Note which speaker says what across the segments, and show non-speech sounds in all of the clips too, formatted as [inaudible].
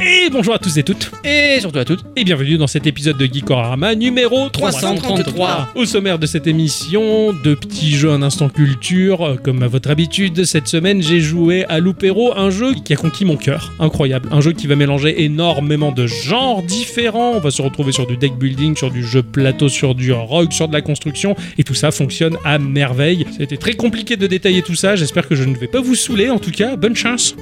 Speaker 1: Et bonjour à tous et toutes, et surtout à toutes, et bienvenue dans cet épisode de Geekorama numéro 333. Au sommaire de cette émission, de petits jeux en instant culture, Euh, comme à votre habitude, cette semaine j'ai joué à Loupéro, un jeu qui a conquis mon cœur. Incroyable, un jeu qui va mélanger énormément de genres différents. On va se retrouver sur du deck building, sur du jeu plateau, sur du rogue, sur de la construction, et tout ça fonctionne à merveille. C'était très compliqué de détailler tout ça, j'espère que je ne vais pas vous saouler, en tout cas, bonne chance.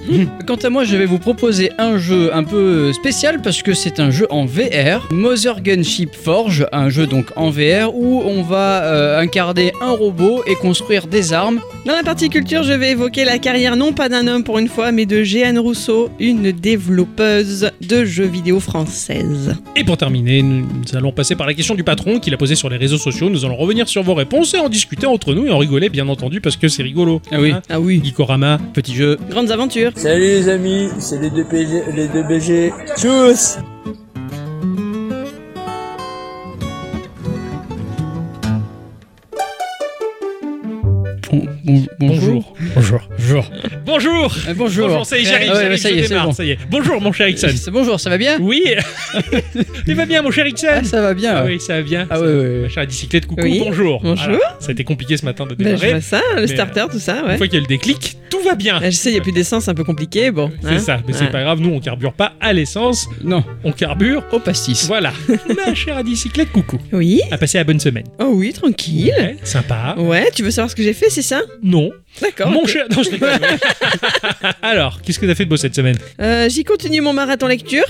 Speaker 2: Quant à moi, je vais vous proposer un jeu un peu spécial parce que c'est un jeu en VR, Mother Gunship Forge, un jeu donc en VR où on va euh, incarner un robot et construire des armes.
Speaker 3: Dans la partie culture, je vais évoquer la carrière non pas d'un homme pour une fois, mais de Jeanne Rousseau, une développeuse de jeux vidéo française.
Speaker 1: Et pour terminer, nous allons passer par la question du patron qu'il a posée sur les réseaux sociaux. Nous allons revenir sur vos réponses et en discuter entre nous et en rigoler, bien entendu, parce que c'est rigolo.
Speaker 2: Ah oui.
Speaker 1: Hein
Speaker 3: Ah oui.
Speaker 1: Gikorama,
Speaker 2: Petit jeu.
Speaker 3: Grandes aventures.
Speaker 4: Salut les amis, c'est les deux PG, les deux BG. Tchuss
Speaker 2: Bon- bon- bonjour.
Speaker 1: Bonjour. Bonjour. Bonjour.
Speaker 2: Euh, bonjour.
Speaker 1: ça y est, j'arrive,
Speaker 2: Ah ouais,
Speaker 1: j'arrive,
Speaker 2: ça
Speaker 1: je
Speaker 2: y est, c'est
Speaker 1: démarre,
Speaker 2: bon.
Speaker 1: ça y est. Bonjour, mon cher Ixon.
Speaker 2: C'est bonjour, ça va bien
Speaker 1: Oui.
Speaker 2: [laughs]
Speaker 1: tu vas bien, mon cher Ixon
Speaker 2: Ah, Ça va bien.
Speaker 1: Ah
Speaker 2: ouais.
Speaker 1: Oui, ça va bien.
Speaker 2: Ah
Speaker 1: Ça-
Speaker 2: ouais, ouais,
Speaker 1: Ma
Speaker 2: ouais.
Speaker 1: chère bicyclette, coucou,
Speaker 3: Oui.
Speaker 1: bonjour.
Speaker 3: Bonjour.
Speaker 1: Ça a été compliqué ce matin de
Speaker 3: Ben, je
Speaker 1: démarrer.
Speaker 3: vois ça, le
Speaker 1: Mais,
Speaker 3: starter, tout ça, ouais.
Speaker 1: Une fois qu'il y a le déclic, tout va bien.
Speaker 3: Ah, je sais, il n'y a plus d'essence, c'est un peu compliqué, bon.
Speaker 1: C'est
Speaker 3: hein.
Speaker 1: ça, mais c'est
Speaker 3: Ouais.
Speaker 1: pas grave, nous on carbure pas à l'essence,
Speaker 2: Non,
Speaker 1: on carbure,
Speaker 2: au pastis.
Speaker 1: voilà. [laughs] Ma chère bicyclette, coucou.
Speaker 3: Oui
Speaker 1: À passer la bonne semaine.
Speaker 3: Oh oui, tranquille.
Speaker 1: Ouais, sympa.
Speaker 3: Ouais, tu veux savoir ce que j'ai fait, c'est ça
Speaker 1: Non.
Speaker 3: D'accord.
Speaker 1: Mon
Speaker 3: Oh. ok.
Speaker 1: cher. Non, je déconne. Alors, qu'est-ce que t'as fait de beau cette semaine
Speaker 3: Euh, J'y continue mon
Speaker 1: [laughs]
Speaker 3: marathon lecture.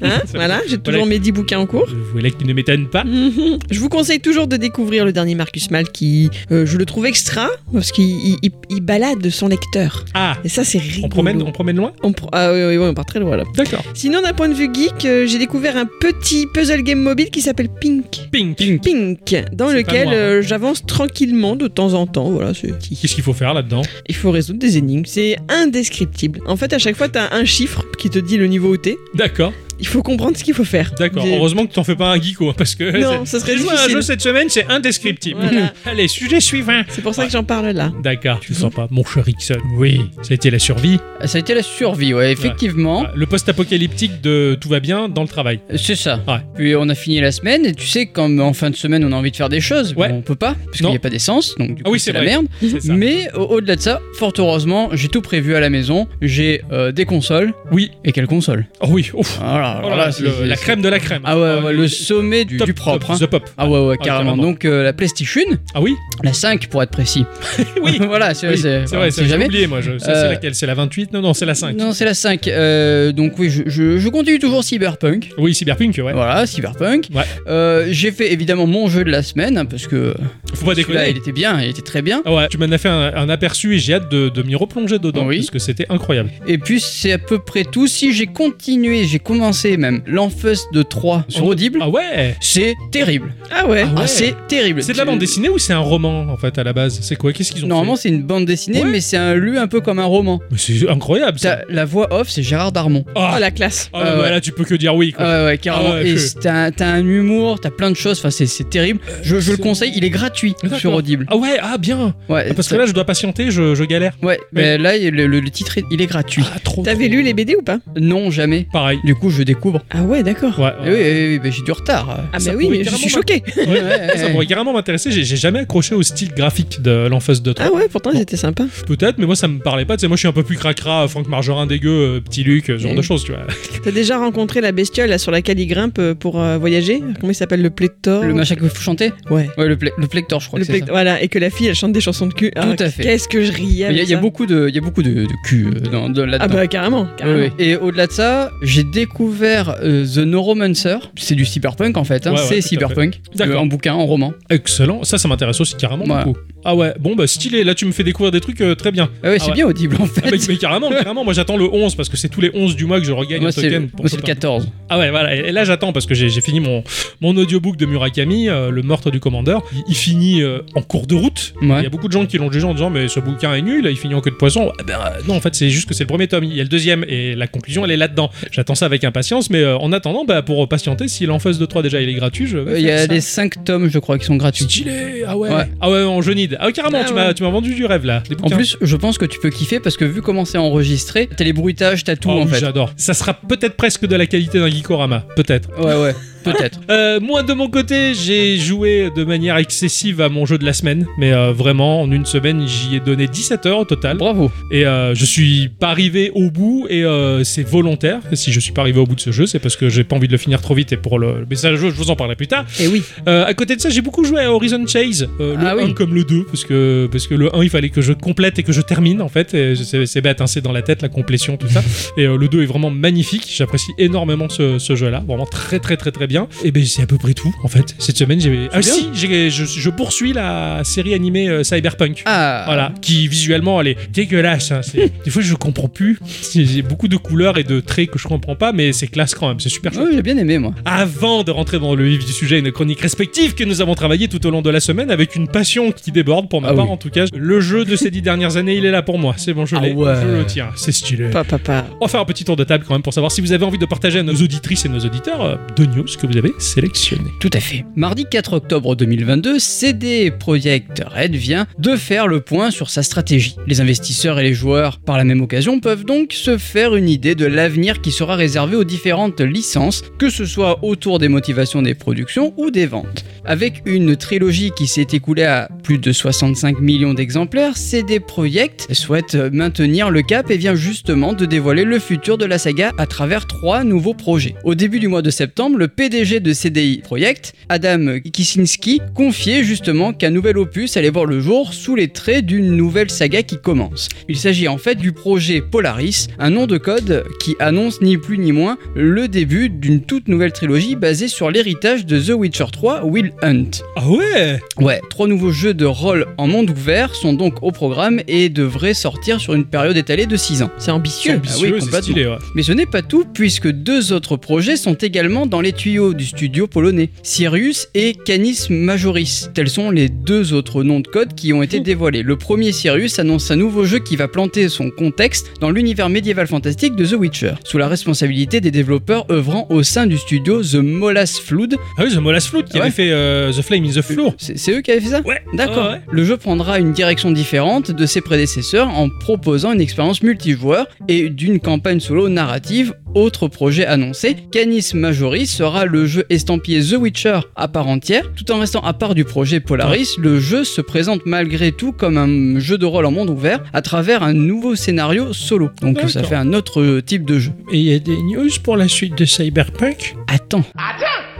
Speaker 3: Hein, voilà, j'ai toujours mes 10 bouquins en cours. [laughs]
Speaker 1: Je voulais que tu ne m'étonnes pas.
Speaker 3: Mhm. Je vous conseille toujours de découvrir le dernier Marcus Mal qui, euh, je le trouve extra parce qu'il il- il- il balade son lecteur.
Speaker 1: Ah,
Speaker 3: Et ça, c'est rigolo.
Speaker 1: on promène, on promène loin
Speaker 3: On pro- ah oui, oui, oui, on part très loin là.
Speaker 1: D'accord.
Speaker 3: Sinon, d'un point de vue geek, euh, j'ai découvert un petit puzzle game mobile qui s'appelle Pink.
Speaker 1: Ping, ping.
Speaker 3: Pink, dans
Speaker 1: C'est pas
Speaker 3: lequel
Speaker 1: moi, hein.
Speaker 3: euh, j'avance tranquillement de temps en temps. Voilà, c'est petit.
Speaker 1: Qu'est-ce qu'il faut faire là-dedans
Speaker 3: Il faut résoudre des énigmes. C'est indescriptible. En fait, à chaque fois, t'as un chiffre qui te dit le niveau où t'es.
Speaker 1: D'accord,
Speaker 3: Il faut comprendre ce qu'il faut faire.
Speaker 1: d'accord.
Speaker 3: J'ai-
Speaker 1: Heureusement que t'en fais pas un geeko, hein, parce que.
Speaker 3: Non,
Speaker 1: c'est-
Speaker 3: ce serait
Speaker 1: J'ai joué à un
Speaker 3: difficile.
Speaker 1: jeu cette semaine, c'est indescriptible.
Speaker 3: Voilà.
Speaker 1: [laughs] Allez, sujet suivant.
Speaker 3: C'est pour ça que j'en parle là.
Speaker 1: D'accord, je sens pas. Mon cher Ixon. Oui, ça a été la survie.
Speaker 2: Ah, Ça a été la survie, ouais, effectivement.
Speaker 1: Ah, Le post-apocalyptique de tout va bien dans le travail.
Speaker 2: C'est ça.
Speaker 1: Ouais.
Speaker 2: Puis on a fini la semaine et tu sais quand en fin de semaine on a envie de faire des choses,
Speaker 1: Ouais.
Speaker 2: bon, on peut pas parce qu'il
Speaker 1: Non.
Speaker 2: n'y a pas d'essence, donc du
Speaker 1: Ah
Speaker 2: coup
Speaker 1: oui, c'est
Speaker 2: c'est la
Speaker 1: vrai.
Speaker 2: merde.
Speaker 1: C'est ça.
Speaker 2: Mais au- au-delà de ça, fort heureusement, j'ai tout prévu à la maison. J'ai euh, des consoles
Speaker 1: Oui.
Speaker 2: et quelle console
Speaker 1: Oh oui, ouf.
Speaker 2: Voilà,
Speaker 1: Oh là là, le- la crème de la crème.
Speaker 2: Ah ouais, ouais,
Speaker 1: Euh,
Speaker 2: le sommet du,
Speaker 1: top,
Speaker 2: du propre.
Speaker 1: top,
Speaker 2: hein.
Speaker 1: The pop.
Speaker 2: Ah ouais, ouais,
Speaker 1: Ah,
Speaker 2: carrément.
Speaker 1: carrément.
Speaker 2: Donc euh, la PlayStation,
Speaker 1: Ah oui
Speaker 2: la 5 pour être précis.
Speaker 1: [laughs] Oui.
Speaker 2: [laughs] voilà, c'est
Speaker 1: Oui,
Speaker 2: c'est-
Speaker 1: c'est vrai,
Speaker 2: on
Speaker 1: ça,
Speaker 2: sait
Speaker 1: j'ai
Speaker 2: jamais.
Speaker 1: oublié moi. je- ça, C'est
Speaker 2: Euh,
Speaker 1: laquelle C'est la 28 Non, non, c'est la 5.
Speaker 2: Non, c'est la 5. euh, donc oui, je, je- je continue toujours Cyberpunk.
Speaker 1: Oui, Cyberpunk, ouais.
Speaker 2: Voilà, Cyberpunk.
Speaker 1: Ouais.
Speaker 2: Euh, j'ai fait évidemment mon jeu de la semaine, hein, parce que
Speaker 1: Faut
Speaker 2: Celui-là,
Speaker 1: pas déconner.
Speaker 2: il était bien, il était très bien.
Speaker 1: Ah ouais, tu m'en as fait un, un aperçu et j'ai hâte de, de m'y replonger dedans
Speaker 2: Oui.
Speaker 1: parce que c'était incroyable.
Speaker 2: Et puis c'est à peu près tout. Si j'ai continué, j'ai commencé même l'Enfeust de 3 sur
Speaker 1: Oh,
Speaker 2: Audible,
Speaker 1: Ah ouais
Speaker 2: c'est terrible.
Speaker 3: Ah ouais.
Speaker 1: Ah ouais.
Speaker 2: Ah, c'est terrible.
Speaker 1: C'est de la bande dessinée ou c'est un roman en fait à la base C'est quoi Qu'est-ce qu'ils ont
Speaker 2: Normalement, c'est une bande dessinée,
Speaker 1: Ouais.
Speaker 2: mais c'est un lu un peu comme un roman.
Speaker 1: fait Mais c'est incroyable ça.
Speaker 2: T'as- la voix off, c'est Gérard Darmon.
Speaker 3: Oh
Speaker 1: Ah,
Speaker 3: la classe.
Speaker 1: ah, bah,
Speaker 2: euh, ouais.
Speaker 1: là tu peux que dire oui. quoi.
Speaker 2: Ah ouais, ouais, carrément.
Speaker 1: Ah ouais,
Speaker 2: Et
Speaker 1: je-
Speaker 2: c'est- t'as t'as un humour, t'as plein de choses. Enfin, c'est- c'est terrible. Je, je le
Speaker 1: c'est-
Speaker 2: conseille. Il est gratuit
Speaker 1: D'accord.
Speaker 2: sur Audible.
Speaker 1: Ah ouais, ah bien.
Speaker 2: Ouais.
Speaker 1: Ah, parce que
Speaker 2: ça-
Speaker 1: là je dois patienter, je, je galère.
Speaker 2: ouais. Mais là, il- le, le- le titre, il est gratuit.
Speaker 1: Ah trop.
Speaker 3: T'avais lu les BD ou pas
Speaker 2: Non, jamais.
Speaker 1: Pareil.
Speaker 2: Du coup, je découvre.
Speaker 3: Ah ouais, d'accord.
Speaker 1: Ouais.
Speaker 2: Eh oui, eh oui, bah, j'ai du retard.
Speaker 3: Ah
Speaker 1: Ça
Speaker 3: bah oui,
Speaker 1: pourrait
Speaker 3: mais je
Speaker 1: carrément
Speaker 3: suis choquée.
Speaker 1: ouais.
Speaker 2: Ouais,
Speaker 1: [laughs] Ça
Speaker 2: ouais,
Speaker 1: pourrait carrément m'intéresser, j'ai j'ai jamais accroché au style graphique de l'Enfance de 3.
Speaker 3: Ah ouais, pourtant ils étaient sympas.
Speaker 1: Peut-être, mais moi ça me parlait pas. Tu sais, moi je suis un peu plus cracra, euh, Franck Margerin dégueu, euh, petit Luc, euh, ce genre
Speaker 2: Oui.
Speaker 1: de choses, tu vois.
Speaker 3: T'as déjà rencontré la bestiole là, sur laquelle il grimpe euh, pour euh, voyager Comment il s'appelle Le pléthore
Speaker 2: Le machin que vous chantez
Speaker 3: Ouais.
Speaker 2: Ouais, le, pla- le plector, je crois
Speaker 3: Le
Speaker 2: que c'est
Speaker 3: plect- Voilà, et que la fille elle chante des chansons de cul. Ah,
Speaker 2: à fait.
Speaker 3: Qu'est-ce que je riais
Speaker 2: ça. Il y, a-
Speaker 3: avec
Speaker 2: il y a
Speaker 3: ça.
Speaker 2: beaucoup de, il y a beaucoup de, de cul euh, dans, de-
Speaker 3: Ah
Speaker 2: là-dedans.
Speaker 3: bah carrément, carrément.
Speaker 2: Ouais, ouais. Et au-delà de ça, j'ai découvert euh, The Neuromancer. C'est du cyberpunk en fait. hein.
Speaker 1: Ouais, ouais,
Speaker 2: c'est
Speaker 1: tout à
Speaker 2: cyberpunk.
Speaker 1: D'accord.
Speaker 2: Euh, en bouquin, en roman.
Speaker 1: Excellent, ça, ça m'intéresse aussi carrément
Speaker 2: Voilà.
Speaker 1: beaucoup. Ah ouais, bon bah stylé, là tu me fais découvrir des trucs euh, très bien.
Speaker 2: Ah ouais, c'est
Speaker 1: ouais.
Speaker 2: bien audible en fait.
Speaker 1: Ah, mais,
Speaker 2: [laughs]
Speaker 1: mais carrément, carrément, moi j'attends le 11 parce que c'est tous les 11 du mois que je regagne
Speaker 2: Moi,
Speaker 1: un
Speaker 2: c'est
Speaker 1: token.
Speaker 2: moi,
Speaker 1: pour
Speaker 2: c'est le
Speaker 1: Totem.
Speaker 2: 14.
Speaker 1: Ah ouais, voilà, et là j'attends parce que j'ai j'ai fini mon, mon audiobook de Murakami, euh, Le meurtre du commandeur. Il, il finit euh, en cours de route. Il
Speaker 2: Ouais.
Speaker 1: y a beaucoup de gens qui l'ont jugé en disant mais ce bouquin est nul, il finit en queue de poisson. Ah ben, euh, non, en fait c'est juste que c'est le premier tome, il y a le deuxième et la conclusion elle est là-dedans. J'attends ça avec impatience, mais euh, en attendant, bah, pour patienter, s'il est en phase de 3 déjà il est gratuit, je vais
Speaker 2: Il y
Speaker 1: faire
Speaker 2: a
Speaker 1: ça.
Speaker 2: des 5 tomes, je crois, qui sont gratuits.
Speaker 1: Stylé, ah ouais.
Speaker 2: Ouais.
Speaker 1: Ah ouais, en jeunide. bien. Ah, carrément,
Speaker 3: Ah
Speaker 1: tu
Speaker 3: ouais.
Speaker 1: m'as- tu m'as vendu du rêve là. Des
Speaker 2: En
Speaker 1: bouquins.
Speaker 2: plus, je pense que tu peux kiffer parce que vu comment c'est enregistré, t'as les bruitages, t'as tout
Speaker 1: Oh,
Speaker 2: en
Speaker 1: oui,
Speaker 2: fait.
Speaker 1: J'adore. Ça sera peut-être presque de la qualité d'un Geekorama. Peut-être.
Speaker 2: Ouais, ouais,
Speaker 1: [laughs]
Speaker 2: peut-être.
Speaker 1: Euh, moi, de mon côté, j'ai joué de manière excessive à mon jeu de la semaine. Mais euh, vraiment, en une semaine, j'y ai donné 17 heures au total.
Speaker 2: Bravo.
Speaker 1: Et euh, je suis pas arrivé au bout et euh, c'est volontaire. Si je suis pas arrivé au bout de ce jeu, c'est parce que j'ai pas envie de le finir trop vite et pour le le message à jour, je vous en parlerai plus tard.
Speaker 2: Et Eh oui.
Speaker 1: Euh, à côté de ça, j'ai beaucoup joué à Horizon Chase, euh, le
Speaker 2: Ah
Speaker 1: 1
Speaker 2: oui.
Speaker 1: comme le 2, parce que, parce que le 1, il fallait que je complète et que je termine, en fait. Et C'est c'est bête, hein, c'est dans la tête, la
Speaker 2: [laughs]
Speaker 1: complétion, tout ça. et euh, le 2 est vraiment magnifique, j'apprécie énormément ce, ce jeu-là, vraiment très très très très bien. Et ben c'est à peu près tout, en fait. Cette semaine, j'ai... Ah
Speaker 2: bien.
Speaker 1: si, j'ai- je, je poursuis la série animée euh, Cyberpunk.
Speaker 2: Ah.
Speaker 1: Voilà, qui visuellement elle est dégueulasse. hein,
Speaker 2: [laughs]
Speaker 1: c'est- Des fois je comprends plus. C'est- J'ai beaucoup de couleurs et de traits que je comprends pas, mais c'est classe quand même. C'est super chouette
Speaker 2: Ouais, j'ai bien aimé moi.
Speaker 1: avant de rentrer dans le vif du sujet, une chronique respective que nous avons travaillée tout au long de la semaine avec une passion qui déborde pour ma
Speaker 2: Ah
Speaker 1: part
Speaker 2: oui.
Speaker 1: en tout cas. Le jeu de ces dix dernières années, il est là pour moi. C'est bon, je
Speaker 2: Ah
Speaker 1: l'ai.
Speaker 2: ouais.
Speaker 1: Je le tiens. C'est stylé.
Speaker 3: Pas, pas, pas.
Speaker 1: On va faire un petit tour de table quand même pour savoir si vous avez envie de partager à nos auditrices et nos auditeurs euh, deux news que vous avez sélectionnées.
Speaker 2: Tout à fait. Mardi 4 octobre 2022, CD Projekt Red vient de faire le point sur sa stratégie. Les investisseurs et les joueurs, par la même occasion, peuvent donc se faire une idée de l'avenir qui sera réservé aux différentes licences, que ce soit autour des motivations des productions ou des ventes. Avec une trilogie qui s'est écoulée à plus de 65 millions d'exemplaires, CD Projekt souhaite maintenir le cap et vient justement de dévoiler le futur de la saga à travers trois nouveaux projets. Au début du mois de septembre, le PDG de CDI Projekt, Adam Kicinski, confiait justement qu'un nouvel opus allait voir le jour sous les traits d'une nouvelle saga qui commence. Il s'agit en fait du projet Polaris, un nom de code qui annonce ni plus ni moins le début d'une toute nouvelle trilogie basée sur l'héritage de The Witcher 3 Will Hunt.
Speaker 1: Ah ouais
Speaker 2: Ouais, trois nouveaux jeux de rôle en monde ouvert sont donc au programme et devraient sortir sur une période étalée de 6 ans.
Speaker 3: C'est
Speaker 1: C'est
Speaker 3: ambitieux.
Speaker 1: ambitieux, c'est
Speaker 2: Ah complètement.
Speaker 1: stylé. ouais.
Speaker 2: Mais ce n'est pas tout, puisque deux autres projets sont également dans les tuyaux du studio polonais, Sirius et Canis Majoris. Tels sont les deux autres noms de code qui ont été dévoilés. Le premier Sirius annonce un nouveau jeu qui va planter son contexte dans l'univers médiéval fantastique de The Witcher, sous la responsabilité des développeurs œuvrant au sein du studio The Molas Flood.
Speaker 1: Ah oui, The Molas Flood qui
Speaker 2: Ouais.
Speaker 1: avait fait euh, The Flame in the Floor.
Speaker 2: C'est c'est eux qui avaient fait ça
Speaker 1: Ouais,
Speaker 2: D'accord.
Speaker 1: ouais, ouais.
Speaker 2: Le jeu prendra une direction différente de ses prédécesseurs en proposant une expérience multijoueur et d'une campagne solo narrative. Autre projet annoncé, Canis Majoris sera le jeu estampillé The Witcher à part entière. Tout en restant à part du projet Polaris, le jeu se présente malgré tout comme un jeu de rôle en monde ouvert à travers un nouveau scénario solo. Donc ça
Speaker 1: D'accord.
Speaker 2: fait un autre type de jeu.
Speaker 1: Et il y a des news pour la suite de Cyberpunk
Speaker 2: Attends.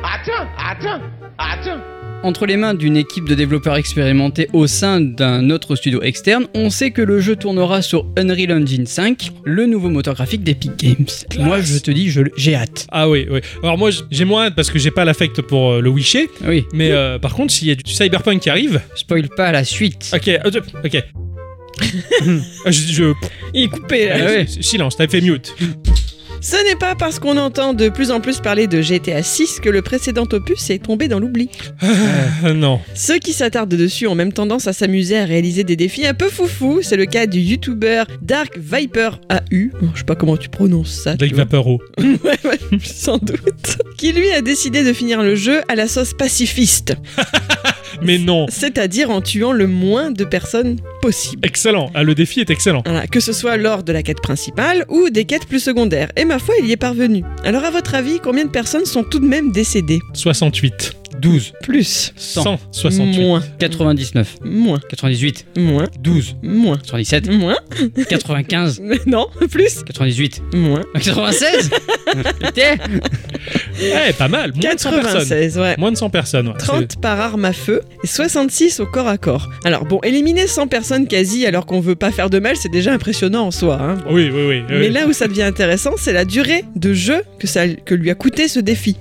Speaker 5: Attends, attends, attends.
Speaker 2: Entre les mains d'une équipe de développeurs expérimentés au sein d'un autre studio externe, on sait que le jeu tournera sur Unreal Engine 5, le nouveau moteur graphique d'Epic Games. Moi, je te dis, je l- j'ai hâte.
Speaker 1: Ah oui, oui. Alors moi, j'ai moins hâte parce que j'ai pas l'affect pour euh, le Wisher.
Speaker 2: Ah Oui,
Speaker 1: Mais euh, par contre, s'il y a du cyberpunk qui arrive,
Speaker 2: spoil pas la suite.
Speaker 1: ok, hop, ok. Ah, je, je-
Speaker 3: Il est coupé. là.
Speaker 2: Ah ouais.
Speaker 1: s- Silence, t'avais fait mute.
Speaker 3: Ce n'est pas parce qu'on entend de plus en plus parler de GTA 6 que le précédent opus est tombé dans l'oubli.
Speaker 1: Ah, non.
Speaker 3: Ceux qui s'attardent dessus ont même tendance à s'amuser à réaliser des défis un peu foufous. C'est le cas du youtubeur Dark Viper AU. Bon, je sais pas comment tu prononces ça. Ah, tu
Speaker 1: Drake
Speaker 3: vois.
Speaker 1: Vaporo.
Speaker 3: Ouais, ouais, [laughs] sans doute. Qui lui a décidé de finir le jeu à la sauce pacifiste,
Speaker 1: Mais non.
Speaker 3: c'est-à-dire en tuant le moins de personnes possible.
Speaker 1: Excellent. Ah, le défi est excellent.
Speaker 3: Voilà, que ce soit lors de la quête principale ou des quêtes plus secondaires. Et ma foi, il y est parvenu. Alors à votre avis, combien de personnes sont tout de même décédées
Speaker 1: 68.
Speaker 2: 12,
Speaker 1: Ah,
Speaker 3: Plus,
Speaker 2: 100,
Speaker 1: 68.
Speaker 3: moins,
Speaker 2: 99,
Speaker 3: moins,
Speaker 2: 98,
Speaker 3: moins,
Speaker 2: 12,
Speaker 3: moins, [laughs]
Speaker 2: 77,
Speaker 3: moins,
Speaker 2: 95,
Speaker 3: mais non, plus,
Speaker 2: 98,
Speaker 3: moins.
Speaker 2: 96 Putain
Speaker 1: Eh, pas mal. Moins de 100 personnes.
Speaker 3: 96, ouais.
Speaker 1: Moins de 100 personnes. ouais.
Speaker 3: 30 par arme à feu et 66 au corps à corps. Alors bon, éliminer 100 personnes quasi alors qu'on veut pas faire de mal, c'est déjà impressionnant en soi. hein.
Speaker 1: C'est- Oui, oui, oui. Eh oui.
Speaker 3: Mais là où ça devient intéressant, c'est la durée de jeu que, ça, que lui a coûté ce défi.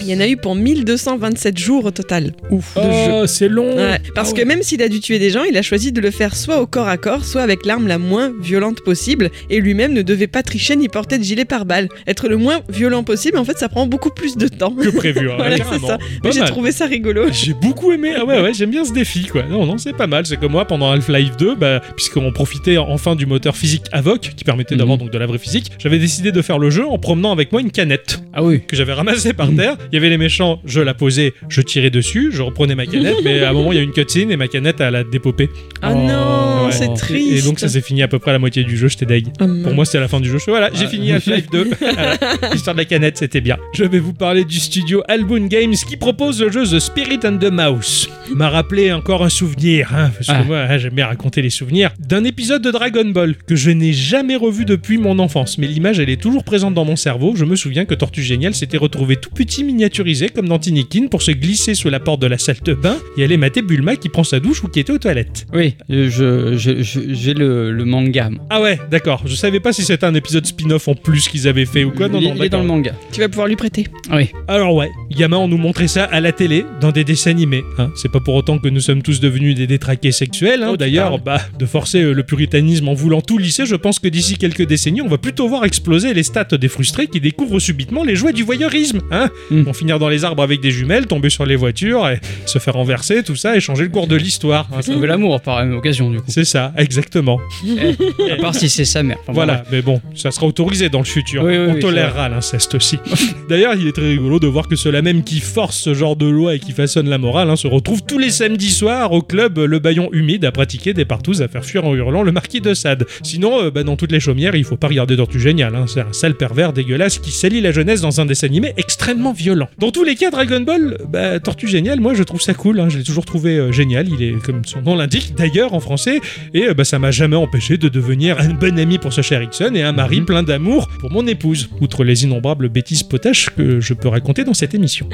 Speaker 3: Il y en a eu pour 1227 jours au total. Ouf, de jeu.
Speaker 1: Oh, c'est long.
Speaker 3: Ouais, parce que même s'il a dû tuer des gens, il a choisi de le faire soit au corps à corps, soit avec l'arme la moins violente possible, et lui-même ne devait pas tricher ni porter de gilet pare-balles. Être le moins violent possible, en fait, ça prend beaucoup plus de temps.
Speaker 1: que prévu. hein,
Speaker 3: Voilà, c'est
Speaker 1: carrément.
Speaker 3: ça.
Speaker 1: Pas
Speaker 3: Mais [laughs] j'ai
Speaker 1: mal. Oh,
Speaker 3: trouvé ça rigolo.
Speaker 1: J'ai beaucoup aimé. Ah ouais, ouais, j'aime bien ce défi, quoi. Non, non, c'est pas mal. C'est comme moi pendant Half-Life 2, bah, puisqu'on profitait enfin du moteur physique AVOC qui permettait d'avoir
Speaker 2: Mhm.
Speaker 1: donc de la vraie physique, j'avais décidé de faire le jeu en promenant avec moi une canette
Speaker 2: Ah oui.
Speaker 1: que j'avais ramassée par terre. Il y avait les méchants, je la posais, je tirais dessus, je reprenais ma canette, mais à un moment il y a eu une cutscene et ma canette elle a dépopé.
Speaker 3: Ah
Speaker 2: Oh,
Speaker 3: non,
Speaker 1: ouais.
Speaker 3: c'est
Speaker 1: Et-
Speaker 3: triste. Hum.
Speaker 1: Et donc ça s'est fini à peu près à la moitié du jeu, j'étais deg. Pour moi, c'était la fin du jeu. Je- Voilà, j'ai
Speaker 2: Mm. Ouais.
Speaker 1: fini Half-Life
Speaker 2: [laughs]
Speaker 1: 2. Voilà. L'histoire de la canette, c'était bien. Je vais vous parler du studio Alboon Games qui propose le jeu The Spirit and the Mouse. M'a rappelé encore un souvenir, hein, parce que
Speaker 2: Ah.
Speaker 1: moi, hein, j'aime bien raconter les souvenirs, d'un épisode de Dragon Ball que je n'ai jamais revu depuis mon enfance. Mais l'image, elle est toujours présente dans mon cerveau. Je me souviens que Tortue Génial s'était retrouvé tout petit, miniaturisé, comme dans Tinikin, pour se glisser sous la porte de la salle de bain et aller mater Bulma qui prend sa douche ou qui était aux toilettes.
Speaker 2: Oui, je- je- je- je- j'ai le, le manga. moi.
Speaker 1: Ah ouais, d'accord. Je savais pas si c'était un épisode spin-off en plus qu'ils avaient fait ou quoi. Non,
Speaker 2: il,
Speaker 1: non,
Speaker 2: il est dans
Speaker 1: d'accord.
Speaker 2: le manga.
Speaker 3: Tu vas pouvoir lui prêter.
Speaker 2: Ah Oui.
Speaker 1: Alors ouais, gamin, on nous montrait ça à la télé, dans des dessins animés. hein. C'est pas pour autant que nous sommes tous devenus des détraqués sexuels. hein.
Speaker 2: Oh, tu
Speaker 1: D'ailleurs, bah, de forcer euh, le puritanisme en voulant tout lisser, je pense que d'ici quelques décennies, on va plutôt voir exploser les stats des frustrés qui découvrent subitement les joies du voyeurisme. Hein
Speaker 2: Mm.
Speaker 1: On finir dans les arbres avec des jumelles, tomber sur les voitures, et se faire renverser, tout ça, et changer le cours de l'histoire. hein.
Speaker 2: Ça veut l'amour par la même occasion du coup.
Speaker 1: C'est ça, exactement.
Speaker 2: À part si c'est sa mère. Enfin, bon,
Speaker 1: voilà,
Speaker 2: bref.
Speaker 1: mais bon, ça sera autorisé dans le futur.
Speaker 2: Oui, oui,
Speaker 1: On
Speaker 2: oui,
Speaker 1: tolérera l'inceste aussi. [laughs] D'ailleurs, il est très rigolo de voir que ceux-là même qui forcent ce genre de loi et qui façonnent la morale hein, se retrouvent tous les samedis soirs au club Le Bayon Humide à pratiquer des partous à faire fuir en hurlant le marquis de Sade. Sinon, euh, bah, dans toutes les chaumières, il faut pas regarder Tortue Génial. hein. C'est un sale pervers dégueulasse qui salit la jeunesse dans un dessin animé extrêmement violent. Dans tous les cas, Dragon Ball, bah, Tortue Génial, moi je trouve ça cool. hein. Je l'ai toujours trouvé euh, génial. Il est, comme son nom l'indique, d'ailleurs en français, et euh, bah, ça m'a jamais empêché de devenir un bon ami pour ce cher Ixon et un mari
Speaker 2: Mhm.
Speaker 1: plein d'amour pour mon épouse, outre les innombrables bêtises potaches que je peux raconter dans cette émission.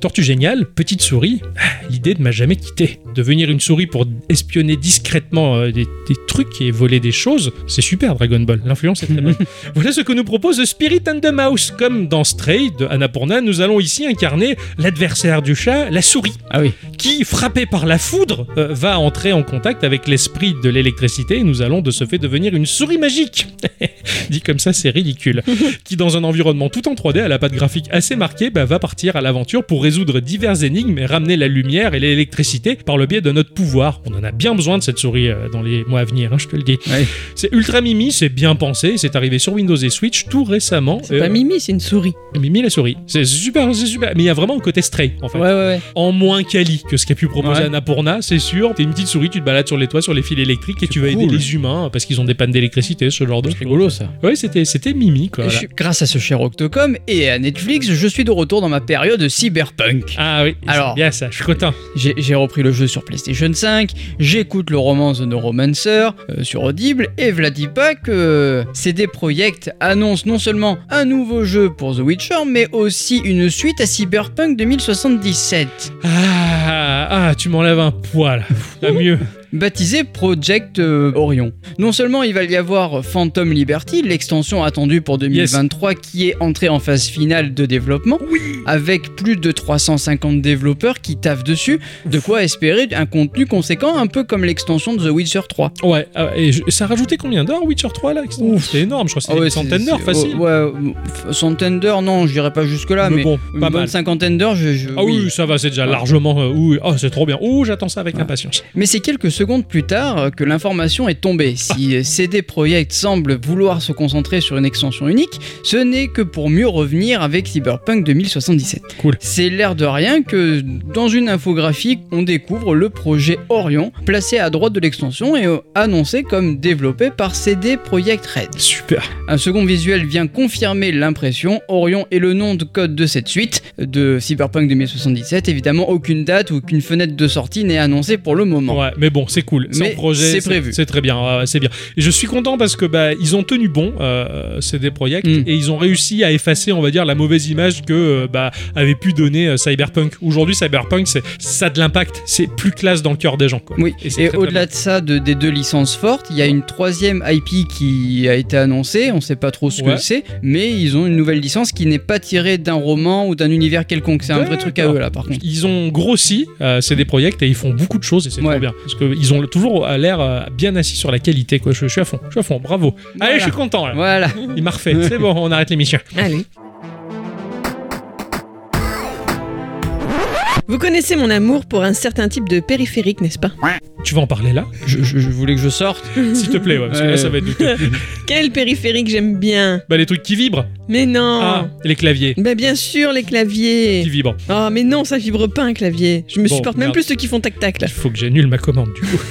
Speaker 1: Tortue géniale, petite souris, ah, l'idée ne m'a jamais quitté. Devenir une souris pour espionner discrètement euh, des, des trucs et voler des choses, c'est super Dragon Ball, l'influence est très bonne. voilà ce que nous propose The Spirit and the Mouse. Comme dans Stray de Annapurna, nous allons ici incarner l'adversaire du chat, la souris
Speaker 2: Ah oui.
Speaker 1: qui, frappé par la foudre, euh, va entrer en contact avec l'esprit de l'électricité et nous allons de ce fait devenir une souris magique. [laughs] Dit comme ça, c'est
Speaker 3: [laughs]
Speaker 1: ridicule. qui, dans un environnement tout en 3D, à la patte graphique assez marquée, bah, va partir à l'aventure pour résoudre diverses énigmes et ramener la lumière et l'électricité par le biais de notre pouvoir. On en a bien besoin de cette souris euh, dans les mois à venir, hein, je te le dis.
Speaker 2: Ouais.
Speaker 1: C'est ultra mimi, c'est bien pensé, c'est arrivé sur Windows et Switch tout récemment.
Speaker 3: C'est
Speaker 1: Euh,
Speaker 3: pas Mimi, c'est une souris.
Speaker 1: Mimi la souris. C'est super, c'est super. Mais il y a vraiment un côté stray, en fait
Speaker 2: Ouais, ouais, ouais.
Speaker 1: en moins quali que ce qu'a pu proposer
Speaker 2: Ouais.
Speaker 1: Annapurna, c'est sûr. T'es une petite souris, tu te balades sur les toits, sur les fils électriques et tu vas aider
Speaker 2: cool.
Speaker 1: les humains parce qu'ils ont des pannes d'électricité, ce genre de
Speaker 2: C'est rigolo ça.
Speaker 1: Ouais, c'était, c'était Mimi, quoi.
Speaker 2: Je
Speaker 1: voilà.
Speaker 2: suis- grâce à ce cher Octocom et à Netflix, je suis de retour dans ma période cyberpunk.
Speaker 1: Ah oui,
Speaker 2: Alors-
Speaker 1: c'est bien ça, je suis content.
Speaker 2: J'ai j'ai repris le jeu sur PlayStation 5, j'écoute le roman The Neuromancer euh, sur Audible, et euh, vladi pas que CD Projekt annonce non seulement un nouveau jeu pour The Witcher, mais aussi une suite à Cyberpunk 2077,
Speaker 1: Ah, ah, tu m'enlèves un poil. Pas mieux.
Speaker 2: baptisé Project euh, Orion. Non seulement il va y avoir Phantom Liberty, l'extension attendue pour 2023 qui est entrée en phase finale de développement, avec plus de 350 développeurs qui taffent dessus, de quoi espérer un contenu conséquent, un peu comme l'extension de The Witcher 3.
Speaker 1: Ouais, ah, et je- ça rajoutait combien d'heures Witcher 3 là Christophe
Speaker 2: Ouf.
Speaker 1: C'est énorme, je crois que c'est
Speaker 2: Ah ouais,
Speaker 1: une centaine d'heures
Speaker 2: c'est-
Speaker 1: facile.
Speaker 2: Ouais, ouais, f- centaine d'heures, non, j'irai pas jusque-là, mais,
Speaker 1: mais bon,
Speaker 2: une
Speaker 1: pas
Speaker 2: bonne
Speaker 1: mal.
Speaker 2: cinquantaine d'heures, je. je-
Speaker 1: Ah oui, ça va, c'est déjà
Speaker 2: Ouais.
Speaker 1: largement. euh, oui. Oh, c'est trop bien. Oh, j'attends ça avec
Speaker 2: Ah.
Speaker 1: impatience.
Speaker 2: Mais c'est quelques secondes plus tard euh, que l'information est tombée. Si euh, CD Projekt semble vouloir se concentrer sur une extension unique, ce n'est que pour mieux revenir avec Cyberpunk 2077.
Speaker 1: Cool.
Speaker 2: C'est l'air de rien que dans une infographie, on découvre le projet Orion, placé à droite de l'extension et euh, annoncé comme développé par CD Projekt Red.
Speaker 1: Super.
Speaker 2: Un second visuel vient confirmer l'impression. Orion est le nom de code de cette suite de Cyberpunk 2077. Évidemment, aucune date ou aucune fenêtre de sortie n'est annoncée pour le moment.
Speaker 1: Ouais, mais bon, c'est cool. C'est
Speaker 2: Mais
Speaker 1: en projet.
Speaker 2: c'est prévu.
Speaker 1: C'est très bien. ouais, ouais, c'est bien. Et je suis content parce que bah, ils ont tenu bon euh, CD Projekt
Speaker 2: Mm.
Speaker 1: et ils ont réussi à effacer, on va dire, la mauvaise image que euh, bah, avait pu donner euh, Cyberpunk. Aujourd'hui, Cyberpunk, c'est ça a de l'impact. C'est plus classe dans le cœur des gens. Quoi.
Speaker 2: Oui,
Speaker 1: c'est
Speaker 2: et
Speaker 1: très, très bien.
Speaker 2: au-delà de ça, de- des deux licences fortes, il y a une troisième IP qui a été annoncée, on ne sait pas trop ce
Speaker 1: Ouais.
Speaker 2: que c'est, mais ils ont une nouvelle licence qui n'est pas tirée d'un roman ou d'un univers quelconque. C'est un vrai truc à
Speaker 1: D'accord.
Speaker 2: eux là par contre.
Speaker 1: Ils ont grossi euh, CD Projekt et ils font beaucoup de choses et c'est
Speaker 2: Ouais.
Speaker 1: trop bien. Parce qu'ils ont le- toujours euh, l'air euh, bien assis sur la qualité. Quoi. Je, je suis à fond. Je suis à fond. Bravo. Allez,
Speaker 2: Voilà.
Speaker 1: je suis content. Là.
Speaker 2: Voilà.
Speaker 1: Il m'a refait. c'est bon, on arrête l'émission.
Speaker 3: Allez. Vous connaissez mon amour pour un certain type de périphérique,
Speaker 1: [laughs]
Speaker 3: n'est-ce pas
Speaker 1: Tu vas en parler là
Speaker 2: [laughs] Je, je- je voulais que je sorte.
Speaker 3: [laughs]
Speaker 1: S'il te plaît, ouais, parce que là,
Speaker 2: Ouais.
Speaker 1: ça va être douteux.
Speaker 3: Quel périphérique j'aime bien
Speaker 1: Bah, les trucs qui vibrent.
Speaker 3: Mais non
Speaker 1: Ah, les claviers
Speaker 3: Bah bien sûr, les
Speaker 1: qui
Speaker 3: claviers
Speaker 1: vibrent.
Speaker 3: Oh mais non, ça vibre pas un clavier. Je me
Speaker 1: Bon,
Speaker 3: supporte même
Speaker 1: merde.
Speaker 3: plus ceux qui font tac-tac là.
Speaker 1: Il faut que j'annule ma commande, du
Speaker 3: [laughs]
Speaker 1: coup.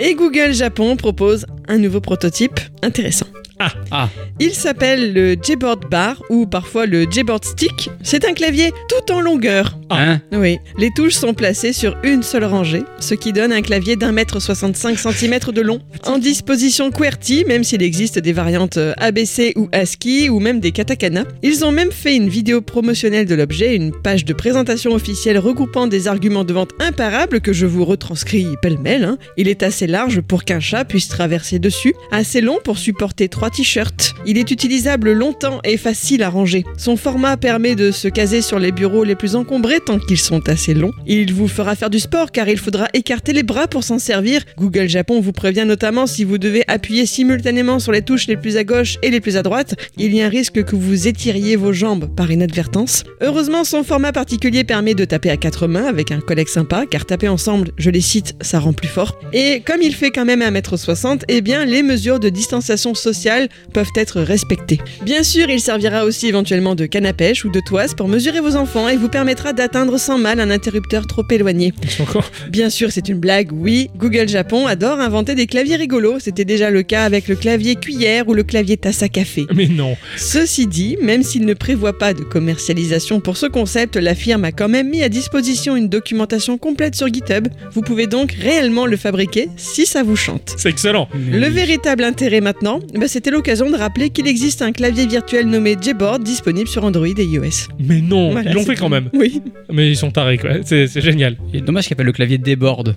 Speaker 3: Et Google Japon propose un nouveau prototype intéressant.
Speaker 1: Ah,
Speaker 2: ah.
Speaker 3: Il s'appelle le J-Board Bar ou parfois le J-Board Stick. C'est un clavier tout en longueur.
Speaker 1: Ah.
Speaker 2: Hein
Speaker 3: Oui, les touches sont placées sur une seule rangée, ce qui donne un clavier d'un mètre 65 cm de long. En disposition QWERTY, même s'il existe des variantes euh, ABC ou ASCII ou même des katakana. Ils ont même fait une vidéo promotionnelle de l'objet, une page de présentation officielle regroupant des arguments de vente imparables que je vous retranscris pêle-mêle. hein. Il est assez large pour qu'un chat puisse traverser dessus, assez long pour supporter trois t-shirts. Il est utilisable longtemps et facile à ranger. Son format permet de se caser sur les bureaux les plus encombrés tant qu'ils sont assez longs. Il vous fera faire du sport car il faudra écarter les bras pour s'en servir. Google Japon vous prévient notamment si vous devez appuyer simultanément sur les touches les plus à gauche et les plus à droite, il y a un risque que vous étiriez vos jambes par inadvertance. Heureusement, son format particulier permet de taper à quatre mains avec un collègue sympa, car taper ensemble, je les cite, ça rend plus fort. Et comme il fait quand même 1m60, eh bien, les mesures de distanciation sociale peuvent être respectées. Bien sûr, il servira aussi éventuellement de canne à pêche ou de toise pour mesurer vos enfants et vous permettra d'atteindre sans mal un interrupteur trop éloigné.
Speaker 1: ils sont encore.
Speaker 3: Bien sûr, c'est une blague, oui. Google Japon adore inventer des claviers rigolos. C'était déjà le cas avec le clavier cuillère ou le clavier tasse à café.
Speaker 1: Mais non.
Speaker 3: Ceci dit, même s'il ne prévoit pas de commercialisation pour ce concept, la firme a quand même mis à disposition une documentation complète sur GitHub. Vous pouvez donc réellement le fabriquer si ça vous chante.
Speaker 1: C'est excellent.
Speaker 3: Le véritable intérêt maintenant, bah, c'était l'occasion de rappeler qu'il existe un clavier virtuel nommé Jboard disponible sur Android et iOS.
Speaker 1: Mais non.
Speaker 3: Voilà,
Speaker 1: ils l'ont
Speaker 3: c'est
Speaker 1: fait
Speaker 3: tout.
Speaker 1: quand même.
Speaker 3: Oui.
Speaker 1: Mais ils sont tarés, quoi. C'est c'est génial.
Speaker 2: Il est dommage qu'il appelle le clavier déborde.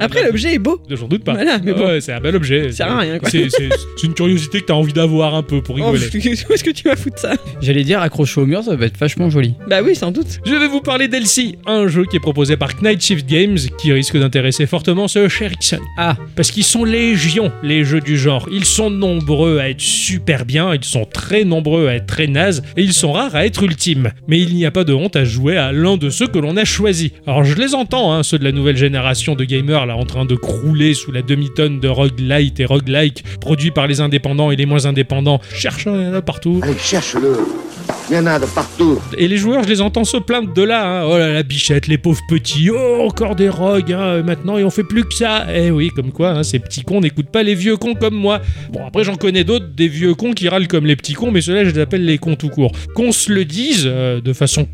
Speaker 3: Après, l'objet est beau.
Speaker 1: J'en doute pas.
Speaker 3: Voilà, mais bon.
Speaker 1: Ouais, c'est un bel objet.
Speaker 3: Ça sert à rien, quoi.
Speaker 1: C'est c'est- c'est une curiosité que t'as envie d'avoir un peu pour
Speaker 3: Oh, [laughs]
Speaker 1: rigoler.
Speaker 3: pff, où est-ce que tu vas foutre ça
Speaker 2: J'allais dire accroché au mur, ça va être vachement joli.
Speaker 3: Bah oui, sans doute.
Speaker 1: Je vais vous parler d'Elsie, un jeu qui est proposé par Knight Shift Games, qui risque d'intéresser fortement ce cher Ixon.
Speaker 2: Ah.
Speaker 1: Parce qu'ils sont légion, les jeux du genre. Ils sont nombreux à être super bien, ils sont très nombreux à être très nazes, et ils sont rares à être ultimes. Mais il n'y a pas de honte à jouer à l'un de ceux que l'on a choisi. Alors je les entends, hein, ceux de la nouvelle génération de gamers, là, en train de crouler sous la demi-tonne de roguelite et roguelike, produits par les indépendants et les moins indépendants. Cherche, il y en a partout.
Speaker 6: Allez, cherche-le. Il y en a de partout.
Speaker 1: Et les joueurs, je les entends se plaindre de là. hein. Oh là la bichette, les pauvres petits. Oh, encore des rogues. hein, Maintenant, et on fait plus que ça. Eh oui, comme quoi, hein, ces petits cons n'écoutent pas les vieux cons comme moi. Bon, après, j'en connais d'autres, des vieux cons qui râlent comme les petits cons, mais ceux-là, je les appelle les cons tout court. Qu'on se le dise euh, de façon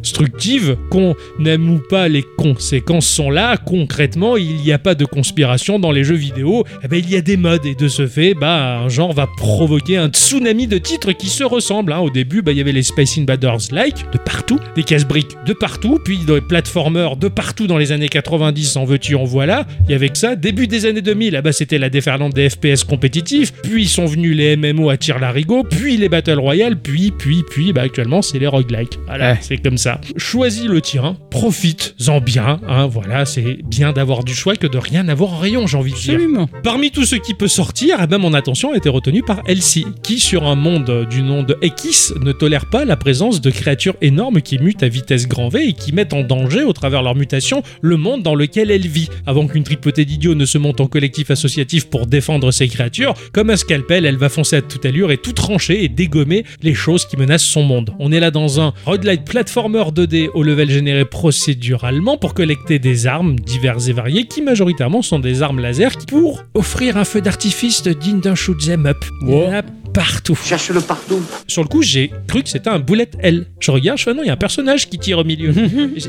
Speaker 1: constructive, qu'on n'aime ou pas les conséquences sont là. Concrètement, il n'y a pas de conspiration dans les jeux vidéo. Eh ben, il y a des modes, et de ce fait, bah, un genre va provoquer un tsunami de titres qui se ressemblent. hein. Au début, bah, il y avait les Space Invaders like de partout, des casse-briques de partout, puis des platformers de partout dans les années 90, en veux-tu, en voilà. Il y avait que ça. Début des années 2000, ah bah, c'était la déferlante des FPS compétitifs, puis sont venus les MMO à tir larigot, puis les Battle Royale, puis, puis, puis, bah, actuellement, c'est les roguelike. Voilà,
Speaker 2: Ouais.
Speaker 1: c'est comme ça. Choisis le tien, profite-en bien, hein, voilà, c'est bien d'avoir du choix que de rien avoir en rayon, j'ai envie de dire. [laughs]
Speaker 2: Absolument.
Speaker 1: Parmi tout ce qui peut sortir, eh ben, mon attention a été retenue par Elsie, qui sur un monde euh, du nom de Ekis ne tolère pas la présence de créatures énormes qui mutent à vitesse grand V et qui mettent en danger, au travers leur mutation, le monde dans lequel elle vit. Avant qu'une tripotée d'idiots ne se monte en collectif associatif pour défendre ces créatures, comme un scalpel, elle va foncer à toute allure et tout trancher et dégommer les choses qui menacent son monde. On est là dans un roguelite platformer 2D au level généré procéduralement pour collecter des armes diverses et variées qui majoritairement sont des armes laser qui- pour offrir un feu d'artifice digne d'un shoot 'em up. Il y en a partout.
Speaker 6: Cherche-le partout.
Speaker 1: Sur le coup, j'ai cru que c'était un bullet L. Je regarde, je fais non, il y a un personnage qui tire au milieu.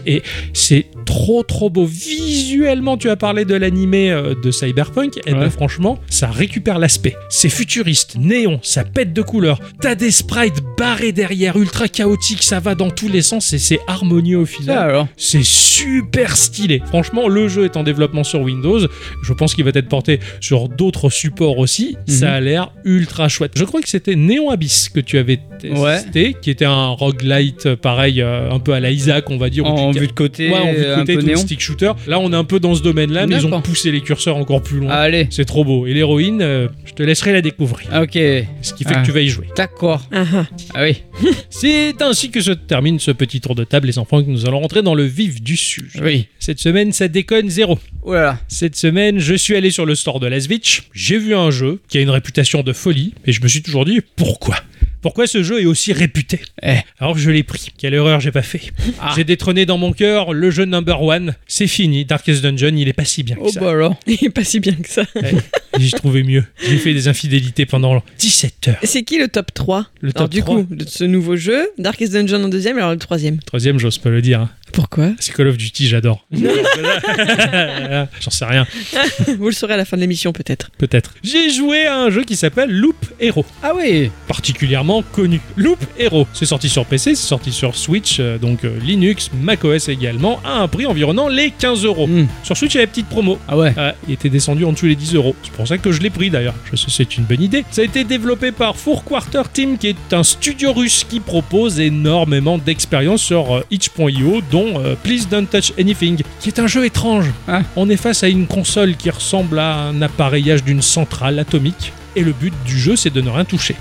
Speaker 1: et c'est trop trop beau visuellement. Tu as parlé de l'animé euh, de Cyberpunk, et ben
Speaker 2: Ouais.
Speaker 1: franchement, ça récupère l'aspect. C'est futuriste, néon, ça pète de couleurs. T'as des sprites barrés derrière, ultra chaotiques, ça va dans tous les sens et c'est harmonieux au final.
Speaker 2: Ça alors.
Speaker 1: C'est super stylé. Franchement, le jeu est en développement sur Windows. Je pense qu'il va être porté sur d'autres supports aussi.
Speaker 2: Mhm.
Speaker 1: Ça a l'air ultra chouette. Je crois que c'était Néon Abyss que tu avais c'était,
Speaker 2: Ouais.
Speaker 1: c'était, qui était un roguelite euh, pareil, euh, un peu à la Isaac, on va dire. où
Speaker 2: En
Speaker 1: tu-
Speaker 2: vue de côté,
Speaker 1: Ouais, en vue de
Speaker 2: un
Speaker 1: côté,
Speaker 2: peu
Speaker 1: tout le
Speaker 2: néon.
Speaker 1: stick shooter. Là, on est un peu dans ce domaine-là, mais ils ont
Speaker 2: D'accord. Ah.
Speaker 1: poussé les curseurs encore plus loin.
Speaker 2: Allez,
Speaker 1: C'est trop beau. Et l'héroïne, euh, je te laisserai la découvrir.
Speaker 2: ok,
Speaker 1: Ce qui fait
Speaker 2: Ah.
Speaker 1: que tu vas y jouer.
Speaker 2: d'accord.
Speaker 3: Ah, ah. [laughs]
Speaker 2: Ah oui,
Speaker 1: C'est ainsi que se termine ce petit tour de table, les enfants, que nous allons rentrer dans le vif du sujet.
Speaker 2: oui.
Speaker 1: Cette semaine, ça déconne zéro.
Speaker 2: Oh là là.
Speaker 1: Cette semaine, je suis allé sur le store de Lasvitch, j'ai vu un jeu qui a une réputation de folie, et je me suis toujours dit pourquoi Pourquoi ce jeu est aussi réputé
Speaker 2: Eh.
Speaker 1: Alors je l'ai pris. Quelle erreur j'ai pas fait.
Speaker 2: Ah.
Speaker 1: J'ai détrôné dans mon cœur le jeu number one. C'est fini, Darkest Dungeon, il est pas si bien que
Speaker 2: Oh
Speaker 1: ça.
Speaker 2: bah alors.
Speaker 3: Il est pas si bien que ça.
Speaker 1: J'ai trouvé mieux. J'ai fait des infidélités pendant 17 heures.
Speaker 3: C'est qui le top 3
Speaker 1: Le
Speaker 3: Alors
Speaker 1: top
Speaker 3: du
Speaker 1: 3.
Speaker 3: coup, de ce nouveau jeu, Darkest Dungeon en deuxième, alors le troisième.
Speaker 1: Troisième, j'ose pas le dire. hein.
Speaker 3: Pourquoi
Speaker 1: C'est Call of Duty,
Speaker 2: [laughs]
Speaker 1: j'adore. J'en sais rien.
Speaker 3: Vous le saurez à la fin de l'émission peut-être.
Speaker 1: Peut-être. J'ai joué à un jeu qui s'appelle Loop Hero,
Speaker 2: Ah oui,
Speaker 1: particulièrement connu. Loop Hero, c'est sorti sur PC, c'est sorti sur Switch, euh, donc euh, Linux, macOS également, à un prix environnant les 15 euros.
Speaker 2: Hmm.
Speaker 1: Sur Switch, il y avait petite promo.
Speaker 2: ah ouais.
Speaker 1: Ah, il était descendu en dessous les 10 euros. C'est pour ça que je l'ai pris d'ailleurs. Je sais, c'est une bonne idée. Ça a été développé par Four Quarter Team, qui est un studio russe qui propose énormément d'expériences sur euh, itch.io, dont euh, Please Don't Touch Anything, qui est un jeu étrange.
Speaker 2: Ah.
Speaker 1: On est face à une console qui ressemble à un appareillage d'une centrale atomique. Et le but du jeu, c'est de ne rien toucher.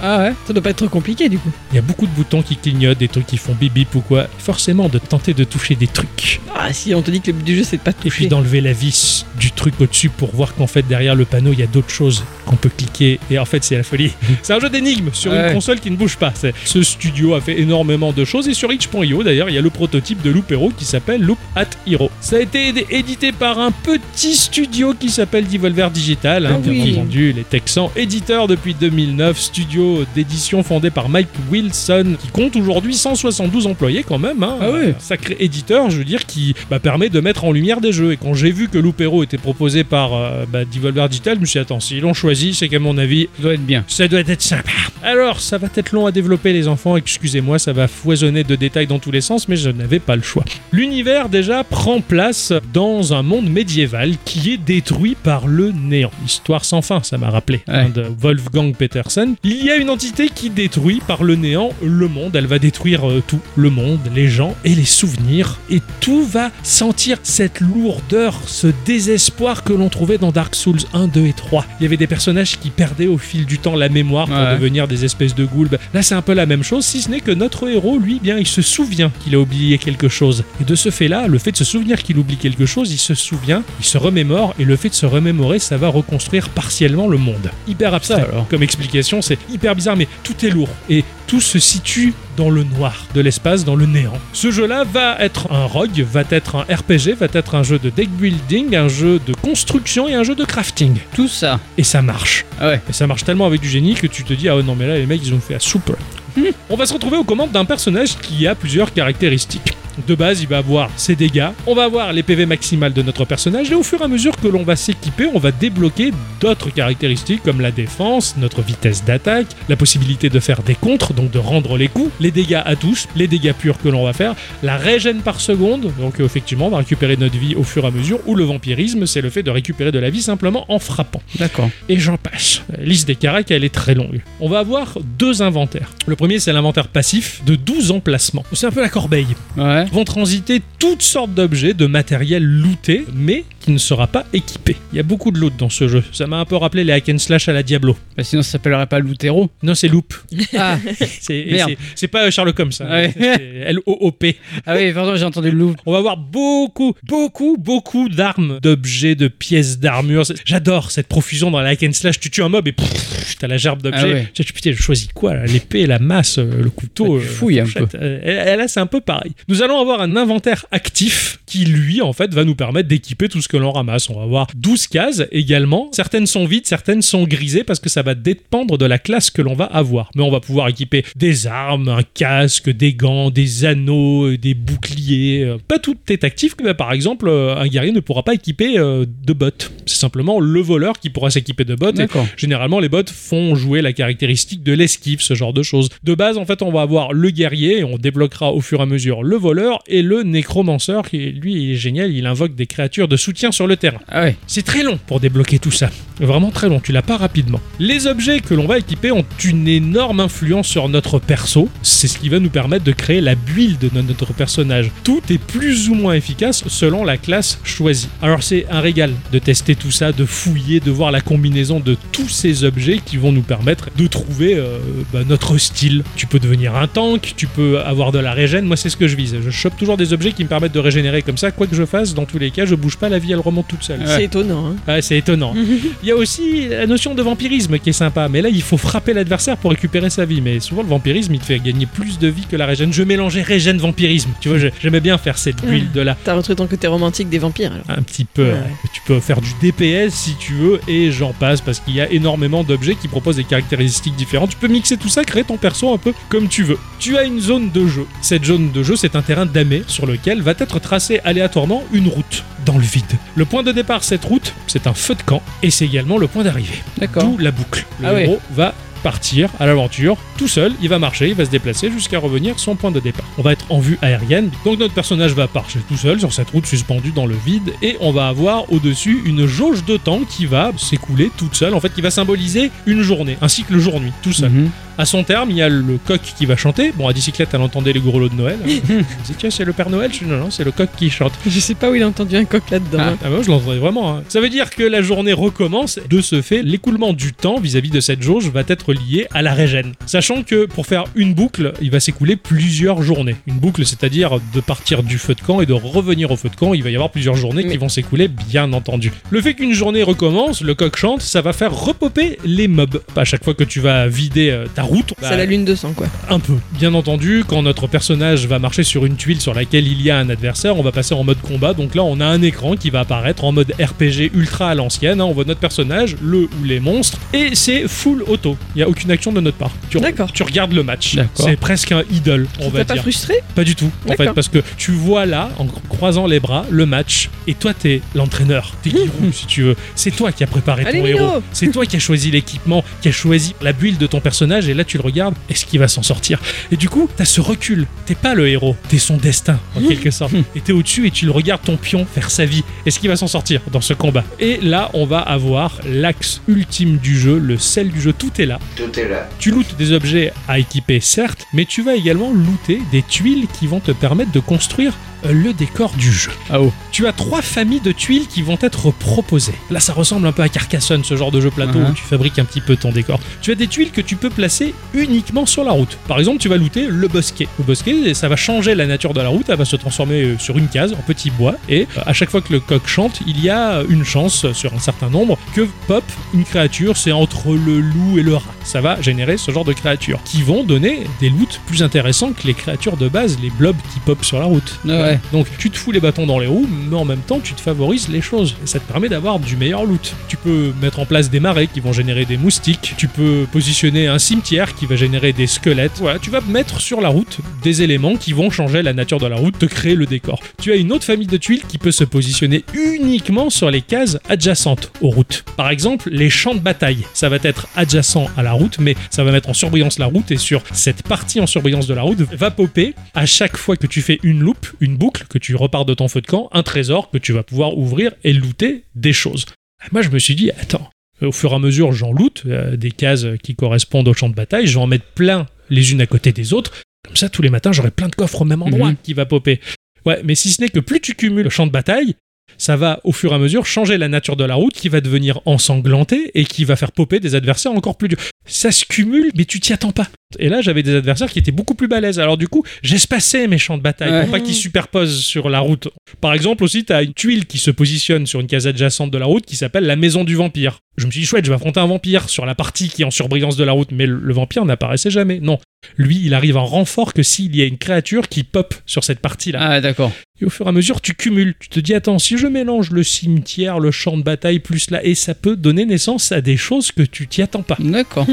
Speaker 2: Ah ouais.
Speaker 3: Ça doit pas être trop compliqué du coup.
Speaker 1: Il y a beaucoup de boutons qui clignotent, des trucs qui font bip bip ou quoi. Forcément, de tenter de toucher des trucs.
Speaker 3: Ah si, on te dit que le but du jeu c'est de pas te
Speaker 1: Et puis
Speaker 3: toucher.
Speaker 1: d'enlever la vis du truc au-dessus pour voir qu'en fait derrière le panneau il y a d'autres choses qu'on peut cliquer et en fait c'est la folie. C'est un jeu d'énigmes sur
Speaker 2: Mhm. Ouais.
Speaker 1: une console qui ne bouge pas. C'est- Ce studio a fait énormément de choses et sur itch.io d'ailleurs il y a le prototype de Loop Hero qui s'appelle Loop at Hero. Ça a été éd- édité par un petit studio qui s'appelle Devolver Digital, hein,
Speaker 2: Ah
Speaker 1: bien
Speaker 2: oui.
Speaker 1: entendu les Texans, éditeur depuis 2009, studio d'édition fondé par Mike Wilson qui compte aujourd'hui 172 employés quand même. hein.
Speaker 2: Ah oui.
Speaker 1: Sacré éditeur, je veux dire, qui bah, permet de mettre en lumière des jeux. Et quand j'ai vu que Loupero était proposé par euh, bah, Devolver Digital, je me suis dit, attends, s'ils l'ont choisi, c'est qu'à mon avis,
Speaker 2: Ça doit être bien.
Speaker 1: ça doit être sympa. Alors, ça va être long à développer, les enfants. Excusez-moi, ça va foisonner de détails dans tous les sens, mais je n'avais pas le choix. L'univers, déjà, prend place dans un monde médiéval qui est détruit par le néant. Histoire sans fin, ça m'a rappelé, hein, de Wolfgang Petersen. Il y a une entité qui détruit par le néant le monde. Elle va détruire euh, tout. Le monde, les gens et les souvenirs. Et tout va sentir cette lourdeur, ce désespoir que l'on trouvait dans Dark Souls 1, 2 et 3. Il y avait des personnages qui perdaient au fil du temps la mémoire pour
Speaker 2: Ouais.
Speaker 1: devenir des espèces de goulbes. Là, c'est un peu la même chose, si ce n'est que notre héros, lui, bien, il se souvient qu'il a oublié quelque chose. Et de ce fait-là, le fait de se souvenir qu'il oublie quelque chose, il se souvient, il se remémore, et le fait de se remémorer, ça va reconstruire partiellement le monde. Hyper abstrait.
Speaker 2: Ça, alors.
Speaker 1: Comme explication, c'est hyper bizarre, mais tout est lourd. Et tout se situe dans le noir de l'espace, dans le néant. Ce jeu-là va être un rogue, va être un RPG, va être un jeu de deck building, un jeu de construction et un jeu de crafting.
Speaker 2: Tout ça.
Speaker 1: Et ça marche.
Speaker 2: Ah ouais.
Speaker 1: Et ça marche tellement avec du génie que tu te dis, ah ouais, non, mais là, les mecs, ils ont fait à soupe. On va se retrouver aux commandes d'un personnage qui a plusieurs caractéristiques. De base, il va avoir ses dégâts, on va avoir les PV maximales de notre personnage, et au fur et à mesure que l'on va s'équiper, on va débloquer d'autres caractéristiques comme la défense, notre vitesse d'attaque, la possibilité de faire des contres, donc de rendre les coups, les dégâts à touche, les dégâts purs que l'on va faire, la régène par seconde, donc euh, effectivement, on va récupérer notre vie au fur et à mesure, ou le vampirisme, c'est le fait de récupérer de la vie simplement en frappant
Speaker 2: D'accord.
Speaker 1: et j'en passe. La liste des caracs, elle est très longue. On va avoir deux inventaires. Le premier, c'est l'inventaire passif de 12 emplacements. C'est un peu la corbeille.
Speaker 2: Ouais.
Speaker 1: Vont transiter toutes sortes d'objets, de matériel looté, mais qui ne sera pas équipé. Il y a beaucoup de loot dans ce jeu. Ça m'a un peu rappelé les hack and slash à la Diablo.
Speaker 2: Bah, sinon, ça s'appellerait pas Loutero.
Speaker 1: Non, c'est loop.
Speaker 2: Ah,
Speaker 1: C'est- et
Speaker 2: Merde.
Speaker 1: c'est- C'est pas Sherlock Holmes, ça.
Speaker 2: Ouais.
Speaker 1: C'est L-O-O-P.
Speaker 2: ah oui, pardon, j'ai entendu Loup.
Speaker 1: On va avoir beaucoup, beaucoup, beaucoup d'armes, d'objets, de pièces d'armure. C'est- J'adore cette profusion dans la hack and slash. Tu tues un mob et pff, t'as la gerbe d'objets.
Speaker 2: Ah ouais.
Speaker 1: Tu te dis, putain, je choisis quoi là L'épée, la masse, euh, le couteau.
Speaker 2: Bah, tu fouilles un
Speaker 1: la fourchette. Euh, et- et Là, c'est un peu pareil. Nous allons avoir un inventaire actif qui, lui, en fait, va nous permettre d'équiper tout ce que l'on ramasse. On va avoir 12 cases également. Certaines sont vides, certaines sont grisées parce que ça va dépendre de la classe que l'on va avoir. Mais on va pouvoir équiper des armes, un casque, des gants, des anneaux, euh, des boucliers. euh, Pas tout est actif. mais par exemple, euh, un guerrier ne pourra pas équiper euh, de bottes. C'est simplement le voleur qui pourra s'équiper de bottes et
Speaker 2: D'accord.
Speaker 1: Généralement, les bots font jouer la caractéristique de l'esquive, ce genre de choses. De base, en fait, on va avoir le guerrier et on débloquera au fur et à mesure le voleur voleur et le nécromanceur qui lui il est génial, il invoque des créatures de soutien sur le terrain.
Speaker 2: Ah ouais.
Speaker 1: C'est très long pour débloquer tout ça. Vraiment très long, tu l'as pas rapidement. Les objets que l'on va équiper ont une énorme influence sur notre perso. C'est ce qui va nous permettre de créer la build de notre personnage. Tout est plus ou moins efficace selon la classe choisie. Alors c'est un régal de tester tout ça, de fouiller, de voir la combinaison de tous ces objets qui vont nous permettre de trouver euh, bah, notre style. Tu peux devenir un tank, tu peux avoir de la régène. Moi c'est ce que je vise. Je chope toujours des objets qui me permettent de régénérer comme ça. Quoi que je fasse, dans tous les cas, je bouge pas, la vie elle remonte toute seule.
Speaker 2: Ouais.
Speaker 3: C'est étonnant. hein.
Speaker 1: Ouais, c'est étonnant. Il y a aussi la notion de vampirisme qui est sympa, mais là il faut frapper l'adversaire pour récupérer sa vie. Mais souvent le vampirisme il te fait gagner plus de vie que la régène. Je mélangeais régène vampirisme. Tu vois, je- j'aimais bien faire cette build là.
Speaker 3: T'as retrouvé ton côté romantique des vampires alors.
Speaker 1: Un petit peu.
Speaker 3: Ouais.
Speaker 1: hein. Tu peux faire du DPS si tu veux et j'en passe parce qu'il y a énormément d'objets qui proposent des caractéristiques différentes. Tu peux mixer tout ça, créer ton perso un peu comme tu veux. Tu as une zone de jeu. Cette zone de jeu, c'est un terrain damé sur lequel va être tracée aléatoirement une route dans le vide. Le point de départ, cette route, c'est un feu de camp et c'est également le point d'arrivée.
Speaker 2: D'accord.
Speaker 1: D'où la boucle. Le
Speaker 2: Ah ouais.
Speaker 1: héros va partir à l'aventure tout seul, il va marcher, il va se déplacer jusqu'à revenir à son point de départ. On va être en vue aérienne, donc notre personnage va marcher tout seul sur cette route suspendue dans le vide et on va avoir au-dessus une jauge de temps qui va s'écouler toute seule, en fait qui va symboliser une journée, un cycle jour-nuit, tout seul.
Speaker 2: Mhm.
Speaker 1: À son terme, il y a le coq qui va chanter. Bon, à bicyclette, elle entendait les grelots de
Speaker 2: [laughs]
Speaker 1: Noël. Elle dit tiens, c'est le Père Noël Je dis, non, non, c'est le coq qui chante.
Speaker 3: Je sais pas où il a entendu un coq là-dedans.
Speaker 2: Ah.
Speaker 3: hein.
Speaker 1: Ah bah moi je l'entendais vraiment. hein. Ça veut dire que la journée recommence. De ce fait, l'écoulement du temps vis-à-vis de cette jauge va être lié à la régène. Sachant que pour faire une boucle, il va s'écouler plusieurs journées. Une boucle, c'est-à-dire de partir du feu de camp et de revenir au feu de camp. Il va y avoir plusieurs journées qui
Speaker 3: Mais-
Speaker 1: vont s'écouler, bien entendu. Le fait qu'une journée recommence, le coq chante, ça va faire repoper les mobs. À chaque fois que tu vas vider euh, ta route, bah,
Speaker 3: C'est la lune de sang quoi.
Speaker 1: un peu. Bien entendu, quand notre personnage va marcher sur une tuile sur laquelle il y a un adversaire, on va passer en mode combat. Donc là, on a un écran qui va apparaître en mode RPG ultra à l'ancienne. hein. On voit notre personnage, le ou les monstres, et c'est full auto. Il n'y a aucune action de notre part. Tu,
Speaker 3: D'accord.
Speaker 1: tu regardes le match.
Speaker 2: D'accord.
Speaker 1: C'est presque un idol, on
Speaker 3: Ça
Speaker 1: va
Speaker 3: t'a pas
Speaker 1: dire.
Speaker 3: frustré
Speaker 1: Pas du tout, en fait,
Speaker 3: D'accord.
Speaker 1: parce que tu vois là, en croisant les bras, le match, et toi, t'es l'entraîneur, t'es
Speaker 3: [laughs]
Speaker 1: Giroud, si tu veux. C'est toi qui as préparé
Speaker 3: Allez,
Speaker 1: ton
Speaker 3: Mino
Speaker 1: héros, c'est toi qui as choisi l'équipement, qui as choisi la build de ton personnage, et là, tu le regardes, est-ce qu'il va s'en sortir Et du coup, t'as ce recul, t'es pas le héros, t'es son destin, en quelque sorte. Et t'es au-dessus et tu le regardes ton pion faire sa vie. Est-ce qu'il va s'en sortir dans ce combat Et là, on va avoir l'axe ultime du jeu, le sel du jeu, tout est là.
Speaker 6: Tout est là.
Speaker 1: Tu lootes des objets à équiper, certes, mais tu vas également looter des tuiles qui vont te permettre de construire euh, le décor du jeu.
Speaker 2: Ah oh.
Speaker 1: Tu as trois familles de tuiles qui vont être proposées. Là, ça ressemble un peu à Carcassonne, ce genre de jeu plateau
Speaker 2: Mhm.
Speaker 1: où tu fabriques un petit peu ton décor. Tu as des tuiles que tu peux placer uniquement sur la route. Par exemple, tu vas looter le bosquet. Le bosquet, ça va changer la nature de la route, elle va se transformer euh, sur une case, en petit bois, et euh, à chaque fois que le coq chante, il y a euh, une chance euh, sur un certain nombre que pop une créature, c'est entre le loup et le rat. Ça va générer ce genre de créatures qui vont donner des loots plus intéressants que les créatures de base, les blobs qui popent sur la route.
Speaker 2: Ah ouais.
Speaker 1: Donc tu te fous les bâtons dans les roues, mais en même temps tu te favorises les choses. Et ça te permet d'avoir du meilleur loot. Tu peux mettre en place des marais qui vont générer des moustiques. Tu peux positionner un cimetière qui va générer des squelettes. Voilà, tu vas mettre sur la route des éléments qui vont changer la nature de la route, te créer le décor. Tu as une autre famille de tuiles qui peut se positionner uniquement sur les cases adjacentes aux routes. Par exemple, les champs de bataille. Ça va être adjacent à la route, mais ça va mettre en surbrillance la route et sur cette partie en surbrillance de la route va popper à chaque fois que tu fais une loupe, une boucle, que tu repars de ton feu de camp, un trésor que tu vas pouvoir ouvrir et looter des choses. Moi, je me suis dit, attends, euh, au fur et à mesure, j'en loot euh, des cases qui correspondent au champ de bataille, je vais en mettre plein les unes à côté des autres. Comme ça, tous les matins, j'aurai plein de coffres au même endroit
Speaker 2: Mhm.
Speaker 1: qui va popper. Ouais, mais si ce n'est que plus tu cumules le champ de bataille, ça va au fur et à mesure changer la nature de la route qui va devenir ensanglantée et qui va faire popper des adversaires encore plus durs. Ça se cumule, mais tu t'y attends pas. Et là, j'avais des adversaires qui étaient beaucoup plus balèzes. Alors du coup, j'espaçais mes champs de bataille
Speaker 2: Ouais.
Speaker 1: pour pas qu'ils superposent sur la route. Par exemple, aussi, t'as une tuile qui se positionne sur une case adjacente de la route qui s'appelle la maison du vampire. Je me suis dit, chouette, je vais affronter un vampire sur la partie qui est en surbrillance de la route, mais le- le vampire n'apparaissait jamais. Non. Lui, il arrive en renfort que s'il y a une créature qui pop sur cette partie-là.
Speaker 2: Ah d'accord.
Speaker 1: Et au fur et à mesure, tu cumules. Tu te dis, attends, si je mélange le cimetière, le champ de bataille, plus là, et ça peut donner naissance à des choses que tu t'y attends pas.
Speaker 2: D'accord.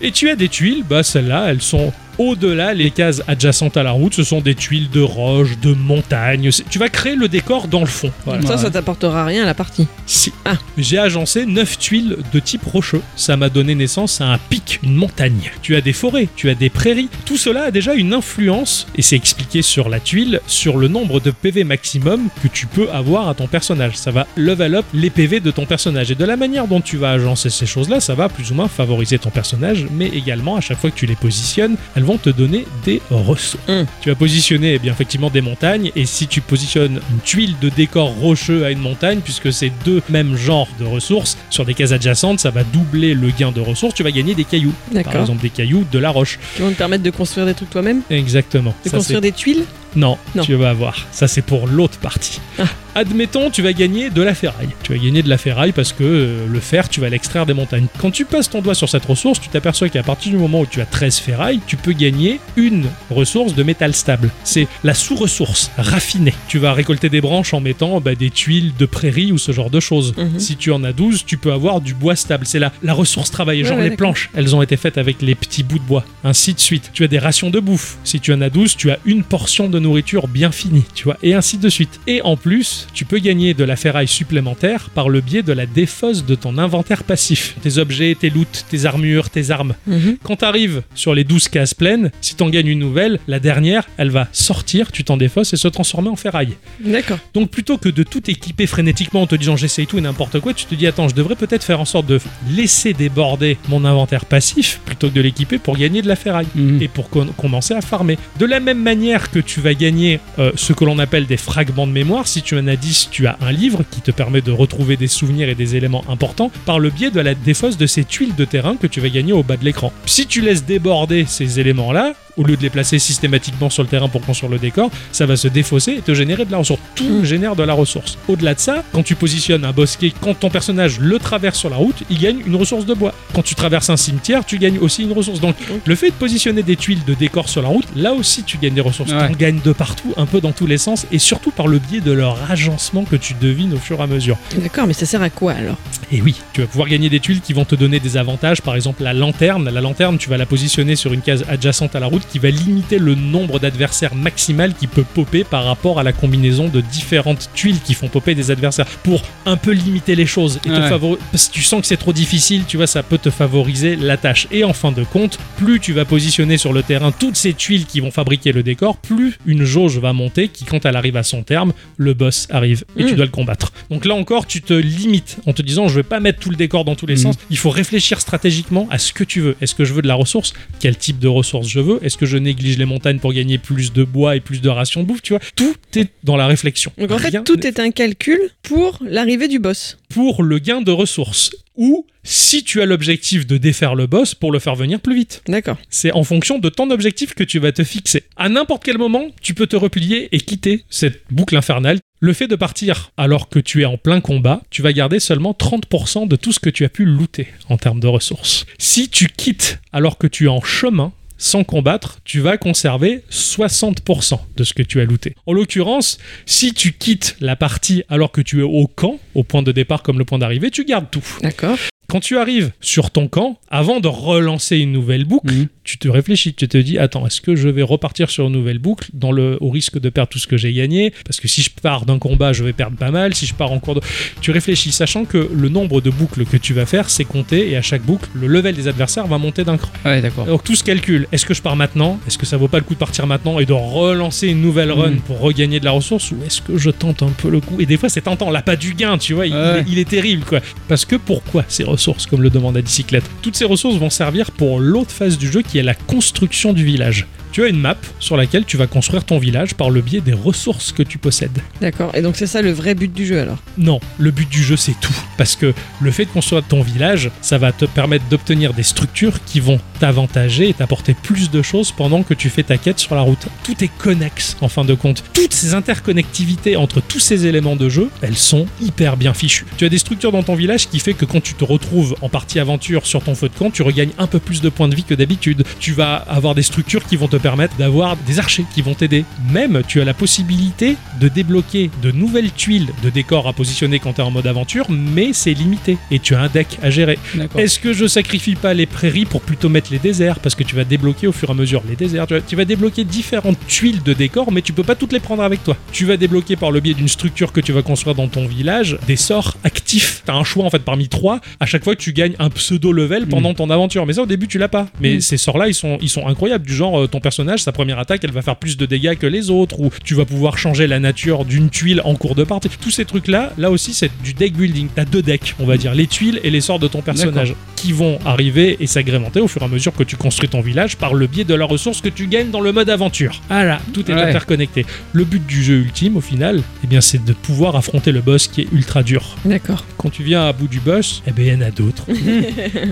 Speaker 1: Et tu as des tuiles, bah celles-là, elles sont Au-delà, les cases adjacentes à la route, ce sont des tuiles de roches, de montagnes. C'est- Tu vas créer le décor dans le fond. Voilà.
Speaker 3: Ça, ça t'apportera rien à la partie.
Speaker 1: Si.
Speaker 3: Ah.
Speaker 1: J'ai agencé 9 tuiles de type rocheux. Ça m'a donné naissance à un pic, une montagne. Tu as des forêts, tu as des prairies. Tout cela a déjà une influence, et c'est expliqué sur la tuile, sur le nombre de PV maximum que tu peux avoir à ton personnage. Ça va level up les PV de ton personnage. Et de la manière dont tu vas agencer ces choses-là, ça va plus ou moins favoriser ton personnage, mais également à chaque fois que tu les positionnes, elles vont te donner des ressources.
Speaker 3: Hum.
Speaker 1: Tu vas positionner eh bien effectivement des montagnes et si tu positionnes une tuile de décor rocheux à une montagne, puisque c'est deux mêmes genres de ressources, sur des cases adjacentes, ça va doubler le gain de ressources. Tu vas gagner des cailloux, par
Speaker 3: D'accord.
Speaker 1: exemple des cailloux de la roche.
Speaker 3: Qui vont te permettre de construire des trucs toi-même
Speaker 1: Exactement.
Speaker 3: De
Speaker 1: Ça, c'est-
Speaker 3: construire des tuiles
Speaker 1: non,
Speaker 3: Non.
Speaker 1: tu vas voir. Ça, c'est pour l'autre partie.
Speaker 3: Ah.
Speaker 1: Admettons, tu vas gagner de la ferraille. Tu vas gagner de la ferraille parce que euh, le fer, tu vas l'extraire des montagnes. Quand tu passes ton doigt sur cette ressource, tu t'aperçois qu'à partir du moment où tu as 13 ferrailles, tu peux gagner une ressource de métal stable. C'est la sous-ressource raffinée. Tu vas récolter des branches en mettant bah, des tuiles de prairie ou ce genre de choses.
Speaker 3: Mhm.
Speaker 1: Si tu en as 12, tu peux avoir du bois stable. C'est la, la ressource travaillée.
Speaker 3: Ouais,
Speaker 1: Genre
Speaker 3: ouais,
Speaker 1: les
Speaker 3: d'accord.
Speaker 1: planches, elles ont été faites avec les petits bouts de bois. Ainsi de suite. Tu as des rations de bouffe. Si tu en as 12, tu as une portion de nourriture bien finie, tu vois. Et ainsi de suite. Et en plus, tu peux gagner de la ferraille supplémentaire par le biais de la défausse de ton inventaire passif. Tes objets, tes loots, tes armures, tes armes.
Speaker 3: Mhm.
Speaker 1: Quand t'arrives sur les 12 cases pleines, si t'en gagnes une nouvelle, la dernière, elle va sortir, tu t'en défausses et se transformer en ferraille.
Speaker 3: D'accord.
Speaker 1: Donc plutôt que de tout équiper frénétiquement en te disant j'essaye tout et n'importe quoi, tu te dis attends, je devrais peut-être faire en sorte de laisser déborder mon inventaire passif plutôt que de l'équiper pour gagner de la ferraille
Speaker 2: Mhm.
Speaker 1: et pour con- commencer à farmer. De la même manière que tu vas gagner euh, ce que l'on appelle des fragments de mémoire, si tu en as 10, tu as un livre qui te permet de retrouver des souvenirs et des éléments importants par le biais de la défausse de ces tuiles de terrain que tu vas gagner au bas de l'écran. Si tu laisses déborder ces éléments-là, au lieu de les placer systématiquement sur le terrain pour construire le décor, ça va se défausser et te générer de la ressource. Tout génère de la ressource. Au-delà de ça, quand tu positionnes un bosquet, quand ton personnage le traverse sur la route, il gagne une ressource de bois. Quand tu traverses un cimetière, tu gagnes aussi une ressource. Donc le fait de positionner des tuiles de décor sur la route, là aussi tu gagnes des ressources.
Speaker 2: Ouais.
Speaker 1: T'en gagnes de partout, un peu dans tous les sens, et surtout par le biais de leur agencement que tu devines au fur et à mesure.
Speaker 3: D'accord, mais ça sert à quoi alors
Speaker 1: Et oui, tu vas pouvoir gagner des tuiles qui vont te donner des avantages, par exemple la lanterne. La lanterne, tu vas la positionner sur une case adjacente à la route qui va limiter le nombre d'adversaires maximal qui peut popper par rapport à la combinaison de différentes tuiles qui font popper des adversaires pour un peu limiter les choses et te
Speaker 2: Ouais.
Speaker 1: favori- parce que tu sens que c'est trop difficile, tu vois, ça peut te favoriser la tâche. Et en fin de compte, plus tu vas positionner sur le terrain toutes ces tuiles qui vont fabriquer le décor, plus une jauge va monter qui, quand elle arrive à son terme, le boss arrive et tu
Speaker 3: Mm.
Speaker 1: dois le combattre. Donc là encore, tu te limites en te disant je vais pas mettre tout le décor dans tous
Speaker 2: Mm.
Speaker 1: les
Speaker 3: Hmm.
Speaker 1: sens. Il faut réfléchir stratégiquement à ce que tu veux. Est-ce que je veux de la ressource Quel type de ressource je veux Est-ce que je néglige les montagnes pour gagner plus de bois et plus de rations de bouffe Tu vois, tout est dans la réflexion.
Speaker 3: Donc en fait,
Speaker 1: Rien
Speaker 3: tout est un calcul pour l'arrivée du boss.
Speaker 1: pour le gain de ressources ou si tu as l'objectif de défaire le boss pour le faire venir plus vite.
Speaker 3: D'accord.
Speaker 1: C'est en fonction de ton objectif que tu vas te fixer. À n'importe quel moment, tu peux te replier et quitter cette boucle infernale. Le fait de partir alors que tu es en plein combat, tu vas garder seulement 30% de tout ce que tu as pu looter en termes de ressources. Si tu quittes alors que tu es en chemin, sans combattre, tu vas conserver 60% de ce que tu as looté. En l'occurrence, si tu quittes la partie alors que tu es au camp, au point de départ comme le point d'arrivée, tu gardes tout.
Speaker 3: D'accord.
Speaker 1: Quand tu arrives sur ton camp, avant de relancer une nouvelle boucle,
Speaker 2: Mhm.
Speaker 1: tu te réfléchis, tu te dis, attends, est-ce que je vais repartir sur une nouvelle boucle dans le, au risque de perdre tout ce que j'ai gagné Parce que si je pars d'un combat, je vais perdre pas mal. Si je pars en cours de... Tu réfléchis, sachant que le nombre de boucles que tu vas faire, c'est compté, et à chaque boucle, le level des adversaires va monter d'un cran.
Speaker 2: Ouais, d'accord.
Speaker 1: Donc tout se calcule. Est-ce que je pars maintenant Est-ce que ça vaut pas le coup de partir maintenant et de relancer une nouvelle run
Speaker 2: Mhm.
Speaker 1: pour regagner de la ressource Ou est-ce que je tente un peu le coup Et des fois, c'est tentant. L'appât du gain, tu vois, il,
Speaker 2: Ouais.
Speaker 1: il est, il est terrible, quoi. Parce que pourquoi ces ressources, comme le demande la bicyclette Toutes ces ressources vont servir pour l'autre phase du jeu qui est la construction du village. Tu as une map sur laquelle tu vas construire ton village par le biais des ressources que tu possèdes.
Speaker 3: D'accord. Et donc c'est ça le vrai but du jeu alors.
Speaker 1: Non, le but du jeu c'est tout. Parce que le fait de construire ton village, ça va te permettre d'obtenir des structures qui vont t'avantager et t'apporter plus de choses pendant que tu fais ta quête sur la route. Tout est connexe en fin de compte. Toutes ces interconnectivités entre tous ces éléments de jeu, elles sont hyper bien fichues. Tu as des structures dans ton village qui fait que quand tu te retrouves en partie aventure sur ton feu de camp, tu regagnes un peu plus de points de vie que d'habitude. Tu vas avoir des structures qui vont te permettre d'avoir des archers qui vont t'aider. Même, tu as la possibilité de débloquer de nouvelles tuiles de décor à positionner quand t'es en mode aventure, mais c'est limité. Et tu as un deck à gérer.
Speaker 2: D'accord.
Speaker 1: Est-ce que je sacrifie pas les prairies pour plutôt mettre les déserts Parce que tu vas débloquer au fur et à mesure les déserts. Tu vas, tu vas débloquer différentes tuiles de décor, mais tu peux pas toutes les prendre avec toi. Tu vas débloquer par le biais d'une structure que tu vas construire dans ton village des sorts actifs. T'as un choix en fait parmi trois. À chaque fois, tu gagnes un pseudo level pendant ton aventure. Mais ça, au début, tu l'as pas. Mais
Speaker 2: Mm.
Speaker 1: ces sorts-là, ils sont, ils sont incroyables. Du genre, euh, ton personnage, sa première attaque, elle va faire plus de dégâts que les autres, ou tu vas pouvoir changer la nature d'une tuile en cours de partie. Tous ces trucs-là, là aussi, c'est du deck building. T'as deux decks,
Speaker 2: Mm.
Speaker 1: on va dire, les tuiles et les sorts de ton personnage, qui vont arriver et s'agrémenter au fur et à mesure que tu construis ton village par le biais de la ressource que tu gagnes dans le mode aventure. Ah là, tout est
Speaker 2: Ouais.
Speaker 1: interconnecté. Le but du jeu ultime, au final, eh bien, c'est de pouvoir affronter le boss qui est ultra dur.
Speaker 3: D'accord.
Speaker 1: Quand tu viens à bout du boss, eh bien, il y en a d'autres.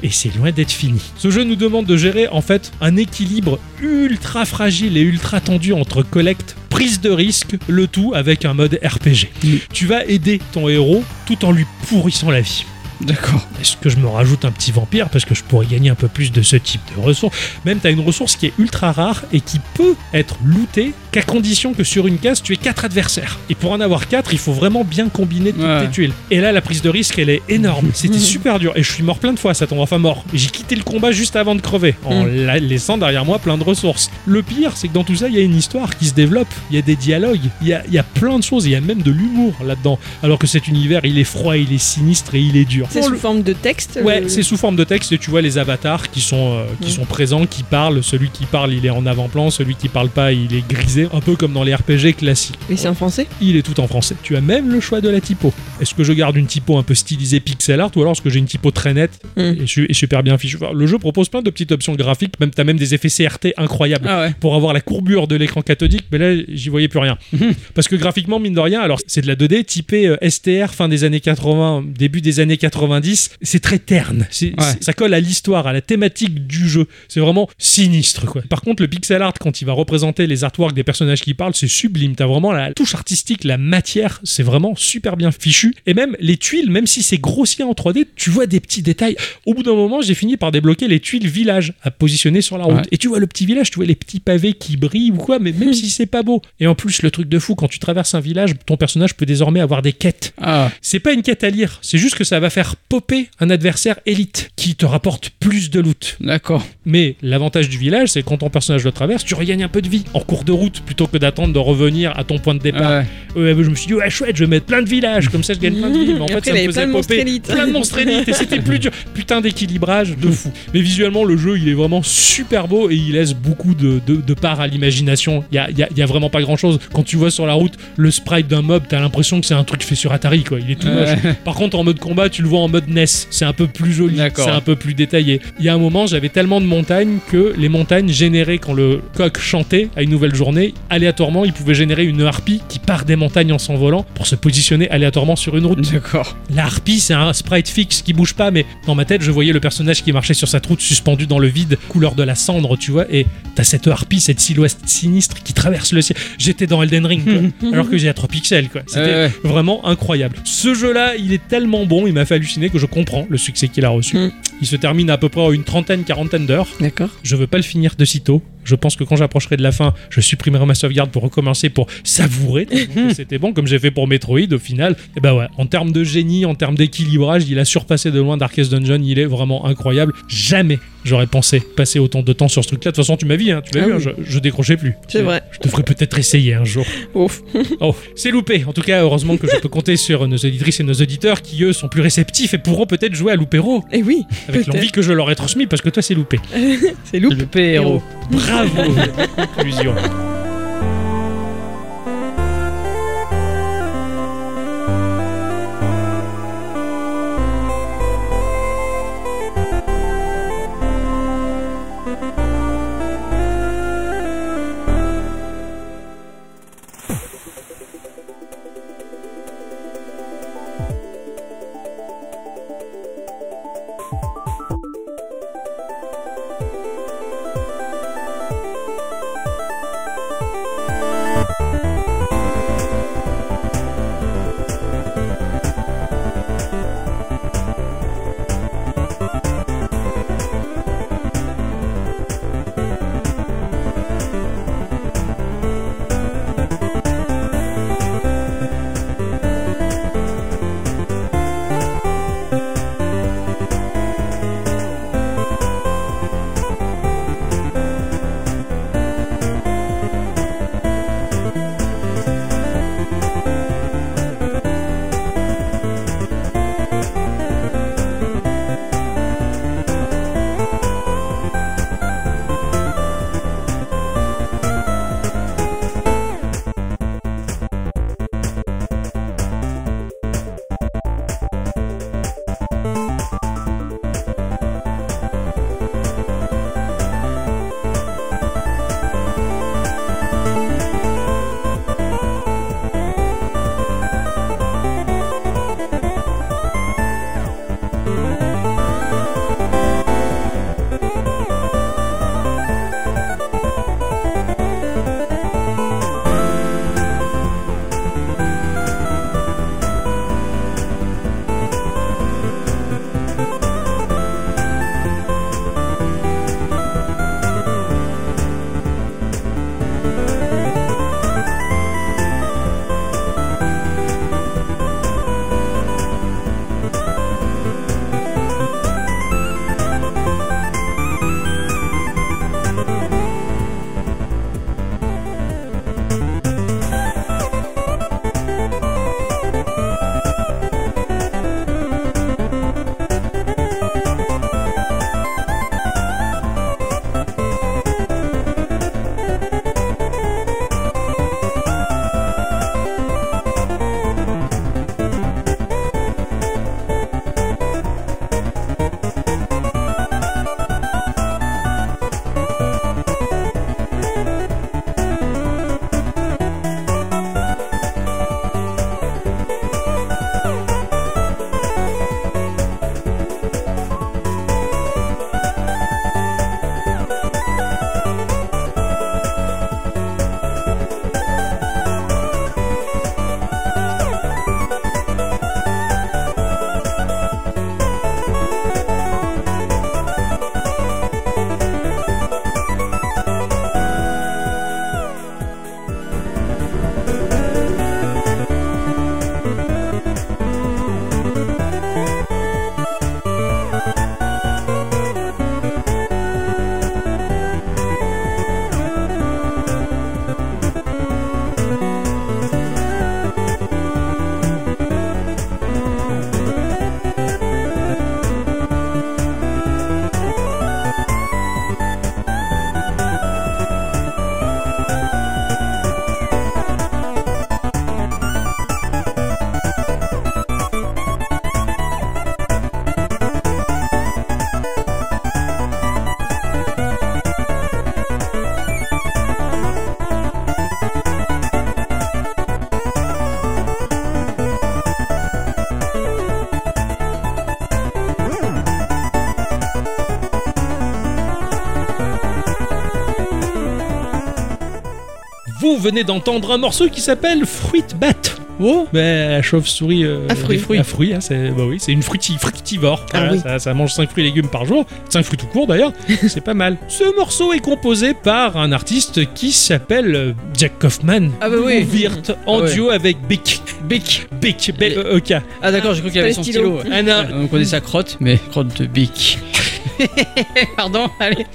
Speaker 1: et c'est loin d'être fini. Ce jeu nous demande de gérer, en fait, un équilibre ultra fragile et ultra tendu entre collecte, prise de risque, le tout avec un mode RPG. Tu vas aider ton héros tout en lui pourrissant la vie.
Speaker 2: D'accord.
Speaker 1: Est-ce que je me rajoute un petit vampire parce que je pourrais gagner un peu plus de ce type de ressources Même t'as une ressource qui est ultra rare et qui peut être lootée qu'à condition que sur une case tu aies quatre adversaires. Et pour en avoir quatre, il faut vraiment bien combiner toutes
Speaker 2: Ouais.
Speaker 1: tes tuiles. Et là la prise de risque elle est énorme. C'était super dur et je suis mort plein de fois ça tombe enfin mort. J'ai quitté le combat juste avant de crever en la- laissant derrière moi plein de ressources. Le pire c'est que dans tout ça il y a une histoire qui se développe, il y a des dialogues, il y a, il y a plein de choses, il y a même de l'humour là-dedans. Alors que cet univers il est froid, il est sinistre et il est dur.
Speaker 3: C'est
Speaker 1: Pour
Speaker 3: sous
Speaker 1: le-
Speaker 3: forme de texte
Speaker 1: Ouais,
Speaker 3: le-
Speaker 1: c'est sous forme de texte et tu vois les avatars qui sont, euh, qui
Speaker 3: Mm.
Speaker 1: sont présents, qui parlent. Celui qui parle, il est en avant-plan. Celui qui parle pas, il est grisé. Un peu comme dans les RPG classiques.
Speaker 3: Et c'est en français
Speaker 1: Il est tout en français. Tu as même le choix de la typo. Est-ce que je garde une typo un peu stylisée pixel art ou alors est-ce que j'ai une typo très nette
Speaker 3: Mm.
Speaker 1: et, su- et super bien fichue Enfin, Le jeu propose plein de petites options graphiques. Même t'as même des effets CRT incroyables
Speaker 2: Ah ouais.
Speaker 1: pour avoir la courbure de l'écran cathodique, mais là, j'y voyais plus rien.
Speaker 2: Mhm.
Speaker 1: Parce que graphiquement, mine de rien, alors c'est de la 2D typée euh, STR fin des années 80, début des années 90, c'est très terne. C'est-
Speaker 2: Ouais.
Speaker 1: c'est- Ça colle à l'histoire, à la thématique du jeu. C'est vraiment sinistre, quoi. Par contre, le pixel art, quand il va représenter les artworks des personnages qui parlent, c'est sublime. T'as vraiment la touche artistique, la matière, c'est vraiment super bien fichu. Et même les tuiles, même si c'est grossier en 3D, tu vois des petits détails. Au bout d'un moment, j'ai fini par débloquer les tuiles village à positionner sur la route.
Speaker 2: Ouais.
Speaker 1: Et tu vois le petit village, tu vois les petits pavés qui brillent ou quoi, mais même si c'est pas beau. Et en plus, le truc de fou, quand tu traverses un village, ton personnage peut désormais avoir des quêtes.
Speaker 2: Ah.
Speaker 1: C'est pas une quête à lire, c'est juste que ça va faire popper un adversaire élite qui te rapporte plus de loot.
Speaker 2: D'accord.
Speaker 1: Mais l'avantage du village, c'est que quand ton personnage le traverse, tu regagnes un peu de vie en cours de route plutôt que d'attendre de revenir à ton point de départ.
Speaker 2: Ouais.
Speaker 1: Ouais, Euh, je me suis dit, ouais, chouette, je vais mettre plein de villages, comme ça je gagne plein de vies. Mais en
Speaker 3: Et
Speaker 1: fait, ça
Speaker 3: après, il y
Speaker 1: me
Speaker 3: avait
Speaker 1: faisait
Speaker 3: plein de monstres
Speaker 1: popper
Speaker 3: élites.
Speaker 1: plein de monstres élites et c'était plus dur. Putain d'équilibrage de fou. Mais visuellement, le jeu, il est vraiment super beau et il laisse beaucoup de, de, de part à l'imagination. Il y a, il y a- il y a vraiment pas grand chose. Quand tu vois sur la route le sprite d'un mob, t'as l'impression que c'est un truc fait sur Atari, quoi. Il est tout moche.
Speaker 2: Ouais.
Speaker 1: Par contre, en mode combat, tu le vois en mode NES. C'est un peu plus joli,
Speaker 2: D'accord.
Speaker 1: c'est un peu plus détaillé. Il y a un moment, j'avais tellement de montagnes que les montagnes généraient, quand le coq chantait à une nouvelle journée, aléatoirement, il pouvait générer une harpie qui part des montagnes en s'envolant pour se positionner aléatoirement sur une
Speaker 2: [laughs]
Speaker 1: route.
Speaker 2: D'accord.
Speaker 1: La harpie, c'est un sprite fixe qui bouge pas, mais dans ma tête, je voyais le personnage qui marchait sur sa route suspendu dans le vide, couleur de la cendre, tu vois, et t'as cette harpie, cette silhouette sinistre qui traverse le ciel. J'étais dans Elden Ring, quoi, alors que j'ai à 3 pixels, quoi. C'était
Speaker 2: Ouais, ouais.
Speaker 1: vraiment incroyable. Ce jeu-là, il est tellement bon, il m'a fait halluciner que je comprends le succès qu'il a reçu.
Speaker 3: Mm.
Speaker 1: Il se termine à peu près à une trentaine, quarantaine d'heures.
Speaker 3: D'accord.
Speaker 1: Je veux pas le finir de sitôt. Je pense que quand j'approcherai de la fin, je supprimerai ma sauvegarde pour recommencer, pour
Speaker 3: [laughs]
Speaker 1: savourer. tellement que C'était bon, comme j'ai fait pour Metroid au final. Et bah ouais, en termes de génie, en termes d'équilibrage, il a surpassé de loin Darkest Dungeon. Il est vraiment incroyable. Jamais j'aurais pensé passer autant de temps sur ce truc-là. De toute façon, tu m'as vu, hein, tu m'as
Speaker 3: Ah
Speaker 1: vu, hein,
Speaker 3: oui.
Speaker 1: je, je décrochais plus.
Speaker 3: C'est vrai.
Speaker 1: Je devrais peut-être essayer un jour.
Speaker 3: Ouf.
Speaker 1: Oh, c'est loupé. En tout cas, heureusement que je peux compter [laughs] sur nos auditrices et nos auditeurs qui, eux, sont plus réceptifs et pourront peut-être jouer à Loupéro
Speaker 3: Et oui,
Speaker 1: avec
Speaker 3: Peut-être.
Speaker 1: l'envie que je leur ai transmise parce que toi, c'est loupé.
Speaker 3: c'est loup.
Speaker 2: Le PRO.
Speaker 1: Bravo Conclusion. Vous venez d'entendre un morceau qui s'appelle Fruit Bat. Oh, ben, la chauve-souris. euh,
Speaker 3: À fruits.
Speaker 1: des À fruits, hein, c'est bah oui, c'est une fruiti- fructivore.
Speaker 3: Ah
Speaker 1: Voilà,
Speaker 3: oui.
Speaker 1: ça, ça mange 5 fruits et légumes par jour, 5 fruits tout court d'ailleurs, c'est pas mal. Ce morceau est composé par un artiste qui s'appelle euh, Jack Kaufman.
Speaker 2: Ah bah oui.
Speaker 1: Wirt, en
Speaker 2: Ah ouais.
Speaker 1: duo avec Beck. Beck. Beck, B-E-E-K.
Speaker 2: Ah d'accord, j'ai cru qu'il avait son
Speaker 3: C'est pas le
Speaker 2: stylo.
Speaker 3: stylo.
Speaker 2: ouais.
Speaker 1: Ah non,
Speaker 3: [laughs]
Speaker 2: Ouais, On connaît sa crotte, mais crotte de bique. [laughs] Pardon, allez.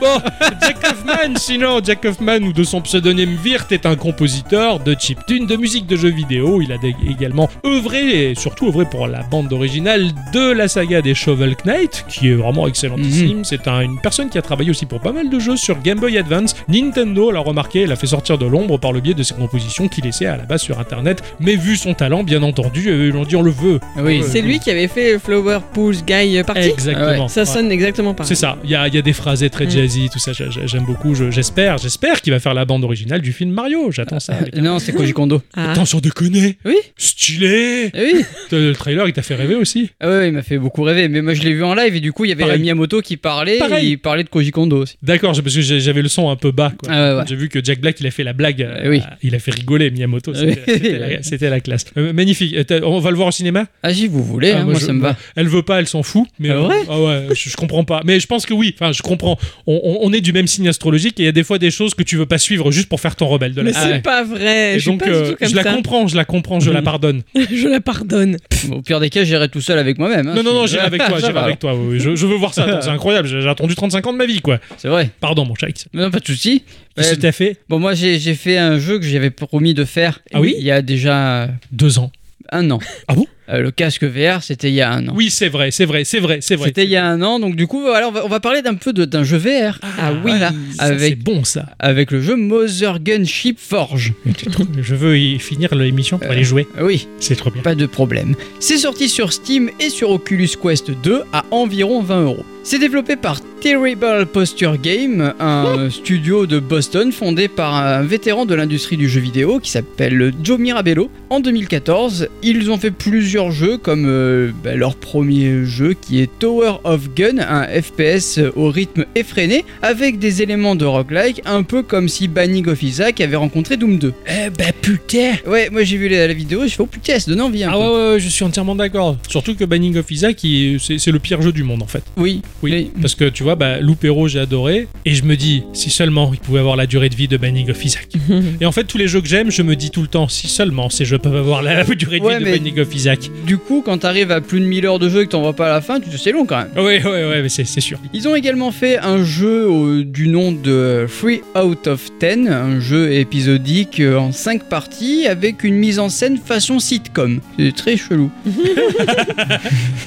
Speaker 1: Bon, Jack Kaufman, sinon, Jack Kaufman ou de son pseudonyme Wirt est un compositeur de chiptune, de musique de jeux vidéo. Il a dé- également œuvré, et surtout œuvré pour la bande originale de la saga des Shovel Knight, qui est vraiment excellentissime.
Speaker 3: Mhm.
Speaker 1: C'est un- une personne qui a travaillé aussi pour pas mal de jeux sur Game Boy Advance. Nintendo l'a remarqué, l'a fait sortir de l'ombre par le biais de ses compositions qu'il laissait à la base sur Internet. Mais vu son talent, bien entendu, euh, ils l'ont dit on le veut.
Speaker 2: Oui,
Speaker 3: C'est lui qui avait fait Flower Pools Guy Party.
Speaker 1: Exactement.
Speaker 3: Ah Ça sonne exactement pareil.
Speaker 1: Eh, C'est ça, il y a, il y a des phrases très
Speaker 3: Mm.
Speaker 1: jazzy, tout ça, j'a- j'a- j'aime beaucoup, je- j'espère, j'espère qu'il va faire la bande originale du film Mario, j'attends ça. avec-
Speaker 2: Non, c'est Koji Kondo.
Speaker 3: Ah.
Speaker 1: Attends, sans déconner
Speaker 3: Oui.
Speaker 1: Stylé
Speaker 2: Eh oui,
Speaker 1: T'as- Le trailer, il t'a fait rêver aussi
Speaker 2: ah ouais, il m'a fait beaucoup rêver, mais moi je l'ai vu en live et du coup il y avait
Speaker 1: Pareil.
Speaker 2: Miyamoto qui parlait,
Speaker 1: Pareil.
Speaker 2: et il parlait de Koji Kondo aussi.
Speaker 1: D'accord, j'ai- parce que j'ai- j'avais le son un peu bas, quoi.
Speaker 2: Ah ouais, ouais.
Speaker 1: J'ai vu que Jack Black, il a fait la blague, euh,
Speaker 2: Euh, oui.
Speaker 1: il a fait rigoler Miyamoto, c'était
Speaker 2: Oui.
Speaker 1: c'était la, c'était la classe. Euh, magnifique, Euh, t'as- on va le voir au cinéma
Speaker 2: Ah si vous voulez,
Speaker 1: Ah,
Speaker 2: hein,
Speaker 1: moi,
Speaker 2: moi,
Speaker 1: je-
Speaker 2: ça me va.
Speaker 1: Elle veut pas, elle s'en fout. Mais
Speaker 2: Ah ouais
Speaker 1: ah ouais, je, je comprends pas. Mais je pense que oui. Enfin, je comprends. On, on- on est du même signe astrologique et il y a des fois des choses que tu veux pas suivre juste pour faire ton rebelle de la
Speaker 3: Mais
Speaker 1: vie.
Speaker 3: c'est pas vrai.
Speaker 1: Et
Speaker 3: je suis
Speaker 1: donc,
Speaker 3: pas
Speaker 1: euh,
Speaker 3: du tout comme
Speaker 1: je la
Speaker 3: ça.
Speaker 1: comprends, je la comprends, je la pardonne.
Speaker 3: [laughs] je la pardonne.
Speaker 2: Au pire des cas, j'irai tout seul avec moi-même. hein,
Speaker 1: [laughs] Non, non,
Speaker 2: si-
Speaker 1: non, j'irai avec
Speaker 2: [laughs]
Speaker 1: toi,
Speaker 2: Ça
Speaker 1: j'irai
Speaker 2: va,
Speaker 1: avec toi. oui, oui, Je, je veux voir ça, attends, c'est incroyable. J'ai j'ai attendu 35 ans de ma vie, quoi.
Speaker 2: C'est vrai.
Speaker 1: Pardon, mon chat.
Speaker 2: Non, pas de souci.
Speaker 1: Qu'est-ce
Speaker 2: Ouais,
Speaker 1: que t'as fait
Speaker 2: Bon, moi j'ai j'ai fait un jeu que j'avais promis de faire.
Speaker 1: Ah oui
Speaker 2: Il y a déjà euh,
Speaker 1: Deux ans.
Speaker 2: un an.
Speaker 1: Ah bon
Speaker 2: Euh, Le casque VR, c'était il y a un an.
Speaker 1: Oui, c'est vrai, c'est vrai, c'est vrai, c'est vrai.
Speaker 2: C'était il y a un an, donc du coup, voilà, on va, on va parler d'un peu de- d'un jeu VR.
Speaker 1: Ah
Speaker 2: Voilà,
Speaker 1: ça, C'est
Speaker 2: avec,
Speaker 1: bon, ça.
Speaker 2: avec le jeu Mother Gunship Forge.
Speaker 1: Je veux y finir l'émission pour aller jouer.
Speaker 2: Ah Oui,
Speaker 1: C'est trop bien.
Speaker 2: pas de problème. C'est sorti sur Steam et sur Oculus Quest 2 à environ 20 euros. C'est développé par Terrible Posture Game, un studio de Boston fondé par un vétéran de l'industrie du jeu vidéo qui s'appelle Joe Mirabello. En 2014, ils ont fait plusieurs jeux comme euh, bah, leur premier jeu qui est Tower of Gun, un FPS au rythme effréné avec des éléments de roguelike, un peu comme si Banning of Isaac avait rencontré Doom 2.
Speaker 1: Eh ben putain
Speaker 2: Ouais, moi j'ai vu la, la vidéo, je fais oh putain, ça donne envie un
Speaker 1: Ah
Speaker 2: peu.
Speaker 1: ouais, ouais, ouais, je suis entièrement d'accord. Surtout que Banning of Isaac, il- c'est c'est le pire jeu du monde en fait.
Speaker 2: Oui,
Speaker 1: Oui. Parce que tu vois, bah, Loupéro, j'ai adoré. Et je me dis, si seulement il pouvait avoir la durée de vie de Banning
Speaker 2: [laughs]
Speaker 1: of Isaac. Et en fait, tous les jeux que j'aime, je me dis tout le temps, si seulement ces jeux peuvent avoir la [laughs] durée de
Speaker 2: Ouais,
Speaker 1: vie de
Speaker 2: mais-
Speaker 1: Banning of Isaac.
Speaker 2: Du coup, quand t'arrives à plus de 1000 heures de jeu et que t'en vois pas à la fin, tu te c'est long quand même.
Speaker 1: Oui, oui, oui, mais c'est c'est sûr.
Speaker 2: Ils ont également fait un jeu euh, du nom de Free Out of 10, un jeu épisodique euh, en 5 parties avec une mise en scène façon sitcom. C'est très chelou.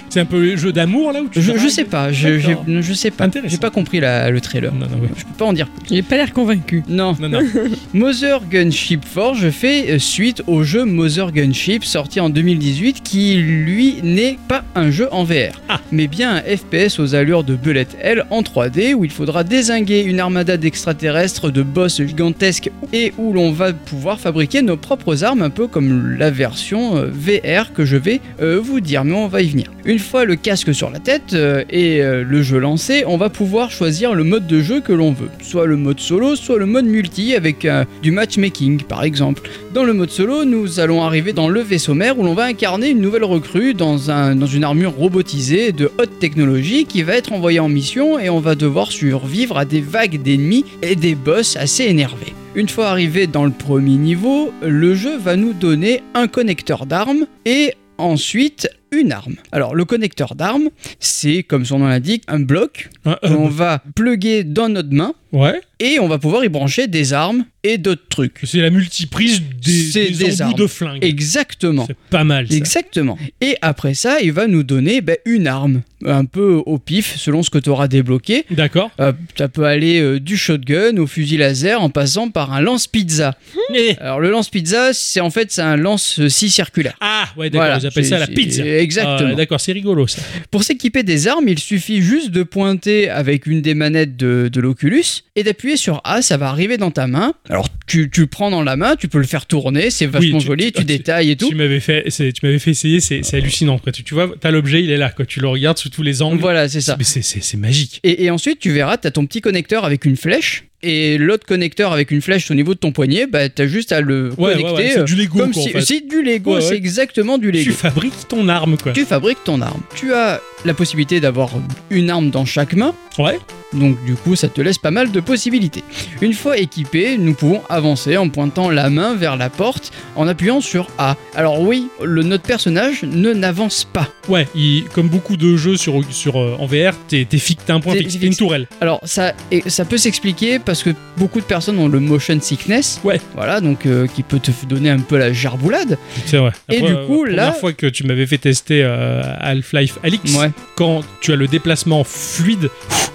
Speaker 1: C'est un peu le jeu d'amour là où tu
Speaker 2: Je, je sais pas, je,
Speaker 1: D'accord.
Speaker 2: j'ai- je sais pas.
Speaker 1: Intéressant.
Speaker 2: J'ai pas compris la- le trailer.
Speaker 1: Non, non, oui.
Speaker 2: Je peux pas en dire plus.
Speaker 3: J'ai pas l'air convaincu.
Speaker 2: Non.
Speaker 1: Non, non.
Speaker 2: [laughs] Mother Gunship Forge fait euh, suite au jeu Mother Gunship sorti en 2018 qui lui n'est pas un jeu en VR
Speaker 1: Ah.
Speaker 2: mais bien un FPS aux allures de Bullet Hell en 3D où il faudra désinguer une armada d'extraterrestres de boss gigantesques et où l'on va pouvoir fabriquer nos propres armes un peu comme la version euh, VR que je vais euh, vous dire mais on va y venir. Une fois le casque sur la tête euh, et euh, le jeu lancé on va pouvoir choisir le mode de jeu que l'on veut, soit le mode solo soit le mode multi avec euh, du matchmaking par exemple. Dans le mode solo, nous allons arriver dans le vaisseau mère où l'on va incarner une nouvelle recrue dans, un- dans une armure robotisée de haute technologie qui va être envoyée en mission et on va devoir survivre à des vagues d'ennemis et des boss assez énervés. Une fois arrivé dans le premier niveau, le jeu va nous donner un connecteur d'armes et ensuite une arme. Alors le connecteur d'armes, c'est comme son nom l'indique, un bloc
Speaker 1: Un
Speaker 2: que
Speaker 1: hub.
Speaker 2: l'on va plugger dans notre main
Speaker 1: Ah, euh, Ouais.
Speaker 2: et on va pouvoir y brancher des armes et d'autres trucs.
Speaker 1: C'est la multiprise des,
Speaker 2: C'est
Speaker 1: des,
Speaker 2: des
Speaker 1: embouts
Speaker 2: armes.
Speaker 1: de flingue.
Speaker 2: Exactement.
Speaker 1: C'est pas mal. Ça.
Speaker 2: Exactement. Et après ça, il va nous donner ben, une arme, un peu au pif, selon ce que tu auras débloqué.
Speaker 1: D'accord.
Speaker 2: Euh, ça peut aller euh, du shotgun au fusil laser en passant par un lance-pizza.
Speaker 1: Eh.
Speaker 2: Alors le lance-pizza, c'est en fait c'est un euh, lance-scie circulaire.
Speaker 1: Ah, ouais, d'accord,
Speaker 2: Voilà,
Speaker 1: ils appellent ça la
Speaker 2: c'est-
Speaker 1: pizza.
Speaker 2: c'est- Exactement.
Speaker 1: Ah, d'accord, c'est rigolo ça.
Speaker 2: Pour s'équiper des armes, il suffit juste de pointer avec une des manettes de, de l'Oculus et d'appuyer sur A, ça va arriver dans ta main. Alors tu, tu le prends dans la main, tu peux le faire tourner, c'est vachement
Speaker 1: tu-
Speaker 2: joli,
Speaker 1: tu-
Speaker 2: tu,
Speaker 1: ah, tu-
Speaker 2: détailles et tout.
Speaker 1: Tu m'avais fait, c'est- tu m'avais fait essayer, c'est c'est hallucinant. Quoi. Tu, tu vois, t'as l'objet, il est là. Quoi. Tu le regardes sous tous les angles.
Speaker 2: Voilà, c'est ça.
Speaker 1: Mais c'est- c'est c'est magique.
Speaker 2: Et, et ensuite, tu verras, tu as ton petit connecteur avec une flèche et l'autre connecteur avec une flèche au niveau de ton poignet, bah, t'as juste à le
Speaker 1: Ouais, ouais,
Speaker 2: connecter.
Speaker 1: ouais, c'est
Speaker 2: euh,
Speaker 1: du Lego,
Speaker 2: Comme
Speaker 1: quoi,
Speaker 2: si,
Speaker 1: en fait.
Speaker 2: c'est du Lego,
Speaker 1: Ouais, ouais.
Speaker 2: c'est exactement du Lego.
Speaker 1: Tu fabriques ton arme, quoi.
Speaker 2: Tu fabriques ton arme. Tu as la possibilité d'avoir une arme dans chaque main,
Speaker 1: Ouais.
Speaker 2: donc du coup ça te laisse pas mal de possibilités. Une fois équipés, nous pouvons avancer en pointant la main vers la porte en appuyant sur A. Alors oui, le, notre personnage ne n'avance pas.
Speaker 1: Ouais, il- comme beaucoup de jeux sur, sur, euh, en VR, t'es t'es fixe, t'as un point
Speaker 2: T'es-
Speaker 1: fixe,
Speaker 2: t'es
Speaker 1: t'es une
Speaker 2: fixe.
Speaker 1: tourelle.
Speaker 2: Alors ça, et ça peut s'expliquer parce que beaucoup de personnes ont le motion sickness.
Speaker 1: Ouais.
Speaker 2: Voilà, donc euh, qui peut te f- donner un peu la jarboulade.
Speaker 1: C'est vrai.
Speaker 2: Et du coup,
Speaker 1: euh, la
Speaker 2: là-
Speaker 1: première fois que tu m'avais fait tester euh, Half-Life Alix,
Speaker 2: Ouais,
Speaker 1: quand tu as le déplacement fluide,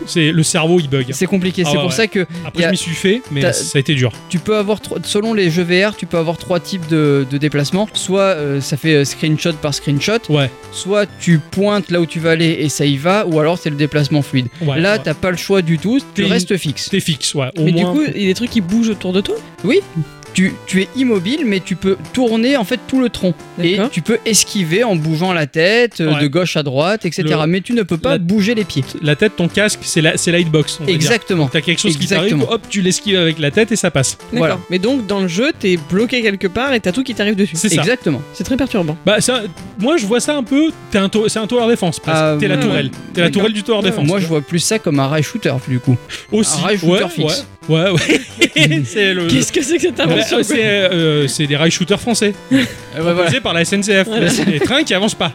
Speaker 1: c'est le cerveau il bug.
Speaker 2: c'est compliqué.
Speaker 1: Ah
Speaker 2: c'est
Speaker 1: ouais,
Speaker 2: pour
Speaker 1: ouais.
Speaker 2: ça que
Speaker 1: Après
Speaker 2: y a-
Speaker 1: je m'y suis fait, mais
Speaker 2: t'as-
Speaker 1: ça a été dur.
Speaker 2: Tu peux avoir, trois- selon les jeux VR, tu peux avoir trois types de, de déplacements. Soit euh, ça fait euh, screenshot par screenshot,
Speaker 1: Ouais.
Speaker 2: soit tu pointes là où tu vas aller et ça y va, ou alors c'est le déplacement fluide.
Speaker 1: ouais
Speaker 2: là,
Speaker 1: ouais.
Speaker 2: t'as pas le choix du tout, tu
Speaker 1: T'es-
Speaker 2: restes fixe.
Speaker 1: t'es fixe, ouais. Au
Speaker 3: Mais
Speaker 1: moins,
Speaker 3: du coup, il y a des trucs qui bougent autour de toi.
Speaker 2: Tu, tu es immobile, mais tu peux tourner en fait tout le tronc. Et
Speaker 3: D'accord.
Speaker 2: tu peux esquiver en bougeant la tête euh,
Speaker 1: Ouais.
Speaker 2: de gauche à droite, etc.
Speaker 1: Le-
Speaker 2: Mais tu ne peux pas
Speaker 1: la-
Speaker 2: bouger les pieds.
Speaker 1: la tête, ton casque, c'est la, c'est la hitbox. on va dire.
Speaker 2: Exactement.
Speaker 1: T'as quelque chose qui
Speaker 2: Exactement.
Speaker 1: t'arrive, hop, tu l'esquives avec la tête et ça passe.
Speaker 3: D'accord.
Speaker 2: Voilà.
Speaker 3: Mais donc, dans le jeu, t'es bloqué quelque part et t'as tout qui t'arrive dessus.
Speaker 1: C'est ça.
Speaker 2: Exactement.
Speaker 3: C'est très perturbant.
Speaker 1: Bah, ça, moi, je vois ça un peu. t'es un tou- C'est un tower défense. presque.
Speaker 2: Ah,
Speaker 1: T'es la
Speaker 2: ouais,
Speaker 1: tourelle.
Speaker 2: ouais.
Speaker 1: T'es la
Speaker 2: D'accord.
Speaker 1: tourelle du tower défense.
Speaker 2: Moi, je vois plus ça comme un rail shooter du coup.
Speaker 1: aussi.
Speaker 2: un rail shooter
Speaker 1: ouais,
Speaker 2: fixe.
Speaker 1: Ouais,
Speaker 2: [laughs]
Speaker 1: ouais. ouais. c'est le.
Speaker 3: Qu'est-ce que c'est que cette
Speaker 1: Bah,
Speaker 3: invention
Speaker 1: euh, c'est euh, c'est des rail shooters français, Eh
Speaker 2: Euh, ouais, voilà.
Speaker 1: posés par la SNCF.
Speaker 3: Ouais.
Speaker 1: C'est des trains qui avancent pas.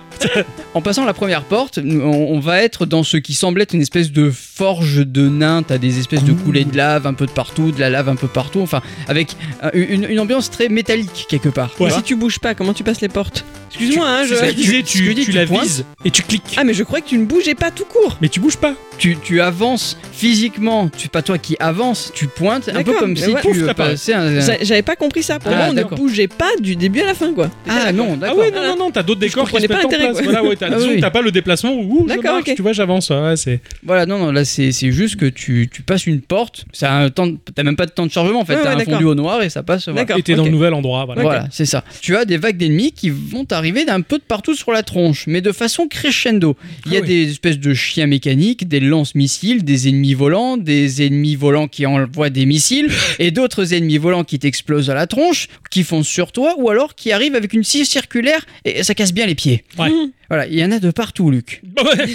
Speaker 2: En passant la première porte, on, on va être dans ce qui semble être une espèce de forge de nains. T'as des espèces de coulées de lave un peu de partout, de la lave un peu partout. Enfin, avec euh, une, une ambiance très métallique quelque part. Tu
Speaker 1: Ouais.
Speaker 3: Si
Speaker 2: vois
Speaker 3: tu bouges pas, comment tu passes les portes Excuse-moi, hein,
Speaker 1: Tu-
Speaker 3: je-
Speaker 1: c'est ce que je disais, tu,
Speaker 2: Ah, Ce que je dis, tu
Speaker 1: tu la
Speaker 2: pointes.
Speaker 1: vises et tu cliques.
Speaker 3: Ah, mais je croyais que tu ne bougeais pas tout court.
Speaker 1: Mais tu bouges pas.
Speaker 2: tu, tu avances physiquement. C'est pas toi qui avances, tu pointes. Un peu
Speaker 3: D'accord,
Speaker 2: comme
Speaker 3: mais
Speaker 2: si
Speaker 3: ouais.
Speaker 1: Pouf,
Speaker 2: tu euh,
Speaker 1: t'apparaît.
Speaker 2: passais un. un-
Speaker 3: J'a- J'avais pas compris ça. Pour
Speaker 2: Ah,
Speaker 3: moi, on ne
Speaker 2: d'accord.
Speaker 3: bougeait pas du début à la fin, quoi.
Speaker 2: Ah non,
Speaker 1: Ah
Speaker 2: d'accord.
Speaker 1: ouais, non, non, non, t'as d'autres
Speaker 3: Je
Speaker 1: décors qui se
Speaker 3: comprenais pas
Speaker 1: mettent en
Speaker 3: l'intérêt,
Speaker 1: place.
Speaker 3: quoi.
Speaker 1: Voilà, ouais, t'as
Speaker 2: Ah
Speaker 1: disons que
Speaker 2: oui.
Speaker 1: t'as pas le déplacement où ouh, je
Speaker 3: D'accord,
Speaker 1: marche,
Speaker 3: ok.
Speaker 1: tu vois, j'avance. ouais, ouais, c'est
Speaker 2: Voilà, non, non, là c'est c'est juste que tu, tu passes une porte. Ça a un temps de- T'as même pas de temps de chargement en fait.
Speaker 3: Ouais,
Speaker 2: T'as
Speaker 3: ouais,
Speaker 2: un
Speaker 3: d'accord.
Speaker 2: fondu au noir et ça passe. voilà.
Speaker 3: D'accord.
Speaker 1: Et t'es dans
Speaker 3: ok.
Speaker 1: le nouvel endroit, voilà.
Speaker 2: Voilà, c'est ça. Tu as des vagues d'ennemis qui vont t'arriver d'un peu de partout sur la tronche, mais de façon crescendo. Il y a
Speaker 1: Ah oui.
Speaker 2: des espèces de chiens mécaniques, des lance-missiles, des ennemis volants, des ennemis volants qui envoient des
Speaker 1: [laughs]
Speaker 2: missiles, et d'autres ennemis volants qui t'explosent à la tronche, qui foncent sur toi, ou alors qui arrivent avec une scie circulaire et ça casse bien les pieds.
Speaker 1: Ouais.
Speaker 3: Mmh.
Speaker 2: Voilà, il y en a de partout, Luc.
Speaker 1: [laughs] Ouais.
Speaker 2: Voilà.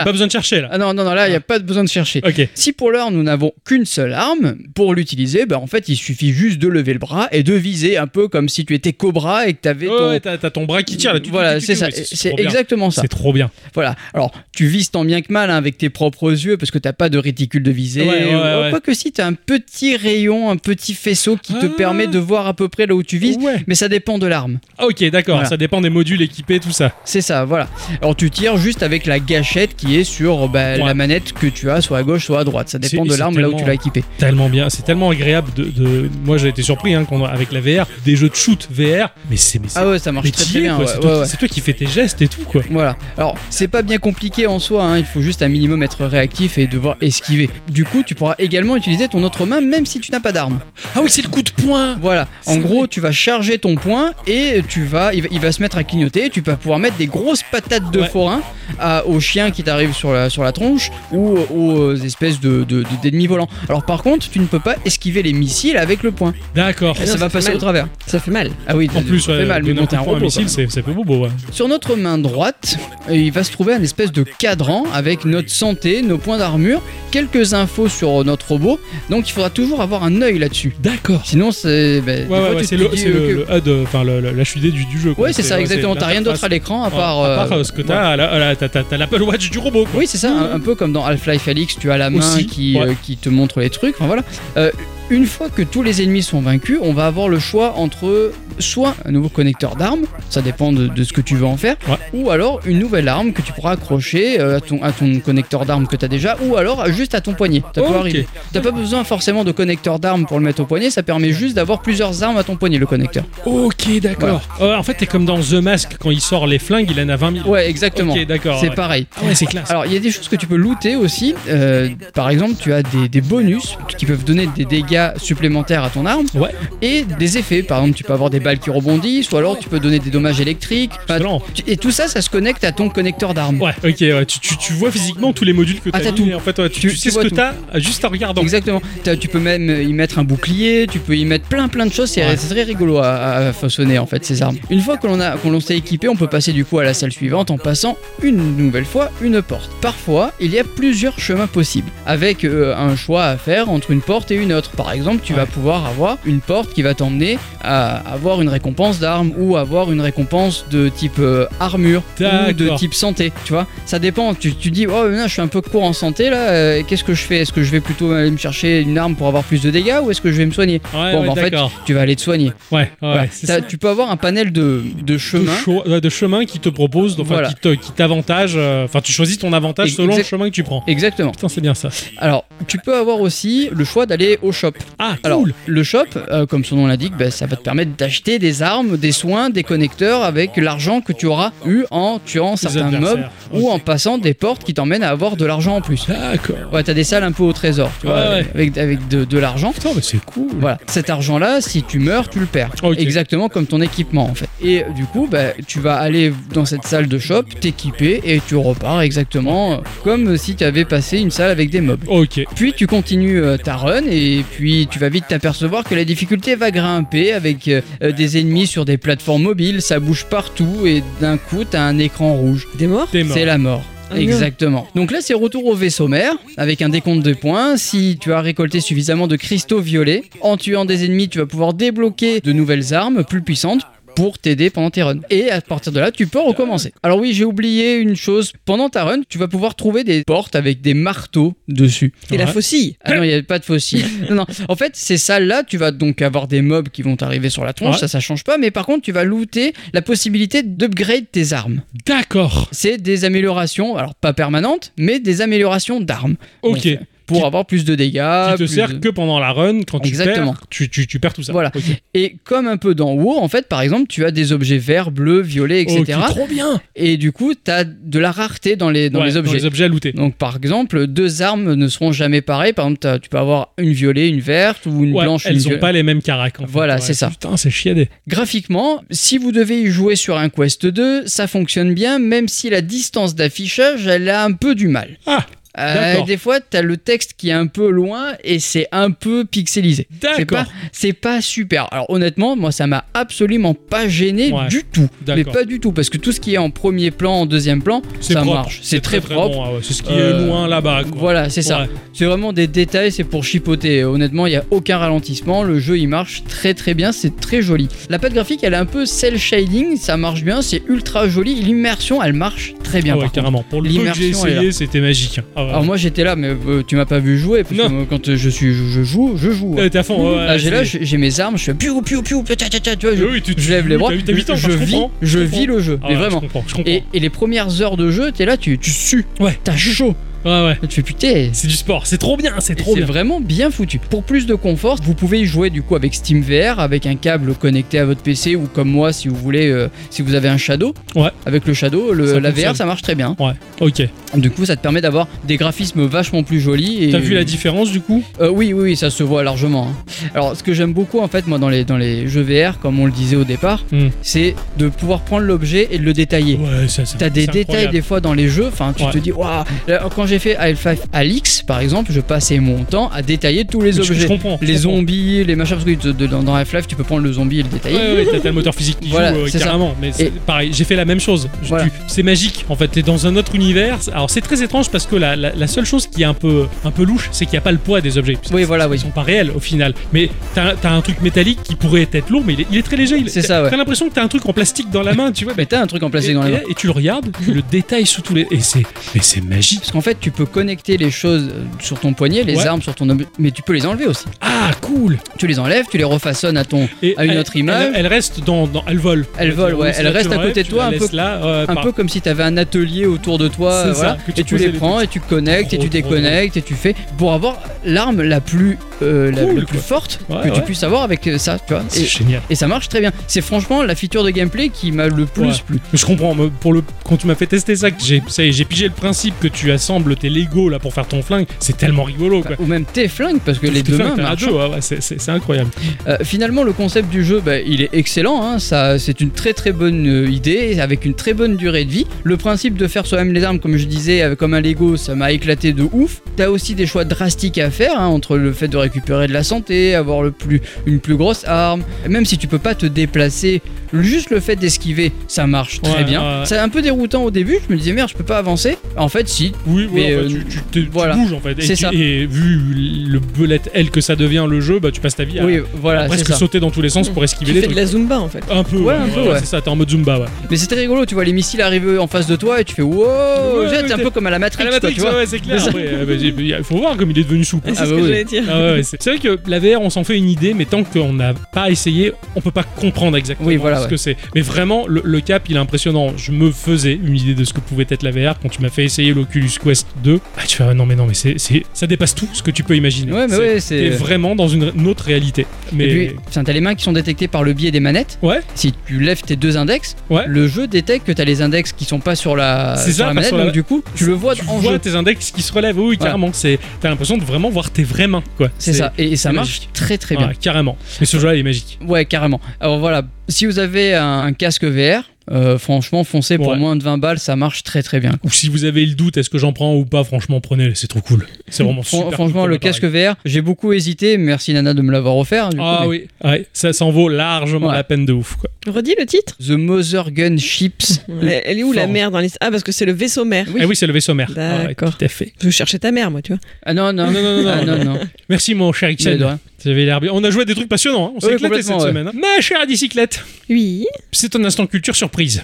Speaker 1: bah, Pas besoin de chercher là.
Speaker 2: Ah non, non, non, là, il n'y a pas besoin de chercher.
Speaker 1: Ok.
Speaker 2: Si pour l'heure nous n'avons qu'une seule arme, pour l'utiliser, bah, en fait il suffit juste de lever le bras et de viser un peu comme si tu étais Cobra et que tu avais
Speaker 1: Ouais, ouais, t'as t'as ton bras qui tire là. tu-
Speaker 2: voilà,
Speaker 1: tu- tu-
Speaker 2: c'est
Speaker 1: tu-
Speaker 2: ça,
Speaker 1: ouais,
Speaker 2: c'est
Speaker 1: trop bien.
Speaker 2: exactement ça.
Speaker 1: C'est trop bien.
Speaker 2: Voilà. Alors, tu vises tant bien que mal hein, avec tes propres yeux parce que t'as pas de réticule de visée.
Speaker 1: Ouais, ouais,
Speaker 2: Ou-
Speaker 1: ouais.
Speaker 2: Quoique si, t'as un petit rayon, un petit faisceau qui te
Speaker 1: Ah.
Speaker 2: permet de voir à peu près là où tu vises.
Speaker 1: Ouais.
Speaker 2: Mais ça dépend de l'arme.
Speaker 1: Ah, Ok, d'accord.
Speaker 2: Voilà.
Speaker 1: Ça dépend des modules équipés, tout ça.
Speaker 2: C'est ça, voilà. Alors tu tires juste avec la gâchette qui est sur bah,
Speaker 1: Ouais.
Speaker 2: la manette que tu as, soit à gauche, soit à droite. Ça dépend
Speaker 1: C'est-
Speaker 2: de
Speaker 1: c'est
Speaker 2: l'arme là où
Speaker 1: tellement-
Speaker 2: tu l'as équipée.
Speaker 1: Tellement bien. C'est tellement agréable de. de- Moi, j'ai été surpris hein, qu'on- avec la VR, des jeux de shoot VR. Mais c'est mais c'est-
Speaker 2: Ah ouais, ça marche
Speaker 1: mais
Speaker 2: très
Speaker 1: t'y
Speaker 2: très
Speaker 1: es,
Speaker 2: bien.
Speaker 1: quoi.
Speaker 2: ouais,
Speaker 1: C'est
Speaker 2: ouais,
Speaker 1: toi,
Speaker 2: ouais.
Speaker 1: qui- c'est toi qui fais tes gestes et tout quoi.
Speaker 2: Voilà. Alors, c'est pas bien compliqué en soi, hein, il faut juste un minimum être réactif et devoir esquiver. Du coup, tu pourras également utiliser ton autre main même si tu n'as pas d'arme.
Speaker 1: Ah oui, c'est le coup de poing.
Speaker 2: Voilà. En
Speaker 1: C'est
Speaker 2: gros, tu vas charger ton point et tu vas, il va, il va se mettre à clignoter. Tu vas pouvoir mettre des grosses patates de
Speaker 1: Ouais.
Speaker 2: forain à- aux chiens qui t'arrivent sur la, sur la tronche ou aux espèces de de- de- d'ennemis volants. Alors, par contre, tu ne peux pas esquiver les missiles avec le point.
Speaker 1: D'accord.
Speaker 2: ça
Speaker 3: non,
Speaker 2: va
Speaker 3: ça fait
Speaker 2: passer
Speaker 3: mal.
Speaker 2: au travers.
Speaker 3: Ça fait mal.
Speaker 2: Ah oui,
Speaker 1: En plus,
Speaker 2: Ah, ça
Speaker 1: ouais,
Speaker 2: fait mal, mais
Speaker 1: donner un
Speaker 2: bon, t'es un
Speaker 1: coup de poing à
Speaker 2: robot.
Speaker 1: missile,
Speaker 2: quoi.
Speaker 1: c'est c'est un peu bobo. Ouais.
Speaker 2: Sur notre main droite, euh, il va se trouver un espèce de cadran avec notre santé, nos points d'armure, quelques infos sur notre robot. Donc, il faudra toujours avoir un œil là-dessus.
Speaker 1: D'accord.
Speaker 2: Sinon, c'est. ben, des
Speaker 1: Ouais,
Speaker 2: fois,
Speaker 1: ouais,
Speaker 2: tu
Speaker 1: ouais,
Speaker 2: te
Speaker 1: c'est le,
Speaker 2: dis,
Speaker 1: c'est
Speaker 2: euh, que-
Speaker 1: le, le HUD, euh, enfin le- le- la HUD du, du jeu. quoi.
Speaker 2: Ouais, c'est ça, exactement. T'as rien d'autre à
Speaker 1: l'interface.
Speaker 2: l'écran à part.
Speaker 1: à part
Speaker 2: euh,
Speaker 1: euh, ce que t'as, à la- à la- t'as- t'as t'as l'Apple Watch du robot. quoi.
Speaker 2: Oui, c'est ça, un, un peu comme dans Half-Life Alix, tu as la main
Speaker 1: Aussi,
Speaker 2: qui,
Speaker 1: ouais.
Speaker 2: euh, qui te montre les trucs. Enfin voilà. Euh, une fois que tous les ennemis sont vaincus, on va avoir le choix entre soit un nouveau connecteur d'armes, ça dépend de, de ce que tu veux en faire,
Speaker 1: Ouais.
Speaker 2: ou alors une nouvelle arme que tu pourras accrocher euh, à, ton, à ton connecteur d'armes que tu as déjà, ou alors juste à ton poignet. Ça peut
Speaker 1: Ok.
Speaker 2: arriver. T'as pas besoin forcément de connecteur d'armes pour le mettre au poignet, ça permet juste d'avoir plusieurs armes à ton poignet, le connecteur.
Speaker 1: Ok, d'accord. Euh, en fait, t'es comme dans The Mask, quand il sort les flingues, il en a 20 000.
Speaker 2: Ouais, exactement.
Speaker 1: Ok, d'accord.
Speaker 2: C'est
Speaker 1: ouais.
Speaker 2: pareil.
Speaker 1: Ah ouais, c'est classe.
Speaker 2: Alors, il y a des choses que tu peux looter aussi. Euh, par exemple, tu as des, des bonus qui peuvent donner des dégâts dégâts supplémentaires à ton arme
Speaker 1: Ouais.
Speaker 2: et des effets. Par exemple, tu peux avoir des balles qui rebondissent ou alors tu peux donner des dommages électriques. Enfin,
Speaker 1: Excellent.
Speaker 2: tu- et tout ça, ça se connecte à ton connecteur d'armes.
Speaker 1: Ouais, ok, ouais. Tu, tu- tu vois physiquement tous les modules que
Speaker 2: Ah,
Speaker 1: t'as
Speaker 2: t'as
Speaker 1: mis,
Speaker 2: tout.
Speaker 1: et En fait, ouais, tu,
Speaker 2: Tu-
Speaker 1: tu
Speaker 2: tu
Speaker 1: sais ce
Speaker 2: vois
Speaker 1: que
Speaker 2: tout.
Speaker 1: t'as euh, juste en regardant.
Speaker 2: Exactement. T'as- Tu peux même euh, y mettre un bouclier, tu peux y mettre plein plein de choses. C'est
Speaker 1: Ouais.
Speaker 2: c'est très rigolo à, à façonner en fait ces armes. Une fois que l'on a, qu'on s'est équipé, on peut passer du coup à la salle suivante en passant une nouvelle fois une porte. Parfois, il y a plusieurs chemins possibles, avec euh, un choix à faire entre une porte et une autre. Par exemple, tu
Speaker 1: Ouais.
Speaker 2: vas pouvoir avoir une porte qui va t'emmener à avoir une récompense d'armes ou avoir une récompense de type euh, armure ou de
Speaker 1: D'accord.
Speaker 2: type santé, tu vois. Ça dépend, tu, tu dis, oh, non, je suis un peu court en santé là, euh, qu'est-ce que je fais Est-ce que je vais plutôt aller me chercher une arme pour avoir plus de dégâts ou est-ce que je vais me soigner
Speaker 1: Ouais,
Speaker 2: Bon,
Speaker 1: ouais,
Speaker 2: bah, en fait,
Speaker 1: d'accord.
Speaker 2: Tu vas aller te soigner.
Speaker 1: Ouais, ouais,
Speaker 2: Voilà.
Speaker 1: c'est
Speaker 2: T'as-
Speaker 1: ça.
Speaker 2: Tu peux avoir un panel de, de
Speaker 1: De,
Speaker 2: chemins.
Speaker 1: cho- ouais, de chemin qui te propose, enfin,
Speaker 2: Voilà.
Speaker 1: qui te- qui t'avantage. euh, Enfin, tu choisis ton avantage
Speaker 2: Et-
Speaker 1: selon le
Speaker 2: exact-
Speaker 1: chemin que tu prends.
Speaker 2: Exactement.
Speaker 1: Putain, c'est bien ça.
Speaker 2: Alors, tu peux avoir aussi le choix d'aller au shop.
Speaker 1: Ah, cool.
Speaker 2: Alors, le shop, euh, comme son nom l'indique, bah, ça va te permettre d'acheter des armes, des soins, des connecteurs avec l'argent que tu auras eu en tuant certains mobs
Speaker 1: adversaires.
Speaker 2: ou en passant des portes qui t'emmènent à avoir de l'argent en plus.
Speaker 1: D'accord.
Speaker 2: Ouais, t'as des salles un peu au trésor, tu vois,
Speaker 1: Ouais, ouais.
Speaker 2: avec, avec de, de l'argent.
Speaker 1: Putain, mais c'est cool.
Speaker 2: Voilà, cet argent-là, si tu meurs, tu le perds.
Speaker 1: Ok.
Speaker 2: Exactement comme ton équipement en fait. Et du coup, bah, tu vas aller dans cette salle de shop, t'équiper et tu repars exactement euh, comme si tu avais passé une salle avec des mobs.
Speaker 1: Ok.
Speaker 2: Puis tu continues euh, ta run et puis tu vas vite t'apercevoir que la difficulté va grimper avec euh, euh, des ennemis sur des plateformes mobiles, ça bouge partout et d'un coup t'as un écran rouge.
Speaker 3: Des morts
Speaker 1: T'es mort.
Speaker 2: C'est la mort.
Speaker 3: Ah non.
Speaker 2: Exactement. Donc là, c'est retour au vaisseau mère avec un décompte de points. Si tu as récolté suffisamment de cristaux violets, en tuant des ennemis, tu vas pouvoir débloquer de nouvelles armes plus puissantes pour t'aider pendant tes runs. Et à partir de là, tu peux recommencer. Alors oui, j'ai oublié une chose. Pendant ta run, tu vas pouvoir trouver des portes avec des marteaux dessus.
Speaker 3: Et la
Speaker 1: Ouais.
Speaker 3: faucille
Speaker 2: Ah non, il n'y a pas de
Speaker 1: [laughs]
Speaker 2: fossiles. non, non. En fait, ces salles-là, tu vas donc avoir des mobs qui vont t'arriver sur la tronche,
Speaker 1: Ouais.
Speaker 2: ça, ça change pas. Mais par contre, tu vas looter la possibilité d'upgrade tes armes.
Speaker 1: D'accord.
Speaker 2: C'est des améliorations, alors pas permanentes, mais des améliorations d'armes.
Speaker 1: Ok.
Speaker 2: Donc, pour
Speaker 1: Qui-
Speaker 2: avoir plus de dégâts.
Speaker 1: qui te
Speaker 2: plus
Speaker 1: sert
Speaker 2: de-
Speaker 1: que pendant la run, quand tu
Speaker 2: Ah, Exactement.
Speaker 1: perds, tu, tu, tu perds tout ça.
Speaker 2: Voilà.
Speaker 1: Ok.
Speaker 2: Et comme un peu dans WoW, en fait, par exemple, tu as des objets verts, bleus, violets, etc.
Speaker 1: Ok, trop bien.
Speaker 2: Et du coup, tu as de la rareté dans les, dans
Speaker 1: Ouais,
Speaker 2: les objets.
Speaker 1: à looter.
Speaker 2: Donc par exemple, deux armes ne seront jamais pareilles. Par exemple, t'as- tu peux avoir une violée, une verte ou une
Speaker 1: Ouais,
Speaker 2: blanche. une
Speaker 1: elles ont
Speaker 2: viole-
Speaker 1: pas les mêmes caracs. en fait.
Speaker 2: Voilà,
Speaker 1: Ouais,
Speaker 2: c'est ça.
Speaker 1: Putain, c'est chiadé.
Speaker 2: Graphiquement, si vous devez y jouer sur un Quest 2, ça fonctionne bien, même si la distance d'affichage, elle a un peu du mal.
Speaker 1: Ah,
Speaker 2: Euh,
Speaker 1: d'accord.
Speaker 2: des fois, t'as le texte qui est un peu loin et c'est un peu pixelisé. C'est pas,
Speaker 1: D'accord.
Speaker 2: c'est pas super. Alors honnêtement, moi, ça m'a absolument pas gêné
Speaker 1: Ouais.
Speaker 2: du tout. Mais
Speaker 1: D'accord.
Speaker 2: pas du tout, parce que tout ce qui est en premier plan, en deuxième plan,
Speaker 1: C'est
Speaker 2: ça
Speaker 1: propre.
Speaker 2: marche. C'est très, propre.
Speaker 1: bon, ah ouais, C'est ce qui est
Speaker 2: Euh,
Speaker 1: loin là-bas. quoi.
Speaker 2: Voilà, c'est ça.
Speaker 1: Ouais.
Speaker 2: C'est vraiment des détails, c'est pour chipoter. Honnêtement, il n'y a aucun ralentissement. Le jeu, il marche très très bien, c'est très joli. La pâte graphique, elle est un peu cell shading, ça marche bien, c'est ultra joli. L'immersion, elle marche très bien.
Speaker 1: Ah ouais,
Speaker 2: par contre.
Speaker 1: carrément. Pour le peu que j'ai
Speaker 2: L'immersion, elle est
Speaker 1: essayé, c'était magique. Ah ouais.
Speaker 2: Alors moi, j'étais là, mais euh, tu m'as pas vu jouer, parce
Speaker 1: Non.
Speaker 2: que moi, quand euh, je suis, je, je joue, je joue.
Speaker 1: Euh, T'es à fond. ouais, ouais,
Speaker 2: Ah, j'ai là,
Speaker 1: c'est-
Speaker 2: j'ai j'ai mes armes, je fais piou piou piou, tcha, tcha, tcha, tu vois, je,
Speaker 1: Oui, tu- tu-
Speaker 2: je lève les
Speaker 1: oui,
Speaker 2: bras,
Speaker 1: t'as-
Speaker 2: je,
Speaker 1: t'as huit ans,
Speaker 2: je
Speaker 1: je
Speaker 2: vis,
Speaker 1: comprends,
Speaker 2: je
Speaker 1: je
Speaker 2: vis
Speaker 1: comprends.
Speaker 2: le jeu,
Speaker 1: Ah
Speaker 2: mais
Speaker 1: ouais,
Speaker 2: vraiment.
Speaker 1: Je comprends. Je comprends.
Speaker 2: Et, et les premières heures de jeu, t'es là, tu, tu sues,
Speaker 1: Ouais.
Speaker 2: t'as chaud,
Speaker 1: Ouais, ouais.
Speaker 2: tu fais putain,
Speaker 1: C'est du sport. C'est trop bien. C'est
Speaker 2: Et
Speaker 1: trop
Speaker 2: C'est
Speaker 1: bien.
Speaker 2: vraiment bien foutu. Pour plus de confort, vous pouvez y jouer du coup avec Steam VR, avec un câble connecté à votre PC ou comme moi si vous voulez, euh, si vous avez un Shadow.
Speaker 1: Ouais.
Speaker 2: Avec le Shadow, le-
Speaker 1: Ça
Speaker 2: la
Speaker 1: fonctionne.
Speaker 2: VR ça marche très bien.
Speaker 1: Ouais. Ok.
Speaker 2: Du coup, ça te permet d'avoir des graphismes vachement plus jolis. et-
Speaker 1: T'as vu la différence du coup
Speaker 2: Euh, Oui, oui, oui, ça se voit largement. hein. Alors, ce que j'aime beaucoup en fait, moi, dans les, dans les jeux VR, comme on le disait au départ,
Speaker 1: Hmm.
Speaker 2: c'est de pouvoir prendre l'objet et de le détailler.
Speaker 1: Ouais, ça. ça-
Speaker 2: T'as des
Speaker 1: c'est
Speaker 2: détails
Speaker 1: incroyable.
Speaker 2: des fois dans les jeux, enfin tu
Speaker 1: Ouais.
Speaker 2: te dis waouh. Là, Quand j'ai fait Alpha Alix par exemple, je passais mon temps à détailler tous les
Speaker 1: Je- Je
Speaker 2: objets
Speaker 1: comprends. je
Speaker 2: les
Speaker 1: comprends.
Speaker 2: zombies, les machins, parce que de- de- dans, dans Half-Life, tu peux prendre le zombie et le détailler.
Speaker 1: Ouais, ouais, t'as- t'as le moteur physique qui
Speaker 2: Voilà,
Speaker 1: joue euh,
Speaker 2: c'est ça.
Speaker 1: carrément. Mais c'est
Speaker 2: Et-
Speaker 1: pareil, j'ai fait la même chose. Je-
Speaker 2: Voilà.
Speaker 1: tu- C'est magique. En fait, t'es dans un autre univers. Alors, c'est très étrange parce que la, la- la seule chose qui est un peu, un peu louche, c'est qu'il n'y a pas le poids des objets.
Speaker 2: Oui, voilà,
Speaker 1: Ils
Speaker 2: oui.
Speaker 1: sont pas réels au final. Mais t'as t'as un truc métallique qui pourrait être lourd, mais il est, il est très léger. Il-
Speaker 2: C'est
Speaker 1: t'as-
Speaker 2: ça, ouais.
Speaker 1: T'as l'impression que t'as un truc en plastique dans la main, tu vois.
Speaker 2: Mais t'as un truc en
Speaker 1: et,
Speaker 2: [laughs] plastique dans les
Speaker 1: et-
Speaker 2: mains.
Speaker 1: et tu le regardes, tu le détailles sous tous les. Et c'est. Mais c'est magique.
Speaker 2: Parce qu'en fait, tu peux connecter les choses euh, sur ton poignet, les
Speaker 1: Ouais.
Speaker 2: armes sur ton objet, mais tu peux les enlever aussi.
Speaker 1: Ah, cool
Speaker 2: Tu les enlèves, tu les refaçonnes à ton.
Speaker 1: et
Speaker 2: À une
Speaker 1: elle-
Speaker 2: autre image.
Speaker 1: Elle, elle reste dans, dans- Elle vole.
Speaker 2: Elle vole, ouais.
Speaker 1: Tu
Speaker 2: Elle
Speaker 1: la- tu
Speaker 2: reste à
Speaker 1: l'enlèves,
Speaker 2: côté de
Speaker 1: tu
Speaker 2: toi,
Speaker 1: la
Speaker 2: un peu-
Speaker 1: laisses là, euh,
Speaker 2: Un
Speaker 1: par-
Speaker 2: peu comme si t'avais un atelier autour de toi,
Speaker 1: C'est
Speaker 2: euh,
Speaker 1: ça,
Speaker 2: voilà,
Speaker 1: que tu
Speaker 2: et tu les
Speaker 1: posais les
Speaker 2: prends et tu connectes et
Speaker 1: Trop,
Speaker 2: tu
Speaker 1: trop
Speaker 2: déconnectes et tu fais pour avoir l'arme la plus euh, la,
Speaker 1: Cool,
Speaker 2: la plus
Speaker 1: quoi.
Speaker 2: forte
Speaker 1: Ouais,
Speaker 2: que tu
Speaker 1: ouais.
Speaker 2: puisses avoir avec euh, ça, tu vois.
Speaker 1: C'est
Speaker 2: Et,
Speaker 1: génial.
Speaker 2: et ça marche très bien. C'est franchement la feature de gameplay qui m'a le plus
Speaker 1: Ouais.
Speaker 2: plu.
Speaker 1: Mais Je comprends, mais pour le, quand tu m'as fait tester ça, que j'ai ça y est, j'ai pigé le principe que tu assembles tableter Lego là pour faire ton flingue, c'est tellement rigolo quoi.
Speaker 2: Ou même tes flingues, parce que les
Speaker 1: Tout
Speaker 2: deux
Speaker 1: fait,
Speaker 2: mains
Speaker 1: t'as un
Speaker 2: marchent.
Speaker 1: jeu, ouais, ah ouais, c'est- c'est c'est incroyable.
Speaker 2: Euh, finalement, le concept du jeu, bah, il est excellent. hein. Ça, c'est une très très bonne euh, idée avec une très bonne durée de vie. Le principe de faire soi-même les armes, comme je disais, avec- comme un Lego, ça m'a éclaté de ouf. T'as aussi des choix drastiques à faire hein, entre le fait de récupérer de la santé, avoir le plus, une plus grosse arme. Même si tu peux pas te déplacer, juste le fait d'esquiver, ça marche très
Speaker 1: Ouais,
Speaker 2: bien.
Speaker 1: ouais.
Speaker 2: C'est un peu déroutant au début. Je me disais merde, je peux pas avancer. En fait, si.
Speaker 1: Oui,
Speaker 2: Mais,
Speaker 1: voilà,
Speaker 2: euh,
Speaker 1: bah, tu, tu- tu- tu
Speaker 2: voilà.
Speaker 1: bouges en fait. Et,
Speaker 2: C'est
Speaker 1: tu-
Speaker 2: ça.
Speaker 1: et vu le bullet hell que ça devient le jeu, bah tu passes ta vie à,
Speaker 2: Oui,
Speaker 1: à
Speaker 2: voilà, c'est
Speaker 1: presque
Speaker 2: ça.
Speaker 1: sauter dans tous les sens pour esquiver
Speaker 3: Tu
Speaker 1: les
Speaker 3: fais de
Speaker 1: trucs.
Speaker 3: la Zumba en fait.
Speaker 1: Un peu,
Speaker 2: Ouais, un peu, ouais.
Speaker 1: c'est ça, t'es en mode Zumba, ouais.
Speaker 2: Mais c'est très rigolo, tu vois les missiles arriver en face de toi et tu fais wow,
Speaker 1: Ouais,
Speaker 2: jette,
Speaker 1: ouais,
Speaker 2: c'est un
Speaker 1: t'es-
Speaker 2: peu comme à la Matrix,
Speaker 1: À la
Speaker 2: quoi,
Speaker 1: Matrix,
Speaker 2: tu vois.
Speaker 1: ouais, c'est clair.
Speaker 2: C'est ça.
Speaker 1: Après, euh, bah, j'ai- il faut voir comme il est devenu souple.
Speaker 3: C'est
Speaker 1: [laughs]
Speaker 2: Ah
Speaker 3: ce
Speaker 2: bah
Speaker 3: que
Speaker 2: oui.
Speaker 3: j'allais dire.
Speaker 1: Ah ouais, ouais, c'est c'est vrai que la VR, on s'en fait une idée, mais tant qu'on n'a pas essayé, on peut pas comprendre exactement
Speaker 2: Oui, voilà,
Speaker 1: ce
Speaker 2: ouais.
Speaker 1: que c'est. Mais vraiment, le, le cap, il est impressionnant. Je me faisais une idée de ce que pouvait être la VR quand tu m'as fait essayer l'Oculus Quest 2. Ah, tu fais, ah non, mais non, mais c'est, c'est- ça dépasse tout ce que tu peux imaginer.
Speaker 2: Ouais, mais
Speaker 1: C'est-
Speaker 2: ouais,
Speaker 1: T'es
Speaker 2: c'est.
Speaker 1: vraiment dans une, une autre réalité. Mais
Speaker 2: Et puis, enfin, t'as les mains qui sont détectées par le biais des manettes.
Speaker 1: ouais,
Speaker 2: Si tu lèves tes deux index,
Speaker 1: Ouais.
Speaker 2: le jeu détecte que t'as les index qui sont pas sur la,
Speaker 1: C'est
Speaker 2: sur
Speaker 1: ça,
Speaker 2: la
Speaker 1: pas
Speaker 2: manette,
Speaker 1: sur la-
Speaker 2: donc du coup, tu le vois
Speaker 1: tu
Speaker 2: en
Speaker 1: vois
Speaker 2: jeu.
Speaker 1: tes index qui se relèvent. Oui, carrément. C'est, t'as l'impression de vraiment voir tes vraies mains, quoi.
Speaker 2: C'est ça, et, et ça
Speaker 1: c'est
Speaker 2: marche
Speaker 1: magique.
Speaker 2: très très
Speaker 1: Ouais,
Speaker 2: bien.
Speaker 1: carrément. Mais ce jeu-là, il est magique.
Speaker 2: Ouais, carrément. Alors voilà, si vous avez un, un casque VR, euh, franchement, foncez pour
Speaker 1: Ouais.
Speaker 2: moins de 20 balles, ça marche très très bien.
Speaker 1: Ou si vous avez le doute, est-ce que j'en prends ou pas, franchement, prenez-le, c'est trop cool. C'est vraiment
Speaker 2: Fran-
Speaker 1: super cool
Speaker 2: franchement,
Speaker 1: comme
Speaker 2: le
Speaker 1: appareil.
Speaker 2: casque VR, j'ai beaucoup hésité, merci Nana de me l'avoir offert. du coup,
Speaker 1: Ah
Speaker 2: mais-
Speaker 1: oui, ouais, ça s'en vaut largement
Speaker 2: Ouais.
Speaker 1: la peine de ouf. Quoi.
Speaker 3: Redis le titre.
Speaker 2: The Mother Gun
Speaker 1: [laughs]
Speaker 2: Ships.
Speaker 3: Elle elle est où la
Speaker 1: Forge.
Speaker 3: mer dans l'histoire Ah, parce que c'est le vaisseau mère.
Speaker 2: Oui.
Speaker 1: Eh oui, c'est le vaisseau mère.
Speaker 3: D'accord.
Speaker 1: Ouais, tout à fait.
Speaker 3: Je cherchais ta mère, moi, tu vois.
Speaker 2: Ah non, non,
Speaker 1: Non, non, non, non,
Speaker 2: Ah,
Speaker 1: non,
Speaker 2: non, non.
Speaker 1: Merci mon cher
Speaker 2: Mais de
Speaker 1: Ixon.
Speaker 2: rien.
Speaker 1: J'avais l'air bien. On a joué à des trucs passionnants. hein. On s'est
Speaker 2: Oui,
Speaker 1: éclaté cette
Speaker 2: complètement, ouais.
Speaker 1: semaine. hein. Ma chère bicyclette,
Speaker 3: Oui.
Speaker 1: c'est un instant culture surprise.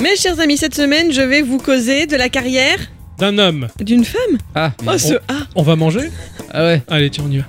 Speaker 3: Mes chers amis, cette semaine, je vais vous causer de la carrière
Speaker 1: D'un homme.
Speaker 3: d'une femme.
Speaker 2: Ah,
Speaker 3: Oh, ce ah.
Speaker 1: On va manger
Speaker 2: ah ouais.
Speaker 1: Allez, tiens,
Speaker 2: [laughs]
Speaker 1: on y va.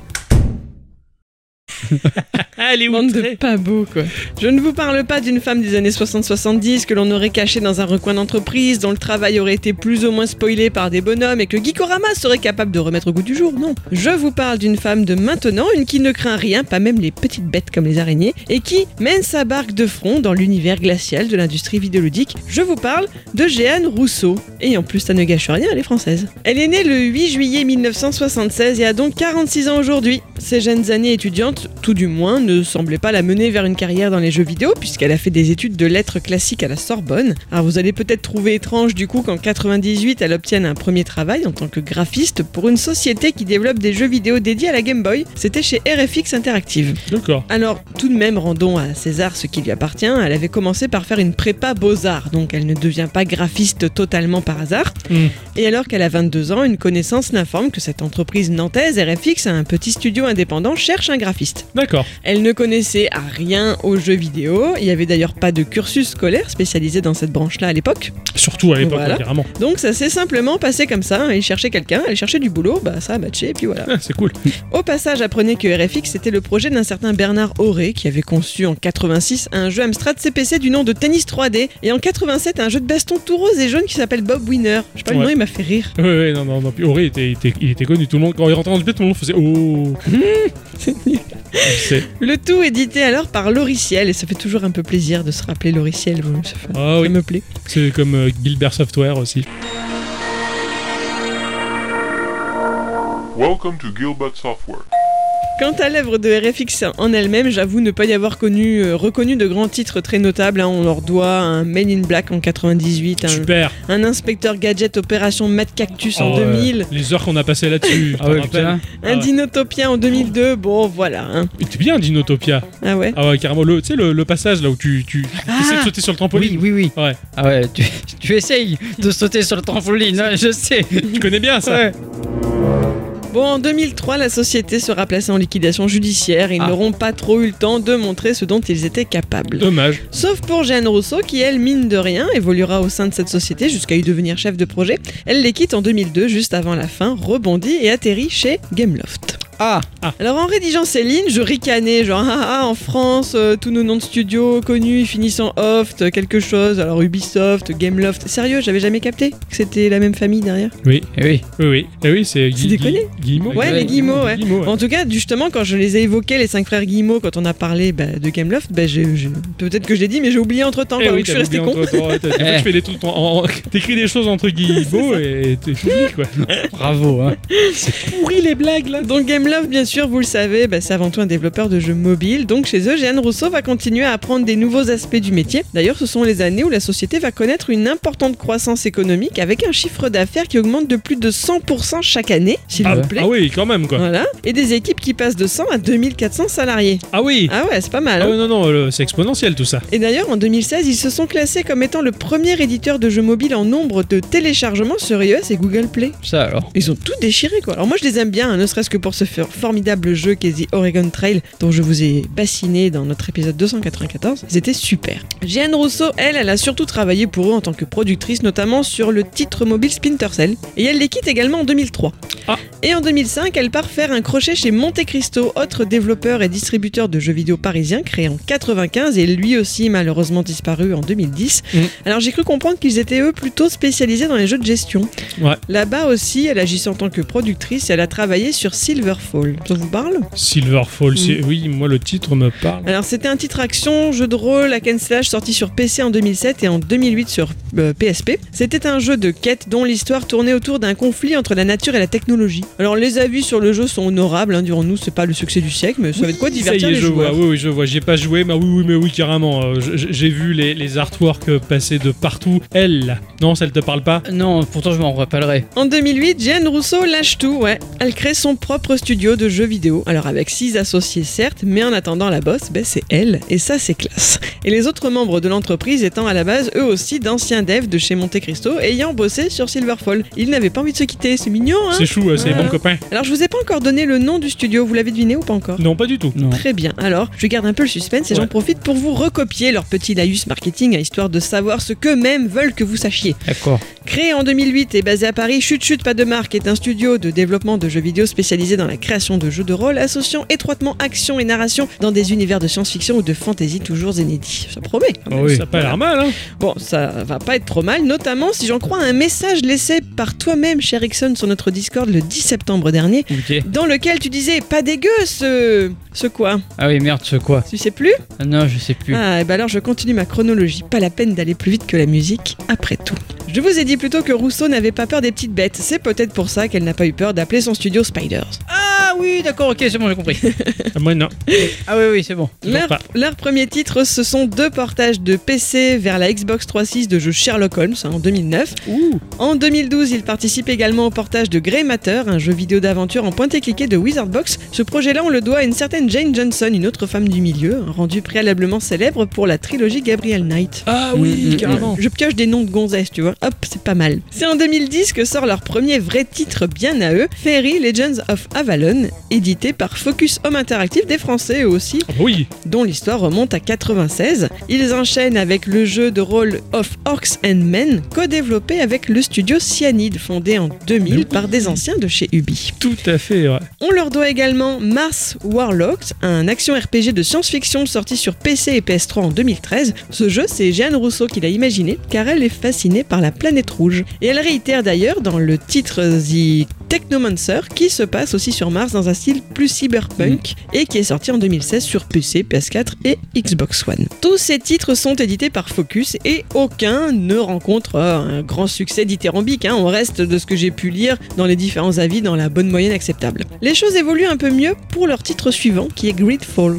Speaker 1: Allez,
Speaker 3: Bande de pas beau, quoi. Je ne vous parle pas d'une femme des années 60-70 que l'on aurait cachée dans un recoin d'entreprise, dont le travail aurait été plus ou moins spoilé par des bonhommes et que Gikorama serait capable de remettre au goût du jour, non. Je vous parle d'une femme de maintenant, une qui ne craint rien, pas même les petites bêtes comme les araignées, et qui mène sa barque de front dans l'univers glacial de l'industrie vidéoludique. Je vous parle de Jeanne Rousseau. Et en plus, ça ne gâche rien, elle est française. Elle est née le 8 juillet 1976 et a donc 46 ans aujourd'hui. Ses jeunes années étudiantes, tout du moins, ne semblaient pas la mener vers une carrière dans les jeux vidéo, puisqu'elle a fait des études de lettres classiques à la Sorbonne. Alors vous allez peut-être trouver étrange du coup qu'en 98, elle obtienne un premier travail en tant que graphiste pour une société qui développe des jeux vidéo dédiés à la Game Boy. C'était chez RFX Interactive.
Speaker 1: D'accord.
Speaker 3: Alors, tout de même, rendons à César ce qui lui appartient. Elle avait commencé par faire une prépa beaux-arts, donc elle ne devient pas graphiste totalement par hasard.
Speaker 1: Mm.
Speaker 3: Et alors qu'elle a 22 ans, une connaissance l'informe que cette entreprise nantaise, RFX, un petit studio indépendant, cherche un graphiste.
Speaker 1: D'accord.
Speaker 3: Elle ne connaissait à rien aux jeux vidéo. Il n'y avait d'ailleurs pas de cursus scolaire spécialisé dans cette branche-là à l'époque.
Speaker 1: Surtout à l'époque,
Speaker 3: Voilà.
Speaker 1: ouais, carrément.
Speaker 3: Donc ça s'est simplement passé comme ça. Elle cherchait quelqu'un, elle cherchait du boulot, bah ça a matché et puis voilà.
Speaker 1: Ah, c'est cool.
Speaker 3: Au passage, apprenez que RFX était le projet d'un certain Bernard Auré qui avait conçu en 86 un jeu Amstrad CPC du nom de Tennis 3D et en 87 un jeu de baston tout rose et jaune qui s'appelle Bob Winner. Je sais pas, le
Speaker 1: Ouais.
Speaker 3: nom il m'a fait rire.
Speaker 1: Ouais, ouais, non, non, non. Puis Auré, était, il était, il était connu. Tout le monde, quand il rentrait dans le pied, tout le monde faisait Oh C'est-
Speaker 3: Le tout édité alors par Lauriciel et ça fait toujours un peu plaisir de se rappeler Lauriciel. bon, ça fait-
Speaker 1: Ah oui.
Speaker 3: ça me plaît.
Speaker 1: C'est comme euh, Gilbert Software aussi.
Speaker 7: Welcome to Gilbert Software.
Speaker 3: Quant à l'œuvre de RFX en elle-même, j'avoue ne pas y avoir connu, euh, reconnu de grands titres très notables. hein. On leur doit un Men in Black en 98, un,
Speaker 1: Super.
Speaker 3: un Inspecteur Gadget Opération Mad Cactus en
Speaker 1: Oh, ouais.
Speaker 3: 2000,
Speaker 1: Les heures qu'on a passées là-dessus.
Speaker 2: Ah ouais, putain.
Speaker 3: un
Speaker 1: ouais.
Speaker 3: Dinotopia en 2002. Bon, voilà. hein.
Speaker 1: C'était bien Dinotopia.
Speaker 3: Ah ouais.
Speaker 1: Ah ouais, carrément. Le, tu sais, le, le passage là où tu, tu essaies de sauter sur le
Speaker 2: Oui,
Speaker 1: trampoline.
Speaker 2: oui, oui.
Speaker 1: Ouais.
Speaker 2: Ah ouais, tu, tu essayes de sauter sur le trampoline, hein, je sais.
Speaker 1: Tu connais bien ça.
Speaker 2: Ouais.
Speaker 3: Bon, en 2003, la société sera placée en liquidation judiciaire. Ils
Speaker 2: Ah.
Speaker 3: n'auront pas trop eu le temps de montrer ce dont ils étaient capables.
Speaker 1: Dommage.
Speaker 3: Sauf pour Jeanne Rousseau qui, elle, mine de rien, évoluera au sein de cette société jusqu'à y devenir chef de projet. Elle les quitte en 2002, juste avant la fin, rebondit et atterrit chez Gameloft.
Speaker 2: Ah,
Speaker 3: Alors en rédigeant ces lignes, je ricanais, genre ah, ah en France, euh, tous nos noms de studios connus ils finissent en oft, euh, quelque chose, alors Ubisoft, Gameloft. Sérieux, j'avais jamais capté que c'était la même famille derrière.
Speaker 2: eh oui.
Speaker 1: Oui, oui. Eh oui, c'est Gui-
Speaker 3: C'est déconné.
Speaker 1: Gui- Guillemot.
Speaker 3: Ouais,
Speaker 2: les
Speaker 3: Guillemots, ouais.
Speaker 1: Guillemot,
Speaker 3: En tout cas, justement, quand je les ai évoqués, les cinq frères Guillemot, quand on a parlé bah, de Gameloft, bah, j'ai- j'ai- peut-être que je l'ai dit, mais j'ai oublié entre temps,
Speaker 1: Eh oui,
Speaker 3: bah, je suis
Speaker 1: t'as
Speaker 3: resté
Speaker 1: oublié
Speaker 3: con.
Speaker 1: entre- entre- t'as- t'as-
Speaker 2: Eh.
Speaker 1: Tu fais des trucs en- en- t'écris des choses entre guillemets et t'es fini quoi.
Speaker 2: Bravo, hein.
Speaker 1: Pourri les blagues là.
Speaker 3: Donc Gameloft, bien sûr, vous le savez, bah, c'est avant tout un développeur de jeux mobiles. Donc chez eux, Jeanne Rousseau va continuer à apprendre des nouveaux aspects du métier. D'ailleurs, ce sont les années où la société va connaître une importante croissance économique avec un chiffre d'affaires qui augmente de plus de 100% chaque année, s'il
Speaker 1: Ah,
Speaker 3: vous plaît.
Speaker 1: ah oui, quand même quoi.
Speaker 3: Voilà. Et des équipes qui passent de 100 à 2400 salariés.
Speaker 1: Ah oui.
Speaker 3: Ah ouais, c'est pas mal.
Speaker 1: Ah
Speaker 3: hein.
Speaker 1: oui, non, non, le- c'est exponentiel tout ça.
Speaker 3: Et d'ailleurs, en 2016, ils se sont classés comme étant le premier éditeur de jeux mobiles en nombre de téléchargements sur iOS et Google Play.
Speaker 2: Ça alors.
Speaker 3: Ils ont tout déchiré quoi. Alors moi je les aime bien, hein, ne serait-ce que pour ce for- formidable jeu qu'est The Oregon Trail dont je vous ai bassiné dans notre épisode 294. Ils étaient super. Jeanne Rousseau, elle, elle a surtout travaillé pour eux en tant que productrice, notamment sur le titre mobile Splinter Cell. Et elle les quitte également en 2003.
Speaker 1: Ah.
Speaker 3: Et en 2005, elle part faire un crochet chez Monte Cristo, autre développeur et distributeur de jeux vidéo parisien créé en 95 et lui aussi malheureusement disparu en 2010.
Speaker 1: Mm.
Speaker 3: Alors j'ai cru comprendre qu'ils étaient eux plutôt spécialisés dans les jeux de gestion. Là-bas aussi, elle agissait en tant que productrice et elle a travaillé sur Silverfall. Ça vous parle
Speaker 1: Silver Fall, c'est- oui, moi le titre me parle.
Speaker 3: Alors, c'était un titre action, jeu de rôle, hack and slash sorti sur PC en 2007 et en 2008 sur euh, PSP. C'était un jeu de quête dont l'histoire tournait autour d'un conflit entre la nature et la technologie. Alors, les avis sur le jeu sont honorables, hein, dirons-nous, c'est pas le succès du siècle, mais ça va de quoi divertir
Speaker 1: Ça y est,
Speaker 3: les
Speaker 1: je
Speaker 3: joueurs.
Speaker 1: vois, oui, oui, je vois. J'ai pas joué, mais oui, oui, mais oui, carrément. Euh, je- je- J'ai vu les, les artworks euh, passer de partout. Elle, là. non, ça ne te parle pas
Speaker 2: Non, pourtant je m'en rappellerai.
Speaker 3: En 2008, Jeanne Rousseau lâche tout, ouais. Elle crée son propre studio de jeux vidéo. Alors avec six associés certes, mais en attendant la bosse, ben c'est elle, et ça c'est classe. Et les autres membres de l'entreprise étant à la base eux aussi d'anciens devs de chez Monte Cristo ayant bossé sur Silverfall. Ils n'avaient pas envie de se quitter, c'est mignon hein
Speaker 1: C'est chou, euh, c'est
Speaker 3: Voilà.
Speaker 1: mon copain.
Speaker 3: Alors je vous ai pas encore donné le nom du studio, vous l'avez deviné ou pas encore
Speaker 1: Non, pas du tout.
Speaker 2: Non.
Speaker 3: Très bien, alors je garde un peu le suspense et
Speaker 1: Ouais.
Speaker 3: j'en profite pour vous recopier leur petit laïus marketing, hein, histoire de savoir ce qu'eux-mêmes veulent que vous sachiez.
Speaker 2: D'accord.
Speaker 3: Créé en 2008 et basé à Paris, Chut Chut Pas de Marque est un studio de développement de jeux vidéo spécialisé dans la création de jeux de rôle, associant étroitement action et narration dans des univers de science-fiction ou de fantasy toujours inédits. Ça promet. quand même.
Speaker 1: Ah Ça a pas l'air mal, hein
Speaker 3: Bon, ça va pas être trop mal, notamment si j'en crois un message laissé par toi-même, cher Ixon, sur notre Discord le 10 septembre dernier,
Speaker 2: Ok.
Speaker 3: dans lequel tu disais pas dégueu ce. ce quoi
Speaker 2: Ah oui, merde, ce quoi
Speaker 3: Tu sais plus
Speaker 2: Ah Non, je sais plus.
Speaker 3: ah, et ben alors je continue ma chronologie. Pas la peine d'aller plus vite que la musique, après tout. Je vous ai dit plutôt que Rousseau n'avait pas peur des petites bêtes. C'est peut-être pour ça qu'elle n'a pas eu peur d'appeler son studio Spiders.
Speaker 2: Ah oui, d'accord, ok, c'est bon, j'ai compris.
Speaker 1: Ah, Moi, non.
Speaker 2: ah oui, oui, c'est bon.
Speaker 1: Toujours
Speaker 3: Leur,
Speaker 1: pas.
Speaker 3: leur premier titre, ce sont deux portages de PC vers la Xbox 360 de jeu Sherlock Holmes hein, en 2009. En 2012, il participe également au portage de Grey Matter, un jeu vidéo d'aventure en pointé cliqué de Wizard Box. Ce projet-là, on le doit à une certaine Jane Johnson, une autre femme du milieu, hein, rendue préalablement célèbre pour la trilogie Gabriel Knight.
Speaker 1: Ah
Speaker 2: Mm, mm,
Speaker 1: oui,
Speaker 2: mm.
Speaker 1: carrément.
Speaker 3: Je pioche des noms de gonzesses, tu vois. Hop, c'est pas mal. C'est en 2010 que sort leur premier vrai titre bien à eux, Fairy Legends of Avalon, édité par Focus Home Interactive des Français eux aussi,
Speaker 1: Ah bah Oui,
Speaker 3: dont l'histoire remonte à 96. Ils enchaînent avec le jeu de rôle Of Orcs and Men, co-développé avec le studio Cyanide, fondé en 2000 par des anciens de chez Ubi.
Speaker 1: tout à fait. ouais.
Speaker 3: On leur doit également Mars Warlocks, un action RPG de science-fiction sorti sur PC et PS3 en 2013. Ce jeu, c'est Jeanne Rousseau qui l'a imaginé, car elle est fascinée par la planète rouge. Et elle réitère d'ailleurs dans le titre The Technomancer, qui se passe aussi sur Mars dans un style plus cyberpunk, et qui est sorti en 2016 sur PC, PS4 et Xbox One. Tous ces titres sont édités par Focus, et aucun ne rencontre euh, un grand succès dithyrambique. hein. On reste, de ce que j'ai pu lire, dans les différents avis, dans la bonne moyenne acceptable. Les choses évoluent un peu mieux pour leur titre suivant, qui est Gridfall.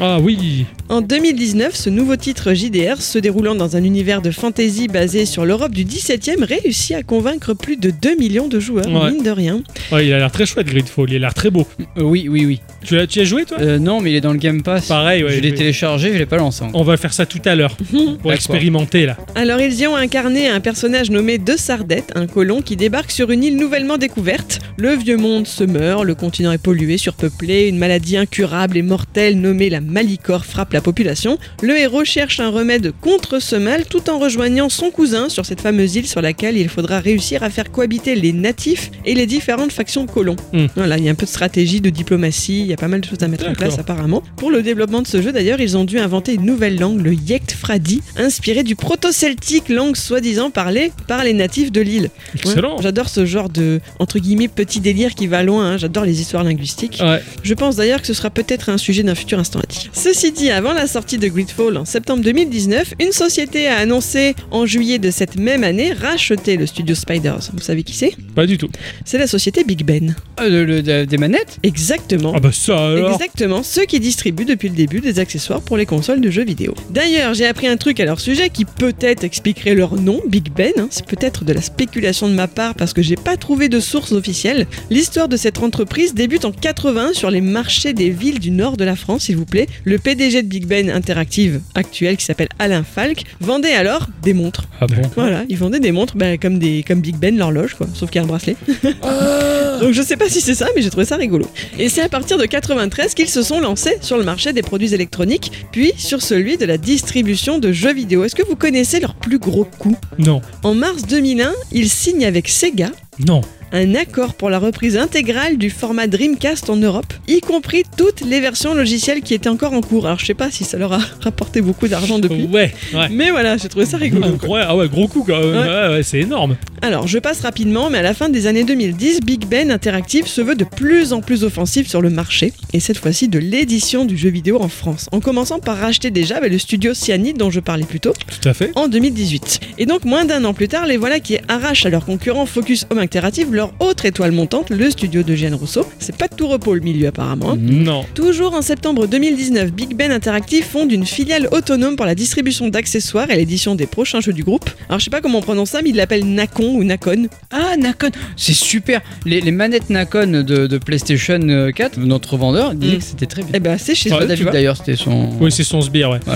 Speaker 1: Ah oui.
Speaker 3: En 2019, ce nouveau titre JDR, se déroulant dans un univers de fantasy basé sur l'Europe du 17e, réussit à convaincre plus de 2 millions de joueurs,
Speaker 1: Ouais.
Speaker 3: mine de rien.
Speaker 1: Ouais, il a l'air très chouette, Gridfall. Il a l'air très beau.
Speaker 2: Euh, oui, oui, oui.
Speaker 1: Tu as, tu y as joué toi
Speaker 2: Euh, non, mais il est dans le Game Pass.
Speaker 1: Pareil, ouais.
Speaker 2: je l'ai
Speaker 1: je-
Speaker 2: téléchargé, je l'ai pas lancé. encore.
Speaker 1: On va faire ça tout à l'heure pour
Speaker 2: D'accord.
Speaker 1: expérimenter là.
Speaker 3: Alors ils y ont incarné un personnage nommé De Sardette, un colon qui débarque sur une île nouvellement découverte. Le vieux monde se meurt, le continent est pollué, surpeuplé, une maladie incurable et mortelle nommée la Malicore frappe la population. Le héros cherche un remède contre ce mal tout en rejoignant son cousin sur cette fameuse île sur laquelle il faudra réussir à faire cohabiter les natifs et les différentes factions colons.
Speaker 1: Hmm.
Speaker 3: Voilà, il y a un peu de stratégie, de diplomatie, il y a pas mal de choses à mettre en
Speaker 1: D'accord.
Speaker 3: place apparemment. Pour le développement de ce jeu d'ailleurs, ils ont dû inventer une nouvelle langue, le Yektfradi, inspirée du proto-celtique, langue soi-disant parlée par les natifs de l'île. Ouais,
Speaker 1: Excellent.
Speaker 3: J'adore ce genre de, entre guillemets, petit délire qui va loin, hein. j'adore les histoires linguistiques.
Speaker 1: Ouais.
Speaker 3: Je pense d'ailleurs que ce sera peut-être un sujet d'un futur instant Hattie. Ceci dit, avant la sortie de Gridfall en septembre 2019, une société a annoncé en juillet de cette même année racheter le studio Spiders. Vous savez qui c'est
Speaker 1: Pas du tout.
Speaker 3: C'est la société Big Ben.
Speaker 2: Ah, le- le- de- des manettes
Speaker 3: Exactement.
Speaker 1: Ah bah ça alors.
Speaker 3: Exactement, ceux qui distribuent depuis le début des accessoires pour les consoles de jeux vidéo. D'ailleurs, j'ai appris un truc à leur sujet qui peut-être expliquerait leur nom, Big Ben. hein. C'est peut-être de la spéculation de ma part parce que j'ai pas trouvé de source officielle. L'histoire de cette entreprise débute en 80 sur les marchés des villes du nord de la France, s'il vous plaît. Le PDG de Big Ben Interactive actuel, qui s'appelle Alain Falk, vendait alors des montres.
Speaker 1: Ah bon.
Speaker 3: Voilà, ils vendaient des montres bah, comme, des, comme Big Ben, l'horloge, quoi, sauf qu'il y a un bracelet. [laughs] Donc je sais pas si c'est ça, mais j'ai trouvé ça rigolo. Et c'est à partir de 93 qu'ils se sont lancés sur le marché des produits électroniques, puis sur celui de la distribution de jeux vidéo. Est-ce que vous connaissez leur plus gros coup
Speaker 1: Non.
Speaker 3: En mars 2001, ils signent avec Sega
Speaker 1: Non.
Speaker 3: un accord pour la reprise intégrale du format Dreamcast en Europe, y compris toutes les versions logicielles qui étaient encore en cours. Alors je sais pas si ça leur a [laughs] rapporté beaucoup d'argent depuis.
Speaker 1: Ouais. Ouais.
Speaker 3: Mais voilà, j'ai trouvé ça rigolo.
Speaker 1: Incroyable. Ah ouais, gros coup quand même.
Speaker 3: Ouais.
Speaker 1: Ouais, ouais, c'est énorme.
Speaker 3: Alors, je passe rapidement, mais à la fin des années 2010, Big Ben Interactive se veut de plus en plus offensif sur le marché, et cette fois-ci de l'édition du jeu vidéo en France, en commençant par racheter déjà bah, le studio Cyanide dont je parlais plus tôt,
Speaker 1: Tout à fait.
Speaker 3: en 2018. Et donc, moins d'un an plus tard, les voilà qui arrachent à leur concurrent Focus Home Interactive leur autre étoile montante, le studio de Jeanne Rousseau. C'est pas de tout repos le milieu apparemment. hein.
Speaker 2: Mm.
Speaker 1: Non.
Speaker 3: Toujours en septembre 2019, Big Ben Interactive fonde une filiale autonome pour la distribution d'accessoires et l'édition des prochains jeux du groupe. Alors je sais pas comment on prononce ça, mais ils l'appellent Nacon ou Nacon.
Speaker 2: Ah, Nakon C'est super Les, les manettes Nakon de, de PlayStation euh, 4, notre vendeur, disait
Speaker 3: Mm.
Speaker 2: que c'était très bien.
Speaker 3: Eh ben c'est chez
Speaker 1: Ouais,
Speaker 3: eux,
Speaker 2: Pas
Speaker 3: tu
Speaker 2: David
Speaker 3: vois.
Speaker 2: d'ailleurs, c'était son.
Speaker 1: Oui, c'est son sbire, ouais.
Speaker 3: [laughs]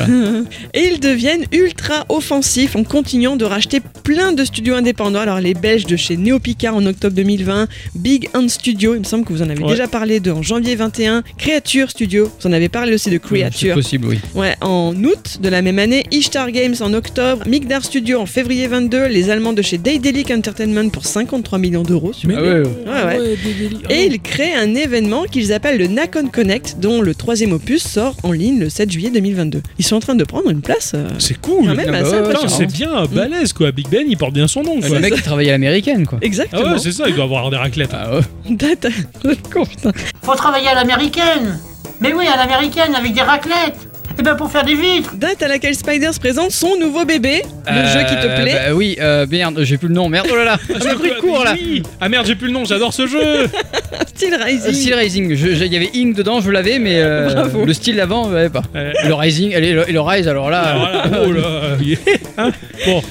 Speaker 3: Et ils deviennent ultra offensifs en continuant de racheter plein de studios indépendants. Alors les Belges de chez Neopica en octobre 2020, Big Hand Studio, il me semble que vous en avez
Speaker 1: Ouais.
Speaker 3: déjà parlé de en janvier 21, Creature Studio, vous en avez parlé aussi de
Speaker 2: C'est
Speaker 3: Creature.
Speaker 2: possible, oui.
Speaker 3: Ouais, en août de la même année, Ishtar Games en octobre, Migdar Studio en février 22, les Allemands de chez Daydelic Entertainment pour 53 millions d'euros. super.
Speaker 2: Ah ouais, ouais.
Speaker 3: Ouais, ouais. Et ils créent un événement qu'ils appellent le Nacon Connect, dont le troisième opus sort en ligne le 7 juillet 2022. Ils sont en train de prendre une place euh,
Speaker 1: C'est
Speaker 3: quand
Speaker 1: cool.
Speaker 3: même
Speaker 2: Ah bah
Speaker 3: assez
Speaker 2: ouais, ouais,
Speaker 1: Putain,
Speaker 3: impressionnante.
Speaker 1: c'est bien euh, balèze quoi. Big Ben, il porte bien son nom quoi.
Speaker 2: Le mec qui travaille à l'américaine, quoi.
Speaker 1: Ah
Speaker 3: Exactement.
Speaker 1: ouais, c'est ça, il doit avoir des raclettes.
Speaker 2: Ah ouais.
Speaker 3: Date à- [laughs] Con, putain.
Speaker 7: Faut travailler à l'américaine Mais oui, à l'américaine, avec des raclettes Et ben pour faire des vitres
Speaker 3: Date à laquelle Spiders présente son nouveau bébé, Ah, le
Speaker 2: Euh,
Speaker 3: jeu qui te plaît.
Speaker 2: bah oui, euh, merde, j'ai plus le nom, merde, oh là
Speaker 3: [laughs]
Speaker 2: là, j'ai pris le cours là.
Speaker 1: Oui. Ah merde, j'ai plus le nom, j'adore ce jeu.
Speaker 3: Style Rising.
Speaker 2: Euh, Steel Rising, je- je- il y avait Ing dedans, je l'avais, mais euh,
Speaker 3: Bravo.
Speaker 2: le style d'avant, je l'avais pas.
Speaker 1: Euh,
Speaker 2: Le Rising, allez, le, et le Rise, alors là. euh,
Speaker 1: alors là, oh là, hein bon,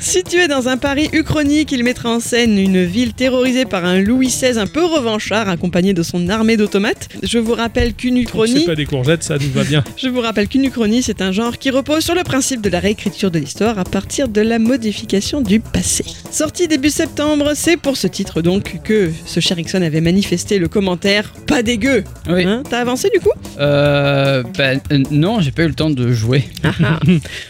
Speaker 3: Situé dans un Paris uchronique, il mettra en scène une ville terrorisée par un Louis XVI un peu revanchard accompagné de son armée d'automates. Je vous rappelle qu'une
Speaker 1: c'est
Speaker 3: uchronie,
Speaker 1: pas des courgettes, ça nous va bien.
Speaker 3: je vous rappelle qu'une uchronie, c'est un genre qui repose sur le principe de la réécriture de l'histoire à partir de la modification du passé. Sorti début septembre, c'est pour ce titre donc que ce cher Ixon avait manifesté le commentaire pas dégueu.
Speaker 2: Oui.
Speaker 3: Hein, T'as avancé du coup
Speaker 2: Euh, bah, euh, non, j'ai pas eu le temps de jouer.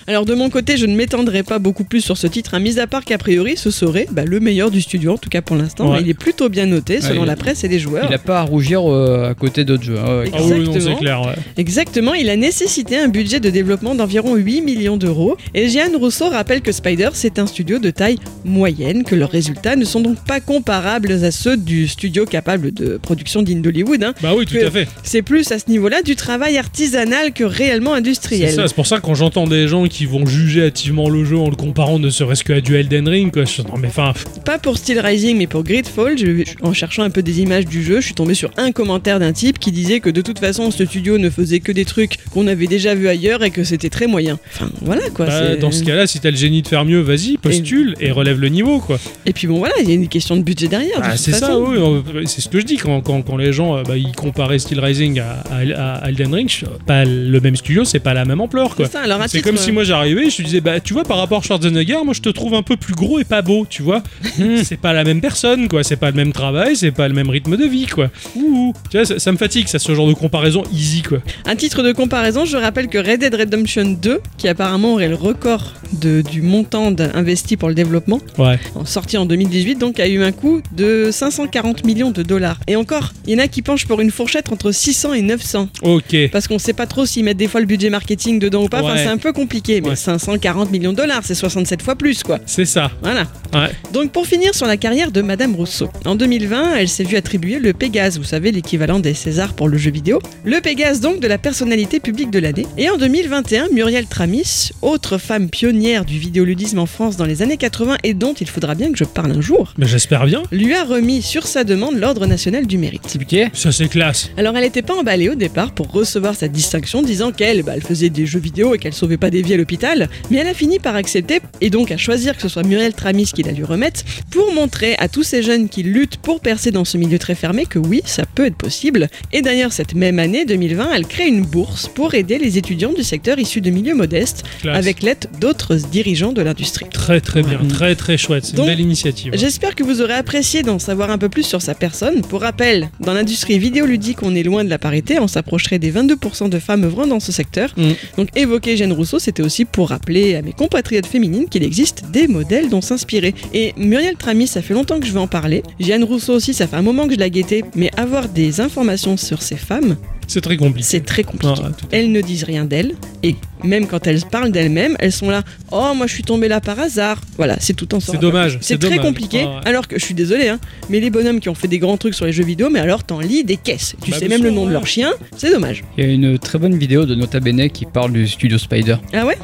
Speaker 3: Alors de mon côté, je ne m'étendrai pas beaucoup plus sur ce titre, hein, mis à part qu'a priori ce serait bah, le meilleur du studio, en tout cas pour l'instant.
Speaker 1: Ouais.
Speaker 3: Il est plutôt bien noté selon
Speaker 2: il-
Speaker 3: la presse et les joueurs.
Speaker 2: Il a pas à rougir euh, à côté d'autres jeux. hein,
Speaker 3: Oh.
Speaker 2: ouais.
Speaker 1: Ah oui, non, c'est
Speaker 3: Exactement.
Speaker 1: clair. ouais.
Speaker 3: Exactement, il a nécessité un budget de développement d'environ 8 millions d'euros. Et Jeanne Rousseau rappelle que Spider, c'est un studio de taille moyenne, que leurs résultats ne sont donc pas comparables à ceux du studio capable de production digne d'Hollywood. hein.
Speaker 1: Bah oui, tout
Speaker 3: Que-
Speaker 1: à fait.
Speaker 3: C'est plus à ce niveau-là du travail artisanal que réellement
Speaker 1: C'est
Speaker 3: industriel.
Speaker 1: ça, c'est pour ça que quand j'entends des gens qui vont juger hâtivement le jeu en le comparant ne serait-ce qu'à du Elden Ring, quoi, je suis non mais enfin, pff,
Speaker 3: pas pour Steel Rising mais pour Gridfall, je- je- en cherchant un peu des images du jeu, je suis tombé sur un commentaire d'un type qui disait que de toute façon ce studio ne faisait que des trucs qu'on avait déjà vu ailleurs et que c'était très moyen. Enfin voilà quoi.
Speaker 1: bah,
Speaker 3: c'est-
Speaker 1: dans ce cas-là, si t'as le génie de faire mieux, vas-y, postule et relève le niveau, quoi.
Speaker 3: Et puis bon voilà, il y a une question de budget derrière. de
Speaker 1: Ah,
Speaker 3: toute
Speaker 1: c'est ça,
Speaker 3: façon.
Speaker 1: oui, on- c'est ce que je dis. quand, quand, quand les gens euh, bah, ils comparaient Steel Rising à, à- à Elden Ring, je- pas le même studio, c'est pas la même ampleur quoi.
Speaker 3: C'est ça, alors à
Speaker 1: C'est
Speaker 3: titre,
Speaker 1: comme si
Speaker 3: euh,
Speaker 1: moi j'arrivais, je te disais bah tu vois par rapport à Schwarzenegger, moi je te trouve un peu plus gros et pas beau, tu
Speaker 3: [laughs]
Speaker 1: vois. Hmm, c'est pas la même personne quoi, c'est pas le même travail, c'est pas le même rythme de vie quoi. Ouh, ouh. tu vois ça, ça me fatigue ça ce genre de comparaison easy quoi.
Speaker 3: Un titre de comparaison, je rappelle que Red Dead Redemption 2, qui apparemment aurait le record de- du montant d- investi pour le développement,
Speaker 1: Ouais.
Speaker 3: en- sorti en 2018, donc a eu un coût de 540 millions de dollars. Et encore, il y en a qui penchent pour une fourchette entre 600 et 900,
Speaker 1: OK.
Speaker 3: parce qu'on sait pas trop s'ils mettent des fois le budget marketing dedans ou pas, enfin
Speaker 1: Ouais.
Speaker 3: c'est un peu compliqué, mais
Speaker 1: Ouais.
Speaker 3: 540 millions de dollars, c'est 67 fois plus quoi.
Speaker 1: C'est ça.
Speaker 3: Voilà.
Speaker 1: Ouais.
Speaker 3: Donc pour finir sur la carrière de Madame Rousseau. En 2020, elle s'est vue attribuer le Pégase, vous savez l'équivalent des Césars pour le jeu vidéo. Le Pégase donc de la personnalité publique de l'année. Et en 2021, Muriel Tramis, autre femme pionnière du vidéoludisme en France dans les années 80 et dont il faudra bien que je parle un jour,
Speaker 1: Mais j'espère bien.
Speaker 3: lui a remis sur sa demande l'Ordre national du mérite.
Speaker 2: Compliqué.
Speaker 1: Ça c'est classe.
Speaker 3: Alors elle n'était pas emballée au départ pour recevoir cette distinction, disant qu'elle bah, elle faisait des jeux vidéo et qu'elle sauvait pas des vies à l'hôpital, mais elle a fini par accepter et donc à choisir que ce soit Muriel Tramis qui la lui remette pour montrer à tous ces jeunes qui luttent pour percer dans ce milieu très fermé que oui, ça peut être possible. Et d'ailleurs cette même année 2020, elle crée une bourse pour aider les étudiants du secteur issus de milieux modestes
Speaker 1: classe.
Speaker 3: avec l'aide d'autres dirigeants de l'industrie.
Speaker 1: Très très bien, très très chouette, c'est une
Speaker 3: Donc,
Speaker 1: belle initiative.
Speaker 3: J'espère que vous aurez apprécié d'en savoir un peu plus sur sa personne. Pour rappel, dans l'industrie vidéoludique, on est loin de la parité, on s'approcherait des 22% de femmes œuvrant dans ce secteur.
Speaker 1: Mm.
Speaker 3: Donc évoquer Jeanne Rousseau, c'était aussi pour rappeler à mes compatriotes féminines qu'il existe des modèles dont s'inspirer. Et Muriel Tramis, ça fait longtemps que je veux en parler. Jeanne Rousseau aussi, ça fait un moment que je la guettais, mais avoir des informations sur ces femmes,
Speaker 1: C'est très compliqué.
Speaker 3: c'est très compliqué.
Speaker 1: Ah, tout à fait.
Speaker 3: Elles ne disent rien d'elles, et même quand elles parlent d'elles-mêmes, elles sont là. Oh, moi je suis tombée là par hasard. Voilà, c'est tout en
Speaker 1: C'est dommage.
Speaker 3: c'est très
Speaker 1: dommage.
Speaker 3: compliqué,
Speaker 1: Ah, ouais.
Speaker 3: alors que je suis désolé, hein, mais les bonhommes qui ont fait des grands trucs sur les jeux vidéo, mais alors t'en lis des caisses. Tu
Speaker 1: Bah,
Speaker 3: sais
Speaker 1: bien
Speaker 3: même le
Speaker 1: sûr,
Speaker 3: nom de
Speaker 1: ouais.
Speaker 3: leur chien, c'est dommage.
Speaker 2: Il y a une très bonne vidéo de Nota Bene qui parle du studio Spider.
Speaker 3: Ah ouais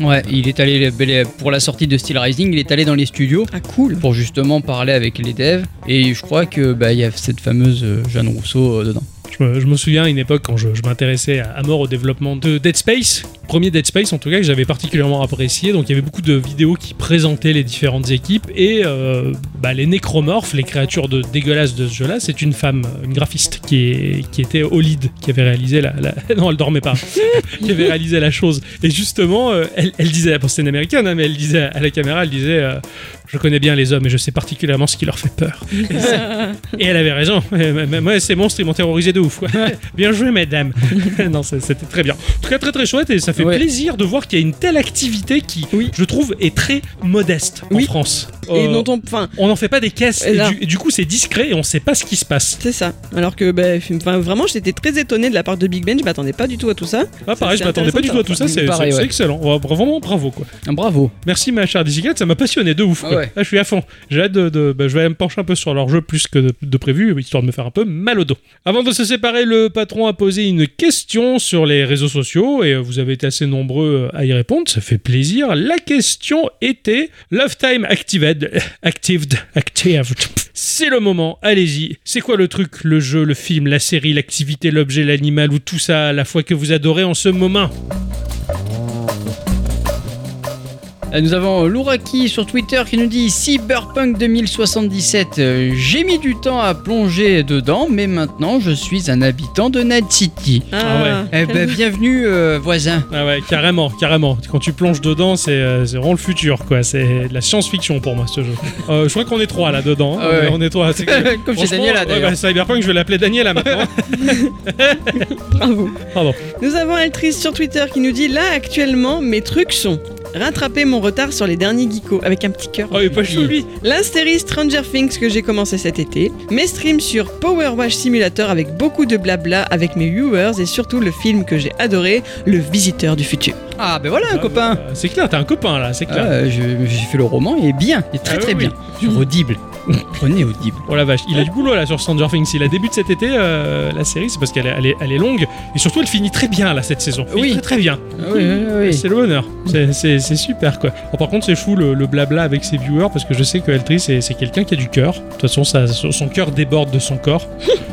Speaker 2: Ouais, il est allé pour la sortie de Steel Rising, il est allé dans les studios
Speaker 3: Ah cool.
Speaker 2: pour justement parler avec les devs. Et je crois que bah il y a cette fameuse euh, Jeanne Rousseau euh, dedans.
Speaker 1: Je me, je me souviens à une époque quand je, je m'intéressais à, à mort au développement de Dead Space, premier Dead Space en tout cas que j'avais particulièrement apprécié. Donc il y avait beaucoup de vidéos qui présentaient les différentes équipes et euh, bah, les nécromorphes, les créatures de, dégueulasses de ce jeu-là, c'est une femme, une graphiste qui, est, qui était au lead, qui avait réalisé la, [laughs] la- non elle dormait pas, qui avait réalisé la chose. Et justement, euh, elle, elle disait, bon, c'est une américaine, hein, mais elle disait à la caméra, elle disait. euh, je connais bien les hommes et je sais particulièrement ce qui leur fait peur. Et, ça- et elle avait raison. Euh, m- m- Moi, ces monstres, ils m'ont terrorisé de ouf. [laughs] quoi. bien joué, mesdames. [laughs] non, ça- c'était très bien. En tout cas, très très chouette et ça fait
Speaker 2: Ouais.
Speaker 1: plaisir de voir qu'il y a une telle activité qui, je trouve, est très modeste en
Speaker 3: Oui.
Speaker 1: France.
Speaker 3: Et
Speaker 1: Euh,
Speaker 3: non ton. Enfin,
Speaker 1: on n'en fait pas des caisses.
Speaker 3: Et
Speaker 1: Et
Speaker 3: là.
Speaker 1: du, et du coup, c'est discret et on ne sait pas ce qui se passe.
Speaker 3: c'est ça. Alors que bah, enfin, vraiment, j'étais très étonnée de la part de Big Ben, je m'attendais pas du tout à tout ça.
Speaker 1: Ah, pareil,
Speaker 3: c'est
Speaker 1: je m'attendais pas du tout à
Speaker 3: intéressant,
Speaker 1: tout ça. C'est
Speaker 2: Pareil,
Speaker 1: c'est- c'est
Speaker 2: ouais.
Speaker 1: excellent. Ouais, Vraiment bravo quoi.
Speaker 2: Ah, bravo.
Speaker 1: Merci ma chère bicyclette, ça m'a passionné de ouf.
Speaker 2: Ah
Speaker 1: quoi.
Speaker 2: ouais.
Speaker 1: Ah, je suis à fond. J'ai hâte de, de- bah, je vais aller me pencher un peu sur leur jeu plus que de, de prévu, histoire de me faire un peu mal au dos. Avant de se séparer, le patron a posé une question sur les réseaux sociaux et euh, vous avez été assez nombreux euh, à y répondre, ça fait plaisir. La question était Love Time Actived, [laughs] Actived, Actived. C'est le moment, allez-y. C'est quoi le truc, le jeu, le film, la série, l'activité, l'objet, l'animal ou tout ça à la fois que vous adorez en ce moment
Speaker 2: Euh, Nous avons Louraki sur Twitter qui nous dit Cyberpunk 2077. euh, J'ai mis du temps à plonger dedans, mais maintenant je suis un habitant de Night City.
Speaker 1: Ah
Speaker 3: [laughs]
Speaker 2: Eh ben bienvenue euh, voisin.
Speaker 1: Ah ouais, carrément, carrément. Quand tu plonges dedans, c'est euh, c'est vraiment le futur, quoi. C'est de la science-fiction pour moi, ce jeu. Euh, je crois qu'on est trois là dedans. hein.
Speaker 2: Ah ouais.
Speaker 1: On est trois. C'est que-
Speaker 2: [laughs] Comme chez
Speaker 1: Franchement,
Speaker 2: Daniela
Speaker 1: ouais,
Speaker 2: d'ailleurs.
Speaker 1: bah, Cyberpunk, je vais l'appeler Daniela maintenant.
Speaker 3: Bravo.
Speaker 1: Pardon.
Speaker 3: Nous avons Altrice sur Twitter qui nous dit là actuellement mes trucs sont rattraper mon retard sur les derniers geekos avec un petit cœur.
Speaker 1: Oh, il est pas chaud lui.
Speaker 3: La série Stranger Things que j'ai commencé cet été, mes streams sur Power Wash Simulator avec beaucoup de blabla avec mes viewers et surtout le film que j'ai adoré, Le Visiteur du Futur.
Speaker 2: Ah ben voilà un copain.
Speaker 1: Euh, c'est clair, t'as un copain là, c'est clair.
Speaker 2: Ah, je- J'ai fait le roman, il est bien, il est très
Speaker 1: Ah
Speaker 2: très
Speaker 1: oui,
Speaker 2: bien. Sur
Speaker 1: [laughs]
Speaker 2: Audible. Prenez Audible.
Speaker 1: Oh la vache, il a du boulot là sur Stranger Things. Il a début de cet été euh, la série, c'est parce qu'elle est, elle est, elle est longue et surtout elle finit très bien là cette saison. Finit
Speaker 2: Oui.
Speaker 1: très très bien.
Speaker 2: oui, oui,
Speaker 1: C'est le bonheur. C'est- C'est c'est super quoi. Alors, par contre, c'est fou le, le blabla avec ses viewers parce que je sais que Eltry c'est c'est quelqu'un qui a du cœur. De toute façon, ça- son son cœur déborde de
Speaker 2: [laughs]
Speaker 1: son corps.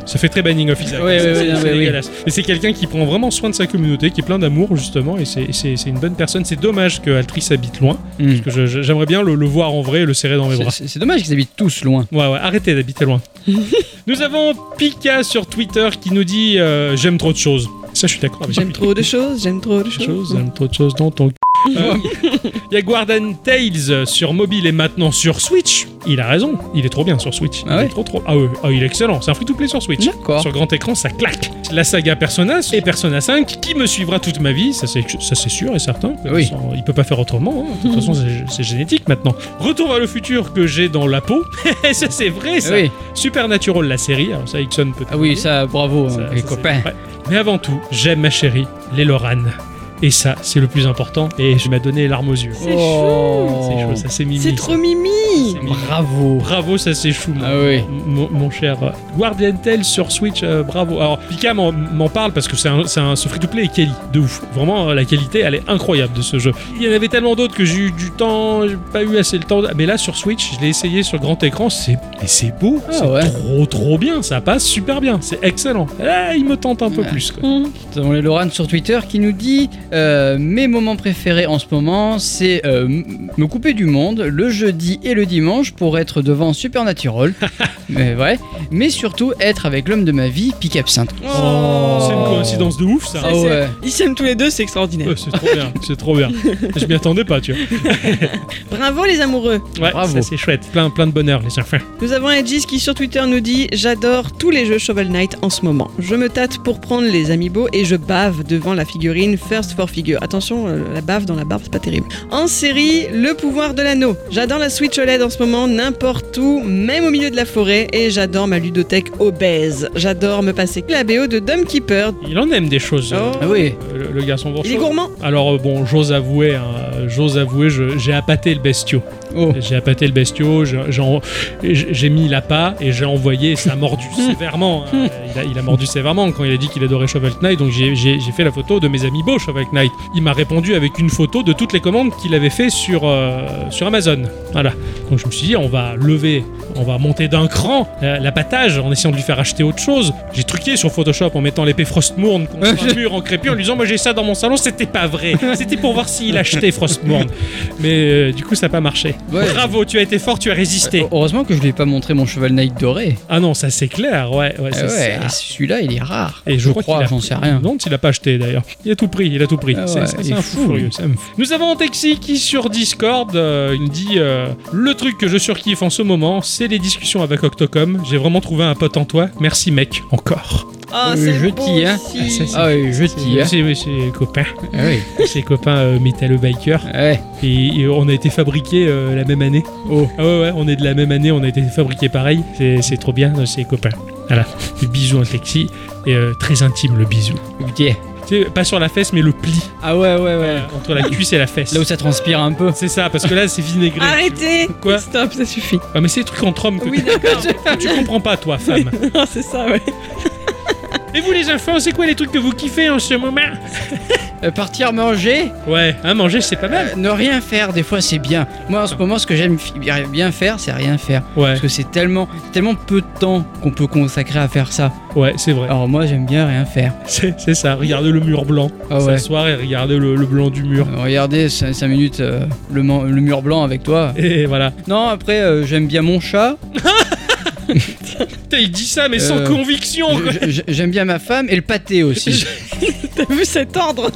Speaker 1: ça fait très Banning of Isaac.
Speaker 2: Ouais, ouais,
Speaker 1: C'est-
Speaker 2: ouais,
Speaker 1: c'est
Speaker 2: ouais, ouais.
Speaker 1: dégueulasse. Mais c'est quelqu'un qui prend vraiment soin de sa communauté, qui est plein d'amour justement et c'est- et c'est c'est une bonne personne. C'est dommage que Altrice habite loin.
Speaker 2: Hmm.
Speaker 1: Parce que je- je- j'aimerais bien le, le voir en vrai et le serrer dans mes bras.
Speaker 2: C'est- C'est c'est dommage qu'ils habitent tous loin.
Speaker 1: Ouais, ouais, arrêtez
Speaker 2: [laughs]
Speaker 1: d'habiter loin. nous avons Pika sur Twitter qui nous dit euh, J'aime trop de choses. Ça, je suis d'accord avec
Speaker 3: J'aime
Speaker 1: lui.
Speaker 3: trop de choses, j'aime trop de choses.
Speaker 1: Chose, hein. j'aime trop de choses dans ton [laughs] Il y a Guardian Tales euh, sur mobile et maintenant sur Switch. Il a raison, il est trop bien sur Switch.
Speaker 2: Ah
Speaker 1: il est
Speaker 2: ouais
Speaker 1: trop trop. Ah ouais, ah, il est excellent, c'est un free-to-play sur Switch.
Speaker 2: D'accord.
Speaker 1: Sur grand écran, ça claque. La saga Persona et Persona 5 qui me suivra toute ma vie, ça c'est ça, c'est sûr et certain.
Speaker 2: Ah Oui.
Speaker 1: Sans- Il peut pas faire autrement. hein. De toute façon, c'est- c'est génétique maintenant. Retour vers le futur que j'ai dans la peau. [laughs] ça c'est vrai ça.
Speaker 2: Ah Oui.
Speaker 1: Supernatural la série. Alors ça, Ixon peut.
Speaker 2: Ah oui, ça, bravo,
Speaker 1: Ça,
Speaker 2: hein,
Speaker 1: ça,
Speaker 2: les
Speaker 1: c'est
Speaker 2: copains.
Speaker 1: vrai. Mais avant tout, j'aime ma chérie, les Loranes. Et ça, c'est le plus important. Et je m'as donné les larmes aux yeux.
Speaker 3: C'est
Speaker 2: Oh.
Speaker 1: C'est chaud, ça c'est mimi.
Speaker 3: C'est
Speaker 1: ça.
Speaker 3: trop mimi
Speaker 1: C'est mimi.
Speaker 2: Bravo.
Speaker 1: Bravo, ça c'est chou. mon-
Speaker 2: Ah oui.
Speaker 1: Mon, mon cher euh, Guardian Tales sur Switch, euh, bravo. Alors, Pika m'en- m'en parle parce que c'est un, c'est un- ce free-to-play est quali, de ouf. Vraiment, euh, la qualité, elle est incroyable de ce jeu. Il y en avait tellement d'autres que j'ai eu du temps, j'ai pas eu assez le temps. Mais là, sur Switch, je l'ai essayé sur grand écran, c'est mais c'est beau,
Speaker 2: Ah
Speaker 1: c'est
Speaker 2: ouais.
Speaker 1: trop trop bien, ça passe super bien, c'est excellent. Là, il me tente un peu
Speaker 2: Ouais.
Speaker 1: plus. quoi.
Speaker 2: Nous avons les Lorraine sur Twitter qui nous dit euh, Mes moments préférés en ce moment, c'est euh, m- me couper du monde le jeudi et le dimanche pour être devant
Speaker 1: [laughs]
Speaker 2: Supernatural. mais ouais. Mais surtout être avec l'homme de ma vie, Pic Absinthe.
Speaker 3: Oh.
Speaker 1: C'est une coïncidence de ouf, ça.
Speaker 2: Ah ouais.
Speaker 3: Ils s'aiment tous les deux, c'est extraordinaire.
Speaker 1: Ouais, c'est trop bien, c'est trop bien. Je m'y attendais pas, tu vois.
Speaker 3: Bravo les amoureux
Speaker 1: Ouais,
Speaker 2: Bravo.
Speaker 1: ça, c'est chouette. Plein, plein de bonheur, les enfants.
Speaker 3: Nous avons Edgis qui sur Twitter nous dit J'adore tous les jeux Shovel Knight en ce moment. Je me tâte pour prendre les amiibo et je bave devant la figurine First for Figure. Attention, euh, la bave dans la barbe, c'est pas terrible. En série, Le pouvoir de l'anneau. J'adore la Switch OLED en ce moment, n'importe où, même au milieu de la forêt, et j'adore ma ludothèque obèse. J'adore me passer la BO de Dumb Keeper.
Speaker 1: Il en aime des choses, euh,
Speaker 2: Ah oui.
Speaker 1: le, le garçon
Speaker 3: Il est
Speaker 1: Bourgeois.
Speaker 3: gourmand.
Speaker 1: Alors euh, bon, j'ose avouer, hein, j'ose avouer, je- j'ai appâté le bestiau.
Speaker 2: Oh.
Speaker 1: J'ai appâté le bestiau, je- j'en- j'ai mis l'appât et j'ai envoyé, ça a mordu sévèrement. hein. Il, a, il a mordu sévèrement quand il a dit qu'il adorait Shovel Knight, donc j'ai- j'ai j'ai fait la photo de mes amis beaux Shovel Knight. Il m'a répondu avec une photo de toutes les commandes qu'il avait fait sur, euh, sur Amazon. Voilà. Donc je me suis dit, on va lever, on va monter d'un cran euh, l'appâtage en essayant de lui faire acheter autre chose. J'ai truqué sur Photoshop en mettant l'épée Frostmourne contre un mur en crépure en lui disant, moi j'ai ça dans mon salon, c'était pas vrai. C'était pour voir s'il achetait Frostmourne. Mais euh, du coup, ça n'a pas marché.
Speaker 2: Ouais.
Speaker 1: Bravo, tu as été fort, tu as résisté.
Speaker 2: Heureusement que je lui ai pas montré mon cheval Knight doré.
Speaker 1: Ah non, ça c'est clair, ouais, ouais,
Speaker 2: oh. Ah
Speaker 1: c'est
Speaker 2: ouais,
Speaker 1: ça.
Speaker 2: celui-là, il est rare.
Speaker 1: Et
Speaker 2: je,
Speaker 1: je crois
Speaker 2: crois,
Speaker 1: qu'il a-
Speaker 2: j'en sais rien.
Speaker 1: Non, il l'a pas acheté d'ailleurs. Il a tout pris, il a tout pris.
Speaker 2: Ah
Speaker 1: c'est
Speaker 2: ouais,
Speaker 1: c'est-
Speaker 2: il
Speaker 1: c'est
Speaker 2: est
Speaker 1: un
Speaker 2: fou,
Speaker 1: fou furieux.
Speaker 2: lui.
Speaker 1: ça me fout. Nous avons Antexi qui sur Discord euh, il me dit euh, le truc que je surkiffe en ce moment, c'est les discussions avec Octocom. J'ai vraiment trouvé un pote en toi. Merci mec, encore.
Speaker 3: Ah,
Speaker 2: Euh,
Speaker 3: c'est
Speaker 2: je
Speaker 3: beau
Speaker 2: dis, hein.
Speaker 3: aussi.
Speaker 1: Ah, ça, c'est-
Speaker 2: Ah oui, je
Speaker 1: c'est-
Speaker 2: t'y hein.
Speaker 1: C'est c'est copain,
Speaker 2: Ah oui.
Speaker 1: c'est copain euh, métalleux biker.
Speaker 2: Ouais.
Speaker 1: Et, et on a été fabriqués euh, la même année.
Speaker 2: Oh.
Speaker 1: Ah ouais, ouais, on est de la même année, on a été fabriqués pareil. C'est c'est trop bien, c'est copains. Voilà. Bisous Antexi. Et euh, très intime le bisou.
Speaker 2: Ok.
Speaker 1: Tu sais, pas sur la fesse, mais le pli
Speaker 2: Ah ouais, ouais, ouais.
Speaker 1: euh, entre la cuisse et la fesse.
Speaker 2: Là où ça Ah transpire un peu.
Speaker 1: C'est ça, parce que là, c'est vinaigré.
Speaker 3: Arrêtez
Speaker 1: Quoi
Speaker 3: Stop,
Speaker 1: [laughs]
Speaker 3: ça suffit.
Speaker 1: Ah, mais c'est des trucs entre hommes que
Speaker 3: Oui, d'accord. [laughs]
Speaker 1: tu comprends pas,
Speaker 2: [laughs]
Speaker 1: toi, femme.
Speaker 3: Non, c'est ça, ouais.
Speaker 1: Et vous, les enfants, c'est quoi les trucs que vous kiffez en ce moment
Speaker 2: Euh, partir manger,
Speaker 1: Ouais, hein, manger, c'est pas mal.
Speaker 2: euh, ne rien faire, des fois c'est bien. Moi en ce moment, ce que j'aime fi- bien faire, c'est rien faire.
Speaker 1: Ouais,
Speaker 2: Parce que c'est tellement, tellement peu de temps qu'on peut consacrer à faire ça.
Speaker 1: ouais, c'est vrai.
Speaker 2: Alors moi, j'aime bien rien faire.
Speaker 1: C'est c'est ça, regardez le mur blanc.
Speaker 2: Ah ouais.
Speaker 1: S'asseoir et regarder le, le blanc du mur.
Speaker 2: Euh, Regardez 5 minutes euh, le, man- le mur blanc avec toi.
Speaker 1: Et voilà.
Speaker 2: Non, après, euh, j'aime bien mon chat,
Speaker 1: Putain, il dit ça, mais sans
Speaker 2: Euh,
Speaker 1: conviction. quoi.
Speaker 2: Je- je- j'aime bien ma femme et le pâté aussi.
Speaker 3: T'as vu cet ordre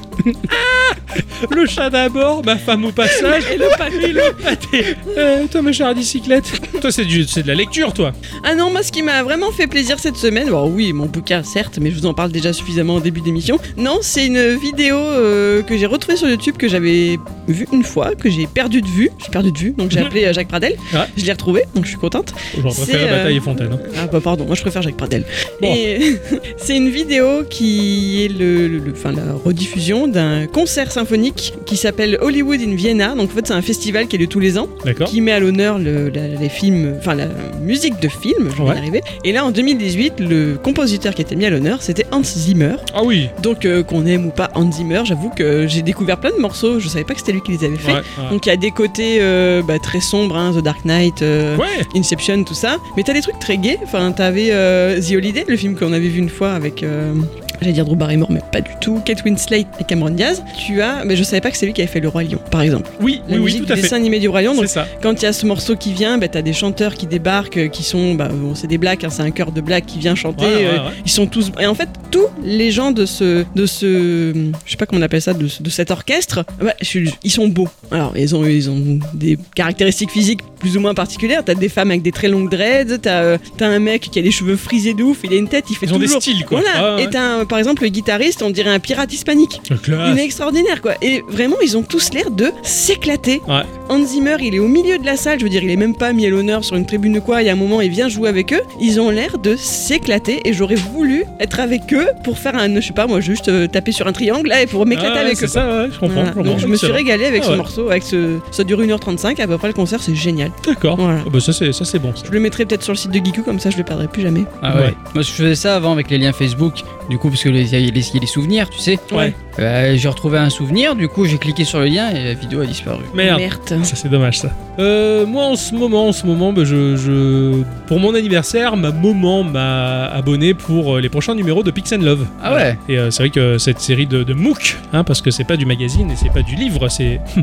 Speaker 1: Le chat d'abord, ma femme au passage.
Speaker 3: [laughs] Et le pâté.
Speaker 1: Pâté. Euh, toi, ma chère à bicyclette. Toi, c'est du- c'est de la lecture, toi.
Speaker 3: Ah non, moi ce qui m'a vraiment fait plaisir cette semaine, bon oui, mon bouquin certes, mais je vous en parle déjà suffisamment au début d'émission. Non, c'est une vidéo euh, que j'ai retrouvée sur YouTube que j'avais vue une fois, que j'ai perdu de vue. J'ai perdu de vue, donc j'ai
Speaker 1: [laughs]
Speaker 3: appelé euh, Jacques Pradel.
Speaker 1: Ouais.
Speaker 3: Je l'ai retrouvé, donc je suis contente.
Speaker 1: J'en
Speaker 3: C'est,
Speaker 1: préfère
Speaker 3: euh,
Speaker 1: Bataille et Fontaine. hein.
Speaker 3: Ah bah pardon, moi je préfère Jacques Pradel.
Speaker 1: Bon.
Speaker 3: Et [laughs] c'est une vidéo qui est le, le- le- enfin, la rediffusion d'un concert symphonique qui s'appelle Hollywood in Vienna. Donc en fait c'est un festival qui a lieu tous les ans
Speaker 1: D'accord
Speaker 3: qui met à l'honneur le- la- les films, enfin la musique de film, je vais
Speaker 1: Ouais.
Speaker 3: y arriver. Et là, en 2018, le compositeur qui était mis à l'honneur, c'était Hans Zimmer.
Speaker 1: Ah oui.
Speaker 3: Donc euh, qu'on aime ou pas Hans Zimmer, j'avoue que j'ai découvert plein de morceaux. Je savais pas que c'était lui qui les avait
Speaker 1: Ouais,
Speaker 3: fait.
Speaker 1: ouais.
Speaker 3: Donc il y a des côtés euh, bah, très sombres, hein, The Dark Knight. euh,
Speaker 1: Ouais.
Speaker 3: Inception, tout ça. Mais t'as des trucs très gays. Enfin, t'avais euh, The Holiday, le film qu'on avait vu une fois avec. euh, j'allais dire Drew Barrymore, mais pas du tout, Kate Winslet et Cameron Diaz. Tu as, mais je savais pas que c'est lui qui avait fait Le Roi Lion, par exemple.
Speaker 1: Oui,
Speaker 3: La
Speaker 1: oui, oui,
Speaker 3: musique
Speaker 1: tout à
Speaker 3: du dessin
Speaker 1: fait.
Speaker 3: animé du Roi Lion. Donc,
Speaker 1: C'est ça.
Speaker 3: quand il y a ce morceau qui vient, bah, t'as des chanteurs qui débarquent, euh, qui sont, bah, bon, c'est des blacks, hein, c'est un chœur de blacks qui vient chanter.
Speaker 1: Ouais, ouais,
Speaker 3: euh,
Speaker 1: ouais.
Speaker 3: Ils sont tous, et en fait, tous les gens de ce, de ce, je sais pas comment on appelle ça, de, ce- de cet orchestre, bah, je suis- ils sont beaux. Alors, ils ont, ils ont des caractéristiques physiques plus ou moins particulières. T'as des femmes avec des très longues dreads, t'as, euh, t'as un mec qui a des cheveux frisés de ouf, il a une tête, il fait
Speaker 1: Ils ont des
Speaker 3: toujours.
Speaker 1: styles, quoi.
Speaker 3: Voilà.
Speaker 1: Ah, ouais.
Speaker 3: Et t'as, un- par exemple, le guitariste, on dirait un pirate hispanique.
Speaker 1: Classe.
Speaker 3: Il est extraordinaire quoi. Et vraiment, ils ont tous l'air de s'éclater.
Speaker 1: Ouais.
Speaker 3: Hans Zimmer, il est au milieu de la salle, je veux dire, il est même pas mis à l'honneur sur une tribune de quoi, il y a un moment, il vient jouer avec eux. Ils ont l'air de s'éclater et j'aurais voulu être avec eux pour faire un, je sais pas moi, juste euh, taper sur un triangle là et pour m'éclater
Speaker 1: Ah,
Speaker 3: avec
Speaker 1: C'est
Speaker 3: eux. quoi.
Speaker 1: ça, ouais, je comprends.
Speaker 3: Voilà.
Speaker 1: je comprends.
Speaker 3: Donc je me suis
Speaker 1: Excellent.
Speaker 3: régalé avec
Speaker 1: Ah
Speaker 3: ce
Speaker 1: ouais.
Speaker 3: morceau, avec ce... ça dure 1h35, à peu près le concert, c'est génial.
Speaker 1: D'accord.
Speaker 3: Voilà.
Speaker 1: Ah bah ça, c'est ça, c'est bon. ça.
Speaker 3: Je le mettrai peut-être sur le site de Geekou, comme ça je le perdrai plus jamais.
Speaker 2: Ah ouais.
Speaker 1: Ouais.
Speaker 2: Moi, je faisais ça avant avec les liens Facebook, du coup, parce que les- il y a les, il y a les souvenirs, tu sais.
Speaker 1: Ouais.
Speaker 2: Euh, j'ai retrouvé un souvenir, du coup, j'ai cliqué sur le lien et la vidéo a disparu.
Speaker 1: Merde. Ça c'est dommage ça. Euh, moi en ce moment, en ce moment, bah, je, je- pour mon anniversaire, ma maman m'a abonné pour euh, les prochains numéros de Pix and Love.
Speaker 2: Ah ouais
Speaker 1: Et euh, c'est vrai que cette série de, de MOOC, hein, parce que c'est pas du magazine et c'est pas du livre, c'est. [laughs]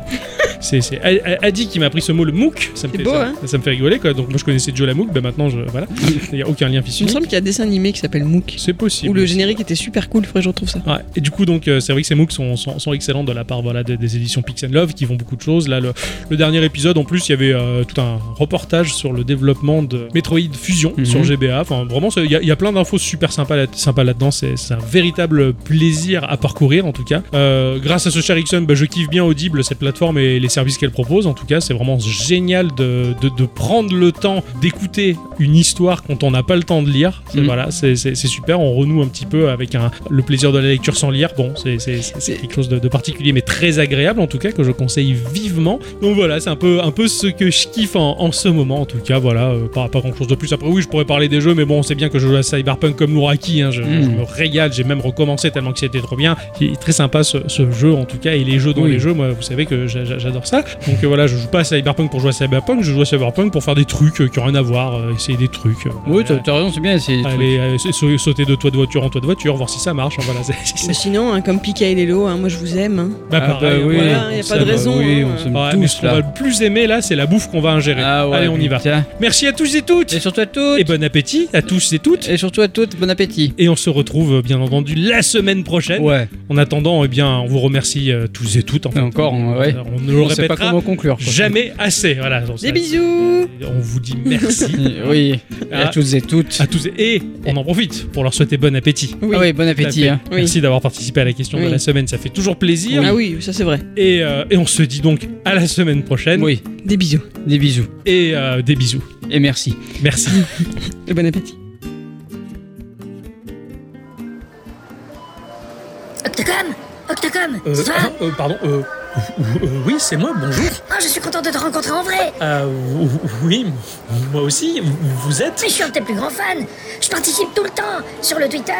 Speaker 1: C'est c'est A- A- Adi qui m'a appris ce mot, le MOOC. Ça me,
Speaker 3: C'est
Speaker 1: fait,
Speaker 3: beau,
Speaker 1: ça,
Speaker 3: hein
Speaker 1: ça me fait rigoler quoi. Donc moi je connaissais Joe la MOOC, bah maintenant je. Voilà. [laughs] Il n'y a aucun lien
Speaker 3: Il me
Speaker 1: physique.
Speaker 3: semble qu'il y a un dessin animé qui s'appelle Mook,
Speaker 1: C'est possible.
Speaker 3: où le générique était super cool, faudrait que je retrouve ça.
Speaker 1: Ouais. Et du coup, donc, euh, c'est vrai que ces MOOC sont, sont, sont excellents de la part voilà, des, des éditions Pix and Love qui vont beaucoup de choses. Là, le, le dernier épisode, en plus, il y avait euh, tout un reportage sur le développement de Metroid Fusion
Speaker 2: Mhm.
Speaker 1: sur GBA. Enfin, vraiment, ça- il y, a- il y a plein d'infos super sympas là- sympas là-dedans. C'est c'est un véritable plaisir à parcourir, en tout cas. Euh, grâce à ce cher Ixon, bah, je kiffe bien Audible, cette plateforme et les services qu'elle propose. En tout cas, c'est vraiment génial de, de- de prendre le temps d'écouter une histoire quand on n'a pas le temps de lire. C'est-
Speaker 2: Mhm.
Speaker 1: Voilà, c'est c'est- c'est super. On renoue un petit peu avec un, le plaisir de la lecture sans lire. Bon, c'est c'est- c'est- c'est quelque chose de, de particulier, mais très agréable en tout cas, que je conseille vivement. Donc voilà, c'est un peu, un peu ce que je kiffe en, en ce moment. En tout cas, voilà, euh, pas, pas grand chose de plus. Après, oui, je pourrais parler des jeux, mais bon, on sait bien que je joue à Cyberpunk comme Nouraki. hein. je,
Speaker 2: Mhm.
Speaker 1: je me régale, j'ai même recommencé tellement que c'était trop bien. Il est très sympa ce, ce jeu en tout cas, et les jeux dans
Speaker 2: Oui.
Speaker 1: les jeux, moi, vous savez que j'a- j'a- j'adore ça. Donc euh, voilà, je joue pas à Cyberpunk pour jouer à Cyberpunk, je joue à Cyberpunk pour faire des trucs euh, qui ont rien à voir, euh, essayer des trucs. euh,
Speaker 2: Oui, t'as
Speaker 1: euh,
Speaker 2: t'as raison, c'est bien. C'est des trucs.
Speaker 1: Aller euh, sa- sa- sauter de toit de voiture en toit de voiture, voir si ça marche. hein, Voilà, [laughs] c'est- c'est-
Speaker 3: Mais sinon, hein, comme Pika et Lelo, hein, moi je vous aime. hein.
Speaker 1: bah,
Speaker 2: Ah bah
Speaker 1: pareil,
Speaker 2: oui,
Speaker 1: voilà.
Speaker 3: Voilà, y a
Speaker 2: on
Speaker 3: pas de
Speaker 2: s'aime,
Speaker 3: raison,
Speaker 2: Oui,
Speaker 3: hein.
Speaker 2: on s'aime
Speaker 1: Ouais, mais ce
Speaker 2: tous
Speaker 1: qu'on va
Speaker 2: là.
Speaker 1: le plus aimer là, c'est la bouffe qu'on va ingérer.
Speaker 2: Ah ouais,
Speaker 1: Allez, on y va.
Speaker 2: putain.
Speaker 1: Merci à tous et toutes
Speaker 2: Et surtout à toutes.
Speaker 1: et bon appétit à tous et toutes.
Speaker 2: Et surtout à toutes, bon appétit.
Speaker 1: Et on se retrouve euh, bien entendu la semaine prochaine.
Speaker 2: Ouais.
Speaker 1: En attendant, eh bien, on vous remercie euh, tous et toutes. En fait.
Speaker 2: Et encore, on- ouais.
Speaker 1: Euh, on ne le
Speaker 2: on sait pas
Speaker 1: répétera
Speaker 2: comment conclure. quoi.
Speaker 1: jamais assez. Voilà. Donc,
Speaker 3: Des
Speaker 1: ça-
Speaker 3: bisous
Speaker 1: On vous dit merci
Speaker 2: Oui, à
Speaker 1: Ah.
Speaker 2: toutes [laughs] et toutes.
Speaker 1: à tous et et on en profite pour leur souhaiter bon appétit.
Speaker 2: Ah oui, bon appétit. hein.
Speaker 3: Oui.
Speaker 1: Merci d'avoir participé à la question de
Speaker 3: Oui.
Speaker 1: la semaine, ça fait toujours plaisir.
Speaker 3: Ah oui, ça c'est vrai.
Speaker 1: Et, euh, et on se dit donc à la semaine prochaine
Speaker 2: Oui,
Speaker 3: Des bisous.
Speaker 2: des bisous.
Speaker 1: et euh, des bisous.
Speaker 2: Et merci.
Speaker 1: Merci.
Speaker 3: Et bon appétit.
Speaker 8: Octocom Octocom
Speaker 9: Euh,
Speaker 8: C'est toi
Speaker 9: euh, pardon, euh, euh, oui, c'est moi, bonjour.
Speaker 8: Oh, je suis content de te rencontrer en vrai
Speaker 9: Euh, oui, moi aussi, vous êtes
Speaker 8: Mais je suis un de tes plus grands fans Je participe tout le temps Sur le Twitter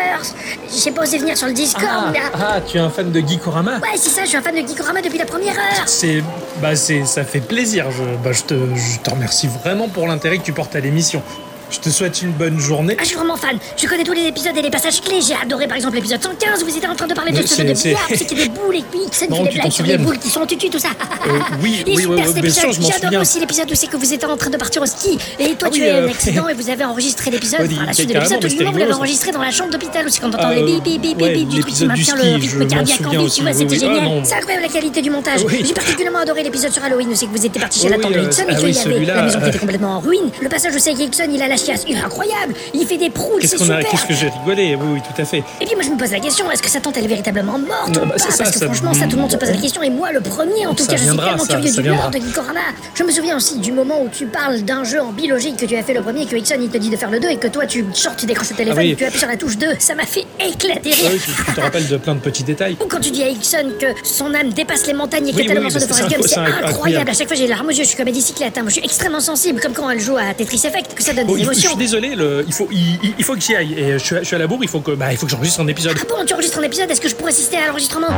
Speaker 8: J'ai pas osé venir sur le Discord
Speaker 9: ah,
Speaker 8: mais- euh,
Speaker 9: ah, tu es un fan de Geekorama
Speaker 8: Ouais, c'est ça, je suis un fan de Geekorama depuis la première heure
Speaker 9: C'est, bah c'est, ça fait plaisir. Je, bah je te, je te remercie vraiment pour l'intérêt que tu portes à l'émission. Je te souhaite une bonne journée.
Speaker 8: Ah, je suis vraiment fan Je connais tous les épisodes et les passages clés J'ai adoré par exemple l'épisode 115 où vous étiez en train de parler de
Speaker 9: Mais
Speaker 8: ce jeu de
Speaker 9: c'est-
Speaker 8: billard
Speaker 9: c'est-
Speaker 8: C'est qu'il y a des boules et
Speaker 9: [laughs]
Speaker 8: puis Ixon
Speaker 9: Non,
Speaker 8: fait des
Speaker 9: tu t'en
Speaker 8: blagues sur les
Speaker 9: souviens.
Speaker 8: boules qui sont en tutu, tout ça [laughs]
Speaker 9: Euh, oui,
Speaker 8: Il est
Speaker 9: oui, oui,
Speaker 8: super
Speaker 9: oui,
Speaker 8: cet
Speaker 9: bien sûr,
Speaker 8: épisode
Speaker 9: je m'en
Speaker 8: J'adore
Speaker 9: souviens.
Speaker 8: aussi l'épisode où c'est que vous étiez en train de partir au ski Et toi
Speaker 9: Ah
Speaker 8: tu
Speaker 9: oui,
Speaker 8: as eu un
Speaker 9: euh, [laughs]
Speaker 8: accident et vous avez enregistré l'épisode
Speaker 9: Ouais,
Speaker 8: Enfin la
Speaker 9: dis-
Speaker 8: suite de
Speaker 9: carrément,
Speaker 8: l'épisode
Speaker 9: mais
Speaker 8: tout
Speaker 9: c'était
Speaker 8: le monde vous l'avez
Speaker 9: rigolo, ça.
Speaker 8: enregistré dans la chambre d'hôpital aussi quand on
Speaker 9: Ah,
Speaker 8: entend les
Speaker 9: euh,
Speaker 8: bip bip bip
Speaker 9: ouais,
Speaker 8: bip du truc qui
Speaker 9: l'épisode du
Speaker 8: maintient le
Speaker 9: ski, je
Speaker 8: rythme
Speaker 9: m'en
Speaker 8: cardiaque en
Speaker 9: souviens
Speaker 8: vie
Speaker 9: aussi,
Speaker 8: tu vois
Speaker 9: oui,
Speaker 8: c'était
Speaker 9: oui, ah,
Speaker 8: génial
Speaker 9: non.
Speaker 8: C'est incroyable la qualité du montage
Speaker 9: Oui.
Speaker 8: J'ai particulièrement adoré l'épisode sur Halloween où c'est que vous étiez parti chez la
Speaker 9: Oui,
Speaker 8: tante de
Speaker 9: euh,
Speaker 8: Hickson
Speaker 9: ah
Speaker 8: et
Speaker 9: oui,
Speaker 8: qu'il y avait la
Speaker 9: celui-là,
Speaker 8: maison qui
Speaker 9: euh,
Speaker 8: était complètement en ruine Le passage où c'est que Hickson il a la chiasse il est incroyable Il fait des proules c'est
Speaker 9: Qu'est-ce qu'on a,
Speaker 8: super
Speaker 9: qu'est-ce que j'ai rigolé Oui, oui, tout à fait.
Speaker 8: et puis moi je me pose la question, est-ce que sa tante elle est véritablement morte
Speaker 9: Ah
Speaker 8: ou
Speaker 9: bah,
Speaker 8: pas
Speaker 9: c'est ça,
Speaker 8: Parce que
Speaker 9: ça- Mm.
Speaker 8: franchement ça tout le monde se pose la question et moi le premier en tout
Speaker 9: Ça
Speaker 8: cas je suis
Speaker 9: viendra,
Speaker 8: tellement
Speaker 9: ça-
Speaker 8: curieux
Speaker 9: ça
Speaker 8: du lore
Speaker 9: viendra.
Speaker 8: de Gikorama. Je me souviens aussi du moment où tu parles d'un jeu en biologique que tu as fait le premier, que Hickson il te dit de faire le 2 et que toi tu sors, tu décroches le téléphone,
Speaker 9: Ah oui.
Speaker 8: tu appuies sur la touche 2, ça m'a fait éclater
Speaker 9: Ah
Speaker 8: rire.
Speaker 9: oui, tu, tu te rappelles de plein de petits détails.
Speaker 8: Ou quand tu dis à Hickson que son âme dépasse les montagnes et qu'il
Speaker 9: Oui,
Speaker 8: y a tellement
Speaker 9: oui,
Speaker 8: de
Speaker 9: mais c'est
Speaker 8: Forrest Gump,
Speaker 9: inc-
Speaker 8: c'est
Speaker 9: c'est inc-
Speaker 8: incroyable.
Speaker 9: incroyable.
Speaker 8: À chaque fois j'ai les larmes aux yeux, je suis comme bicyclette. Hein. Moi, je suis extrêmement sensible, comme quand elle joue à Tetris Effect, que ça donne
Speaker 9: Bon,
Speaker 8: des
Speaker 9: Oh, il faut- je
Speaker 8: émotions.
Speaker 9: suis désolé, le, il, faut, il, il- il faut que j'y aille. Et euh, je, suis à- je suis à la bourre, il faut que, bah, il faut que j'enregistre un épisode.
Speaker 8: Ah bon, tu enregistres un épisode, est-ce que je pourrais assister à l'enregistrement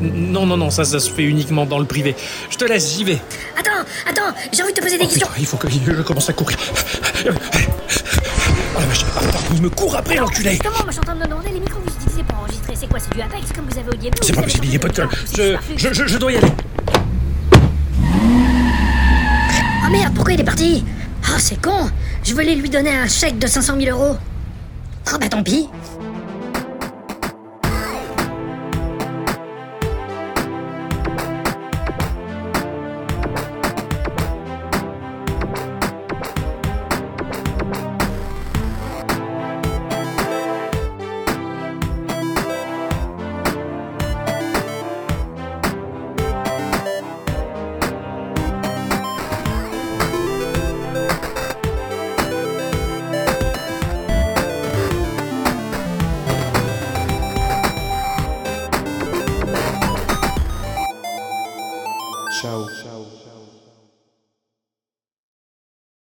Speaker 9: Non, non, non, ça, ça se fait uniquement dans le privé. Je te laisse, j'y vais.
Speaker 8: Attends, attends, j'ai envie de te poser des
Speaker 9: Oh,
Speaker 8: questions.
Speaker 9: putain, il faut que je commence à courir.
Speaker 1: Oh la vache, ah, par contre, je me cours après l'enculé
Speaker 8: Comment moi je suis en train de me demander les micros que vous utilisez pour enregistrer C'est quoi C'est du Apex comme vous avez au début
Speaker 1: C'est
Speaker 8: Vous
Speaker 1: pas
Speaker 8: avez
Speaker 1: possible, il
Speaker 8: sorti
Speaker 1: n'y a pas de
Speaker 8: le
Speaker 1: colle.
Speaker 8: truc, c'est
Speaker 1: Je,
Speaker 8: du
Speaker 1: je, je, je dois y aller.
Speaker 8: farfelu. Oh merde, pourquoi il est parti Oh, Ah c'est con Je voulais lui donner un chèque de 500 000 euros. Ah bah tant pis